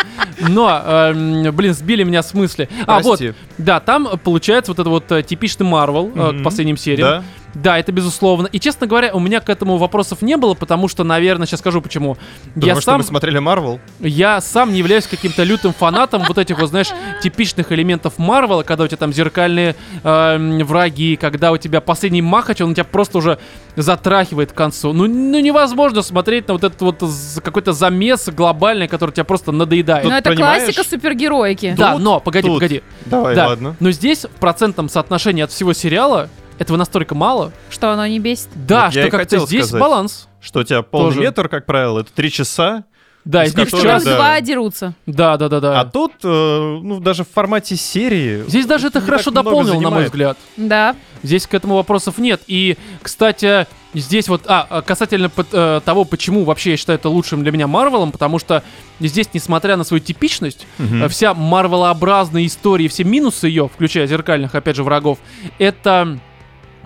S1: Но, эм, блин, сбили меня с мысли. А, вот,
S2: Прости.
S1: да, там э, получается вот это вот э, типичный Марвел э, к
S2: Мгм.
S1: последним сериям.
S2: Да?
S1: Да, это безусловно. И, честно говоря, у меня к этому вопросов не было, потому что, наверное, сейчас скажу почему.
S2: Потому
S1: я
S2: что
S1: сам,
S2: мы смотрели Марвел.
S1: я сам не являюсь каким-то лютым фанатом вот этих, вот, знаешь, типичных элементов Марвела, когда у тебя там зеркальные эм, враги, когда у тебя последний махач, он тебя просто уже затрахивает к концу. Ну, ну невозможно смотреть на вот этот вот з- какой-то замес глобальный, который тебя просто надоедает.
S3: Но это
S2: понимаешь?
S3: классика супергероики.
S1: да,
S2: тут,
S1: но, погоди,
S2: тут.
S1: погоди.
S2: Давай,
S1: да.
S2: ладно.
S1: Но здесь в процентном соотношении от всего сериала этого настолько мало,
S3: Что оно не бесит?
S1: да,
S2: Вот я
S1: что
S2: и
S1: как-то
S2: хотел
S1: здесь
S2: сказать.
S1: баланс.
S2: Что у тебя полный
S1: Тоже.
S2: метр, как правило, это три часа.
S1: Да,
S2: Из
S1: из них
S3: Из
S2: которых,
S1: час.
S3: трех
S2: да.
S3: два дерутся.
S1: Да, да, да, да.
S2: А тут, э, ну, даже в формате серии...
S1: Здесь даже это
S2: не
S1: хорошо
S2: так много
S1: дополнило, на мой
S2: занимает.
S1: взгляд.
S3: Да.
S1: Здесь к этому вопросов нет. И, кстати, здесь вот, а, а, касательно пот- э, того, почему вообще я считаю это лучшим для меня Марвелом, потому что здесь, несмотря на свою типичность,
S2: Мгм.
S1: э, вся Марвелообразная история, и все минусы ее, включая зеркальных, опять же, врагов, это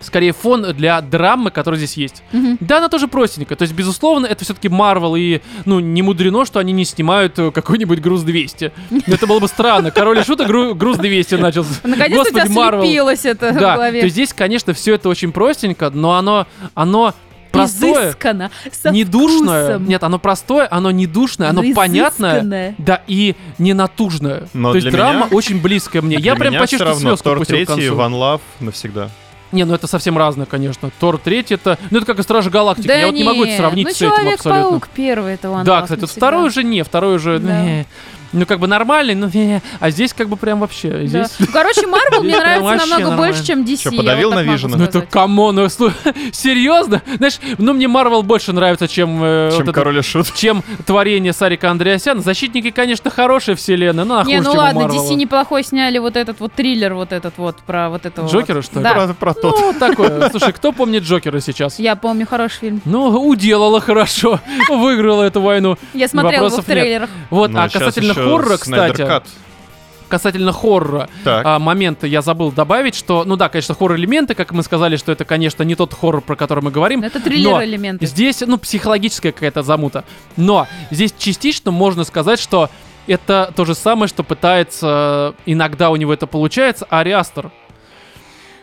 S1: скорее фон для драмы, которая здесь есть.
S3: Мгм.
S1: Да, она тоже простенькая. То есть, безусловно, это все-таки Марвел, и, ну, не мудрено, что они не снимают э, какой-нибудь «Груз-200». Это было бы странно. Король и шуток «Гру- «Груз-200» начался.
S3: Наконец-то у тебя
S1: Господи, Марвел.
S3: слепилось это в
S1: Да, то
S3: голове.
S1: есть здесь, конечно, все это очень простенько, но оно, оно простое,
S3: Изысканно. со
S1: недушное.
S3: вкусом,
S1: Нет, оно простое, оно недушное, оно
S3: но
S1: понятное.
S3: изысканное.
S1: Да, и ненатужное.
S2: Но
S1: то есть
S2: для
S1: драма
S2: меня-
S1: очень близкая мне. Я
S2: Для
S1: прям
S2: меня
S1: почти
S2: всё
S1: что
S2: равно
S1: слезку
S2: Тор
S1: пустил к
S2: 3
S1: концу.
S2: Ван Лав навсегда.
S1: Не, ну это совсем разное, конечно. Тор 3 это... Ну это как и Стражи Галактики.
S3: Да
S1: Я вот не могу это
S3: нет,
S1: сравнить
S3: ну,
S1: с этим абсолютно.
S3: Человек-паук первый это он.
S1: Да, кстати, вот второй уже не, второй уже... ну,
S3: Да.
S1: э, Ну, как бы нормальный, ну, э, а здесь как бы прям вообще... Здесь...
S3: Ну, короче, Марвел мне
S1: Здесь прям
S3: нравится
S1: вообще
S3: намного больше,
S1: нормально.
S3: чем DC.
S2: Чё,
S3: я
S2: подавил
S3: вот так могу
S2: Навижена?
S1: Ну это
S3: сказать.
S1: камон, ну, слу- серьезно? Знаешь, ну мне Марвел больше нравится, чем... э, вот
S2: Чем
S1: это-
S2: король и шут.
S1: чем творение Сарика Андреасяна. Защитники, конечно, хорошая вселенная, но она
S3: Не,
S1: хуже,
S3: ну
S1: чем у
S3: ладно,
S1: Марвела.
S3: DC неплохой сняли вот этот вот триллер, вот этот вот про вот этого. вот.
S1: Джокера, что ли?
S3: Да.
S2: Про, про тот.
S1: Ну, такое. Слушай, кто помнит Джокера сейчас?
S3: Я помню, хороший фильм.
S1: Ну, уделала хорошо, выиграла эту войну.
S3: Я смотрела его в
S1: Вопросов нет.
S3: трейлерах.
S1: Вот,
S2: Ну,
S1: а
S2: щас
S1: касательно
S2: ещё
S1: хоррора,
S2: Снайдер
S1: кстати,
S2: Кат.
S1: касательно хоррора,
S2: Так.
S1: а, момент я забыл добавить, что, ну да, конечно, хоррор-элементы, как мы сказали, что это, конечно, не тот хоррор, про который мы говорим,
S3: Но Ну, Это триллер элементы.
S1: Здесь, ну, психологическая какая-то замута. Но здесь частично можно сказать, что это то же самое, что пытается, э, иногда у него это получается, Ариастер.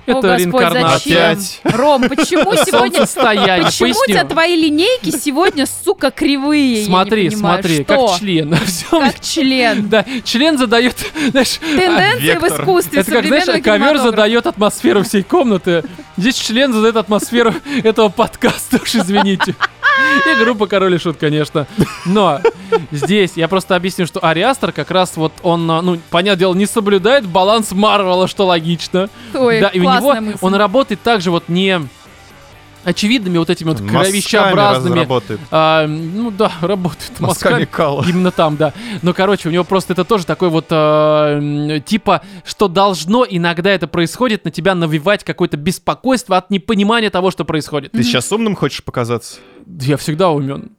S3: О,
S1: Это
S3: Господь,
S1: реинкарнация.
S3: зачем?
S2: Опять.
S3: Ром, почему сегодня...
S1: Солнцестояние.
S3: Почему у
S1: А Поясню.
S3: тебя твои линейки сегодня, сука, кривые? Я не
S1: Смотри,
S3: понимаю,
S1: смотри,
S3: что?
S1: как член. Всё,
S3: Как член.
S1: Да, член задает, знаешь,
S3: Тенденции в
S2: Вектор.
S3: искусстве
S1: А, это как, знаешь,
S3: современного
S1: ковер
S3: кинематографа.
S1: задает атмосферу всей комнаты. Здесь член задает атмосферу этого подкаста, уж извините. И группа Король и Шут, конечно. Но здесь я просто объясню, что Ариастер как раз вот он, а, ну, понятное дело, не соблюдает баланс Марвела, что логично.
S3: Ой,
S1: да, и у него
S3: классная мысль.
S1: он работает также вот не очевидными вот этими вот
S2: Мазками
S1: кровищеобразными.
S2: разработает.
S1: а, ну да, работает
S2: Мазками
S1: мазками.
S2: кала.
S1: Именно там, да. Но, короче, у него просто это тоже такой вот э, м, типа, что должно иногда это происходит, на тебя навевать какое-то беспокойство от непонимания того, что происходит.
S2: Ты сейчас умным хочешь показаться?
S1: Я всегда умен.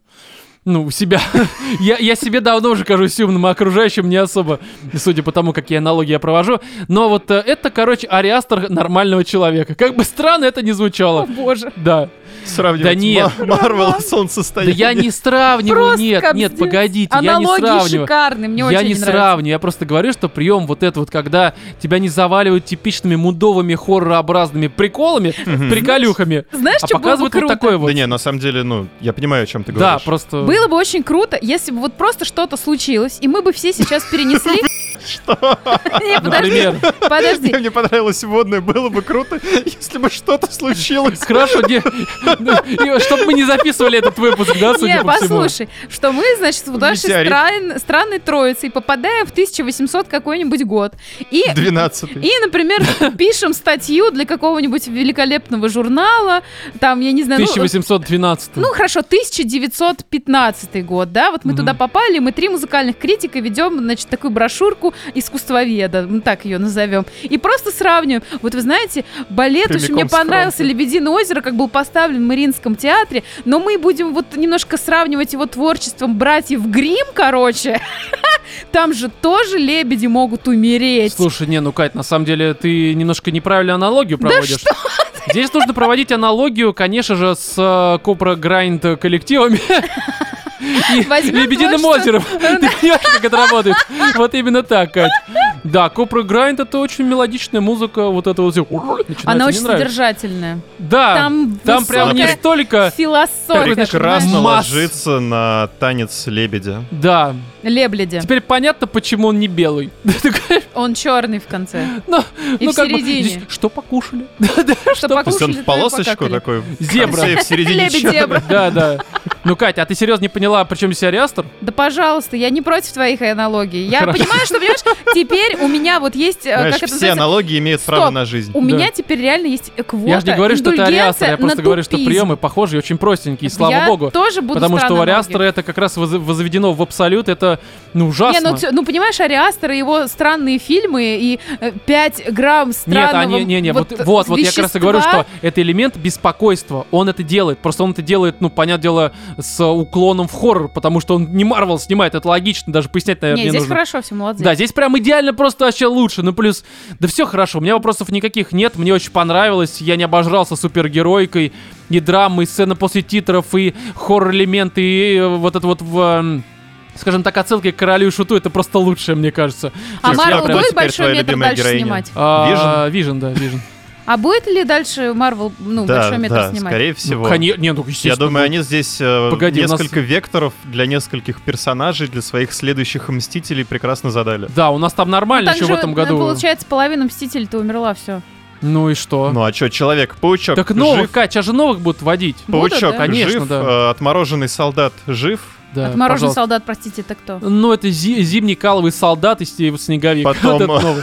S1: Ну, у себя. я, я себе давно уже кажусь умным, а окружающим не особо, судя по тому, какие аналогии я провожу. Но вот э, это, короче, ариастер нормального человека. Как бы странно это не
S3: О,
S1: звучало.
S3: боже.
S1: Да.
S2: Сравнивать
S1: Да нет.
S2: Ма- Марвел и
S1: Да
S2: солнцестояние.
S1: я не сравниваю,
S3: Просто
S1: нет, нет,
S3: капздец.
S1: погодите, я не
S3: Аналогии
S1: сравниваю.
S3: шикарные, мне очень
S1: я не
S3: нравится.
S1: сравниваю, я просто говорю, что прием вот этот вот, когда тебя не заваливают типичными мудовыми хорророобразными приколами, приколюхами,
S3: Знаешь,
S1: а
S3: что было бы
S1: показывают вот
S3: круто?
S1: такое вот.
S2: Да не, на самом деле, ну, я понимаю, о чем ты
S1: Да,
S2: говоришь.
S1: просто...
S3: Было бы очень круто, если бы вот просто что-то случилось, и мы бы все сейчас перенесли... Что? Не, подожди,
S1: Например.
S3: подожди.
S2: Мне понравилось водное, было бы круто, если бы что-то случилось.
S1: Хорошо, не... чтобы мы не записывали этот выпуск, да,
S3: Не,
S1: судя по всему.
S3: послушай, что мы, значит, в нашей
S2: Метеорит.
S3: стран- странной троицей попадаем в 1800 какой-нибудь год. И
S2: 12
S3: и, например, пишем статью для какого-нибудь великолепного журнала, там, я не знаю, ну,
S1: 1812.
S3: Ну хорошо, 1915 год, да, вот мы
S1: Мгм.
S3: туда попали, мы три музыкальных критика ведем, значит, такую брошюрку искусствоведа, мы так ее назовем, и просто сравниваем. Вот вы знаете, балет очень
S2: Прямиком с
S3: мне
S2: фронта.
S3: понравился «Лебединое озеро», как был поставлен в Мариинском театре, но мы будем вот немножко сравнивать его творчеством братьев Грим, короче. Там же тоже лебеди могут умереть.
S1: Слушай, не, ну, Кать, на самом деле ты немножко неправильную аналогию проводишь. Здесь нужно проводить аналогию, конечно же, с э, Копра Грайнд коллективами. и
S3: Возьмём
S1: Лебединым
S3: творчество.
S1: озером. Ты понимаешь, как это работает? Вот именно так, Кать. Да, Копра Грайнд это очень мелодичная музыка, вот ну, это вот все. начинается,
S3: Она
S1: мне
S3: очень
S1: нравится.
S3: содержательная.
S1: Да,
S3: Там
S1: там, прям э, не
S3: высокая
S1: столько...
S3: Философия.
S1: Такой, знаешь,
S2: Прекрасно
S1: понимаешь? Масс.
S2: ложится на танец лебедя.
S1: Да,
S3: Лебедя.
S1: теперь понятно, почему он не белый.
S3: Он черный в конце.
S1: Ну,
S3: И
S1: ну,
S3: в
S1: как бы,
S3: середине.
S1: здесь что покушали?
S3: Что
S2: То есть он
S3: покушали,
S2: в
S3: то и
S2: полосочку
S3: покакали.
S2: такой. в
S1: Зебра. А,
S2: конце и в середине чёрный.
S3: Лебедь-зебра.
S1: Да, да. Ну, Катя, а ты серьезно не поняла, при чем здесь Ариастер?
S3: Да, пожалуйста, я не против твоих аналогий. Я
S1: Хорошо.
S3: понимаю, что, понимаешь, теперь у меня вот есть, э,
S2: Знаешь,
S3: как это
S2: все
S3: называется,
S2: аналогии имеют право
S3: Стоп.
S2: на жизнь.
S3: у
S1: Да.
S3: меня теперь реально есть э, квота,
S1: Я же не говорю, что это
S3: индульгенция
S1: Ариастер, я просто
S3: на
S1: говорю, что
S3: тупизм.
S1: приемы похожие, очень простенькие, слава
S3: я
S1: богу.
S3: тоже буду
S1: Потому что у
S3: странно
S1: Ариастера
S3: многим.
S1: это как раз воз- возведено в абсолют, это ну ужасно.
S3: Не, ну, всё- ну, понимаешь, Ариастер и его странные фильмы и 5 грамм
S1: Нет,
S3: странного
S1: они, не, не, вот, вот, вот я как раз и
S3: вещества.
S1: говорю, что это элемент беспокойства. Он это делает, просто он это делает, ну, понятное дело, с э, уклоном в хоррор, потому что он не Марвел снимает, это логично, даже пояснять, наверное,
S3: Не,
S1: не,
S3: здесь
S1: э, нужно.
S3: хорошо, все, молодцы.
S1: Да, здесь прям идеально просто вообще лучше. Ну плюс, да все хорошо, у меня вопросов никаких нет, мне очень понравилось, я не обожрался супергеройкой, и драмы, и сцены после титров, и хоррор-элементы, и э, вот это вот в... эм, Скажем так, отсылки к королю и шуту это просто лучшее, мне кажется.
S3: а
S2: Слушай,
S3: Марвел
S2: я прям
S3: будет
S2: теперь твоя
S3: большой метр
S2: любимая
S3: дальше
S2: героиня.
S3: снимать?
S1: А, Вижен, да, Вижен.
S3: А будет ли дальше Марвел, ну,
S2: Да,
S3: большой метр
S2: да,
S3: снимать?
S2: скорее всего.
S1: Конечно, не, ну, естественно.
S2: Я думаю, они здесь э,
S1: Погоди, у нас-
S2: несколько векторов для нескольких персонажей, для своих следующих мстителей прекрасно задали.
S1: Да, у нас там
S3: Ну,
S1: нормально
S3: так
S1: еще в
S3: же,
S1: этом
S3: ну,
S1: году.
S3: Получается, половина Мстителей-то умерла, все.
S1: Ну и что?
S2: Ну а чё, Человек-паучок
S1: так новых,
S2: жив,
S1: Кать, сейчас же новых будут водить.
S2: паучок
S3: Будут, да?
S1: Конечно,
S2: жив,
S1: да.
S2: э, отмороженный солдат жив,
S1: Да,
S3: Отмороженный
S1: пожалуйста.
S3: солдат, простите, это кто?
S1: Ну, это зи- зимний каловый солдат из Стива снеговик.
S2: Потом,
S1: Вот это
S2: э,
S1: новый.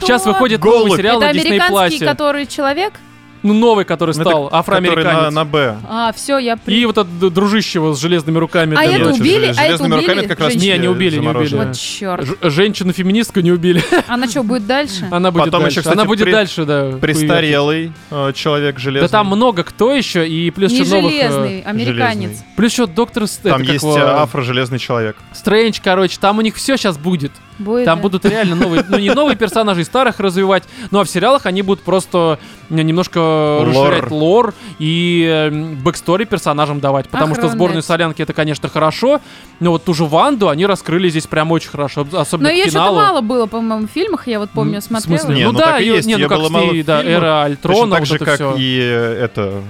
S1: Сейчас выходит новый
S2: Голубь.
S1: сериал
S3: это
S1: на Disney
S3: американский,
S1: Plus.
S3: который человек?
S1: Ну, новый, который
S2: Ну,
S1: стал,
S2: который на,
S1: афроамериканец.
S2: на Б.
S3: А, все, я при...
S1: И вот этот д- дружище с железными руками.
S3: А
S1: да,
S3: это
S1: да.
S3: убили? А это
S2: железными
S3: убили?
S2: руками как раз
S1: Не, не убили, не убили.
S2: замороженная.
S1: да.
S3: Вот черт.
S1: Ж- А, Женщину-феминистку не убили.
S3: Она что, будет дальше?
S1: Она будет
S2: Потом
S1: дальше.
S2: еще, кстати,
S1: Она будет
S2: при-
S1: дальше, да. хуевертит.
S2: Престарелый э, человек железный.
S1: Да там много кто еще, и плюс
S3: Не
S1: еще новых... э,
S3: железный, американец.
S2: железный.
S1: Плюс еще доктор... Ст-
S2: Там
S1: это как
S2: есть
S1: его,
S2: э, афро-железный человек.
S1: Стрэндж, короче, там у них все сейчас будет.
S3: Будет,
S1: Там
S3: да.
S1: будут реально новые, ну не новые персонажи, старых развивать, ну а в сериалах они будут просто н- немножко
S2: Лор.
S1: расширять лор и э, бэкстори персонажам давать. Потому что
S3: Охренеть.
S1: сборную солянки это, конечно, хорошо, но вот ту же Ванду они раскрыли здесь прям очень хорошо, об- особенно
S3: Но
S1: к
S3: ее что-то
S1: финалу.
S3: мало было, по-моему, в фильмах, я вот помню,
S1: М, в
S3: смотрела.
S1: смысле?
S2: Не,
S1: ну,
S2: ну
S1: да,
S2: так и
S1: её-
S2: есть,
S1: не, ну
S2: её
S1: как
S2: было
S1: с
S2: мало
S1: ней,
S2: в
S1: да,
S2: фильмах.
S1: эра Альтрона,
S2: Точно так
S1: вот
S2: же,
S1: это
S2: как
S1: всё.
S2: и э, это,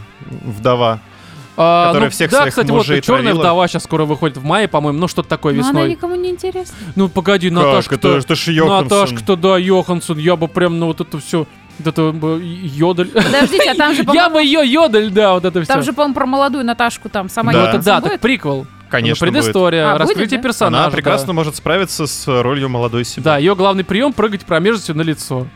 S2: вдова.
S1: А,
S2: которая
S1: ну,
S2: всех
S1: да,
S2: своих
S1: кстати, вот
S2: мужей
S1: и черная
S2: травила.
S1: вдова сейчас скоро выходит в мае, по-моему, ну что-то такое
S3: Но она
S1: весной.
S3: никому не интересна.
S1: Ну погоди, Наташка,
S2: как? Это,
S1: то-
S2: это ж Йоханссон.
S1: Наташка, Ну, а да, Йоханссон, я бы прям, ну вот это все, вот это бы йодель.
S3: Подождите, а там же,
S1: Я
S3: по-моему,
S1: бы ее йодель, да, вот это все.
S3: там же, по-моему, про молодую Наташку там сама
S1: Ну,
S2: Да.
S1: это
S3: Йоханссон
S1: да,
S3: будет?
S1: так приквел.
S2: Конечно,
S1: Ну,
S2: будет.
S1: Предыстория,
S3: А, будет,
S1: раскрытие
S3: да?
S1: персонажа.
S2: Она прекрасно
S1: да.
S2: может справиться с ролью молодой себя.
S1: Да, ее главный прием прыгать промежностью на лицо.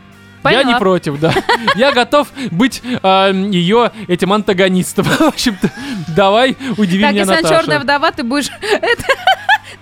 S3: Поняла.
S1: Я не против, да. Я готов быть ее этим антагонистом. В общем-то, давай удиви
S3: Так,
S1: меня,
S3: если она черная
S1: Наташа.
S3: вдова, ты будешь... это-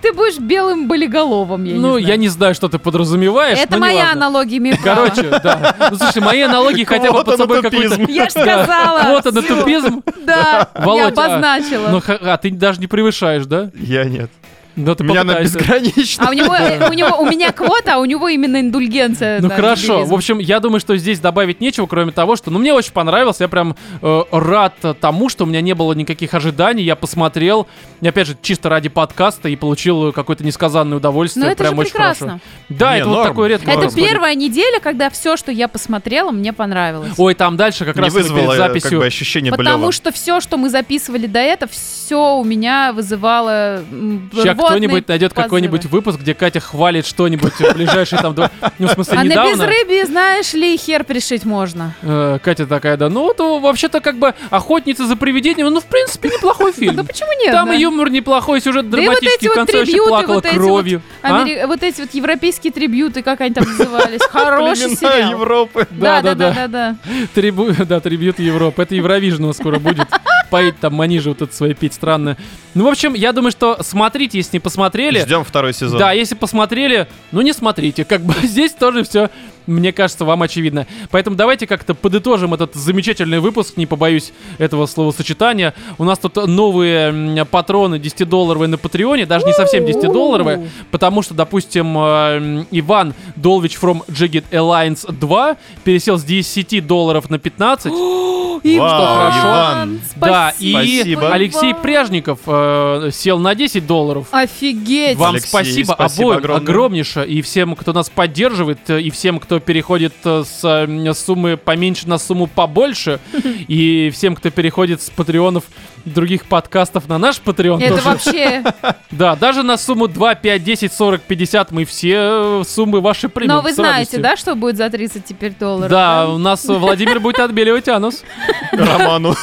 S3: Ты будешь белым болиголовым, я
S1: Ну,
S3: не
S1: я
S3: знаю.
S1: не знаю, что ты подразумеваешь,
S3: Это
S1: но
S3: моя
S1: неважно.
S3: аналогия, имею право.
S1: Короче, да. Ну, слушай, мои аналогии хотя бы
S2: Вот
S1: под
S2: он,
S1: собой
S2: тупизм.
S1: какой-то...
S3: Я ж
S1: Да.
S3: сказала.
S1: Вот он, тупизм.
S3: Да, я
S1: Володь, а, Ну,
S3: обозначила.
S1: ха- а ты даже не превышаешь, да?
S2: Я нет.
S1: Да ты
S2: Меня она
S1: попытайся.
S2: безгранична.
S3: А у него, у него, у меня квота, а у него именно индульгенция.
S1: Ну
S3: да,
S1: хорошо,
S3: дебилизм.
S1: в общем, я думаю, что здесь добавить нечего, кроме того, что, ну мне очень понравилось, я прям э, рад э, тому, что у меня не было никаких ожиданий, я посмотрел, и, опять же, чисто ради подкаста и получил э, какое-то несказанное удовольствие,
S3: Но Ну, это
S1: прям
S3: же
S1: очень
S3: прекрасно.
S1: хорошо. Да,
S2: Не,
S1: это вот
S2: норм,
S1: такое редко.
S2: норм.
S3: Это
S1: происходит.
S3: первая неделя, когда все, что я посмотрела, мне понравилось.
S1: Ой, там дальше как
S2: Не
S1: раз мы перед
S2: вызвала э,
S1: записью.
S2: как бы ощущение
S3: Потому
S2: блёва.
S3: что все, что мы записывали до этого, все у меня вызывало м,
S1: Сейчас
S3: рвотные
S1: кто-нибудь найдет
S3: позывы.
S1: какой-нибудь выпуск, где Катя хвалит что-нибудь в ближайшие там два... Ну, в смысле,
S3: А на
S1: недавно.
S3: безрыбье, знаешь ли, хер пришить можно.
S1: Э, Катя такая, да, ну, то вообще-то как бы «Охотница за привидением», ну, в принципе, неплохой
S3: Да
S1: фильм.
S3: почему нет?
S1: Там
S3: да?
S1: и юмор неплохой, сюжет
S3: Да и вот
S1: драматический,
S3: эти
S1: в
S3: вот
S1: конце вообще
S3: трибьюты,
S1: плакала
S3: вот эти
S1: кровью. А?
S3: Амери- Вот эти вот европейские трибьюты, как они там назывались. Хороший
S2: Племена
S3: сериал.
S2: Европы.
S3: Да, да, да,
S1: Да-да-да.
S3: да, да.
S1: Трибу- Да, трибьют Европы. Это Евровижн у нас скоро будет. Поет там Манижа вот это свои петь странно. Ну, в общем, я думаю, что смотрите, если не посмотрели.
S2: Ждем второй сезон.
S1: Да, если посмотрели, ну не смотрите. Как бы здесь тоже все, мне кажется, вам очевидно. Поэтому давайте как-то подытожим этот замечательный выпуск, не побоюсь этого словосочетания. У нас тут новые м, патроны 10-долларовые на Патреоне, даже не совсем 10-долларовые, потому что, допустим, э, м, Иван Долвич from Jagged Alliance 2 пересел с 10 долларов на 15. Вау,
S3: Иван,
S2: Иван.
S1: Да, и
S3: спасибо.
S2: Спасибо.
S1: Алексей
S3: Иван.
S1: Пряжников э, сел на 10 долларов.
S3: Офигеть.
S1: Вам
S2: Алексей,
S1: спасибо,
S2: спасибо
S1: обоим
S2: огромное.
S1: огромнейшее. И всем, кто нас поддерживает, э, и всем, кто переходит э, с э, суммы поменьше на сумму побольше, и всем, кто переходит с патреонов других подкастов на наш патреон.
S3: Это
S1: тоже.
S3: вообще...
S1: Да, даже на сумму 2, 5, 10, 40, 50 мы все э, суммы ваши примем.
S3: Но вы
S1: с
S3: знаете,
S1: радостью.
S3: да, что будет за 30 теперь долларов?
S1: Да, у нас э, Владимир будет отбеливать анус.
S2: Роману.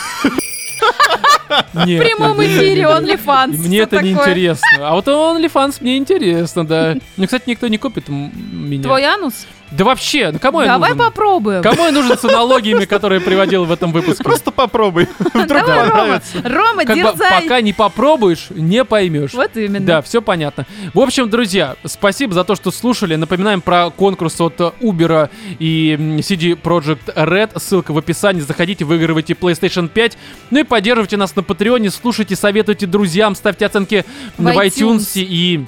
S1: Нет,
S3: В прямом
S1: нет, нет, нет,
S3: эфире
S1: нет.
S3: OnlyFans.
S1: Мне
S3: Что
S1: это не
S3: такое?
S1: интересно. А вот OnlyFans мне интересно, да. Ну, кстати, никто не купит м- меня.
S3: Твой анус?
S1: Да вообще, ну кому я
S3: Давай
S1: нужен?
S3: попробуем.
S1: Кому я нужен с аналогиями, которые приводил в этом выпуске?
S2: Просто попробуй. Вдруг
S3: Давай, Рома.
S2: понравится.
S3: Рома,
S1: Как бы
S3: дерзай.
S1: пока не попробуешь, не поймешь.
S3: Вот именно.
S1: Да, все понятно. В общем, друзья, спасибо за то, что слушали. Напоминаем про конкурс от э, Uber и м, CD Project Red. Ссылка в описании. Заходите, выигрывайте PlayStation 5. Ну и поддерживайте нас на Патреоне. Слушайте, советуйте друзьям, ставьте оценки
S3: В
S1: в
S3: iTunes.
S1: iTunes и...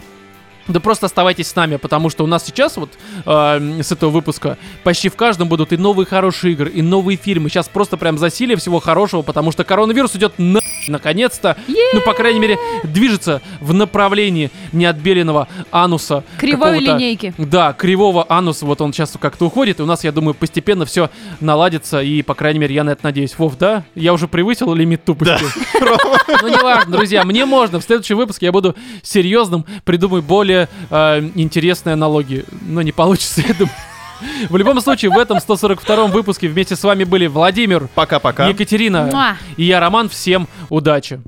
S1: Да просто оставайтесь с нами, потому что у нас сейчас вот э, с этого выпуска почти в каждом будут и новые хорошие игры, и новые фильмы. Сейчас просто прям засилие всего хорошего, потому что коронавирус идет на наконец-то. Ну, по крайней мере, движется в направлении неотбеленного ануса.
S3: Кривой
S1: какого-то-
S3: линейки.
S1: Да, кривого ануса. Вот он сейчас как-то уходит, и у нас, я думаю, постепенно все наладится, и, по крайней мере, я на это надеюсь. Вов, да? Я уже превысил лимит тупости. Ну, неважно, друзья, мне можно. В следующем выпуске я буду серьезным, придумаю более э, интересные аналогии. Но не получится, я думаю. В любом случае, в этом 142-м выпуске вместе с вами были Владимир,
S2: Пока-пока.
S1: Екатерина
S3: Муа.
S1: и я, Роман. Всем удачи!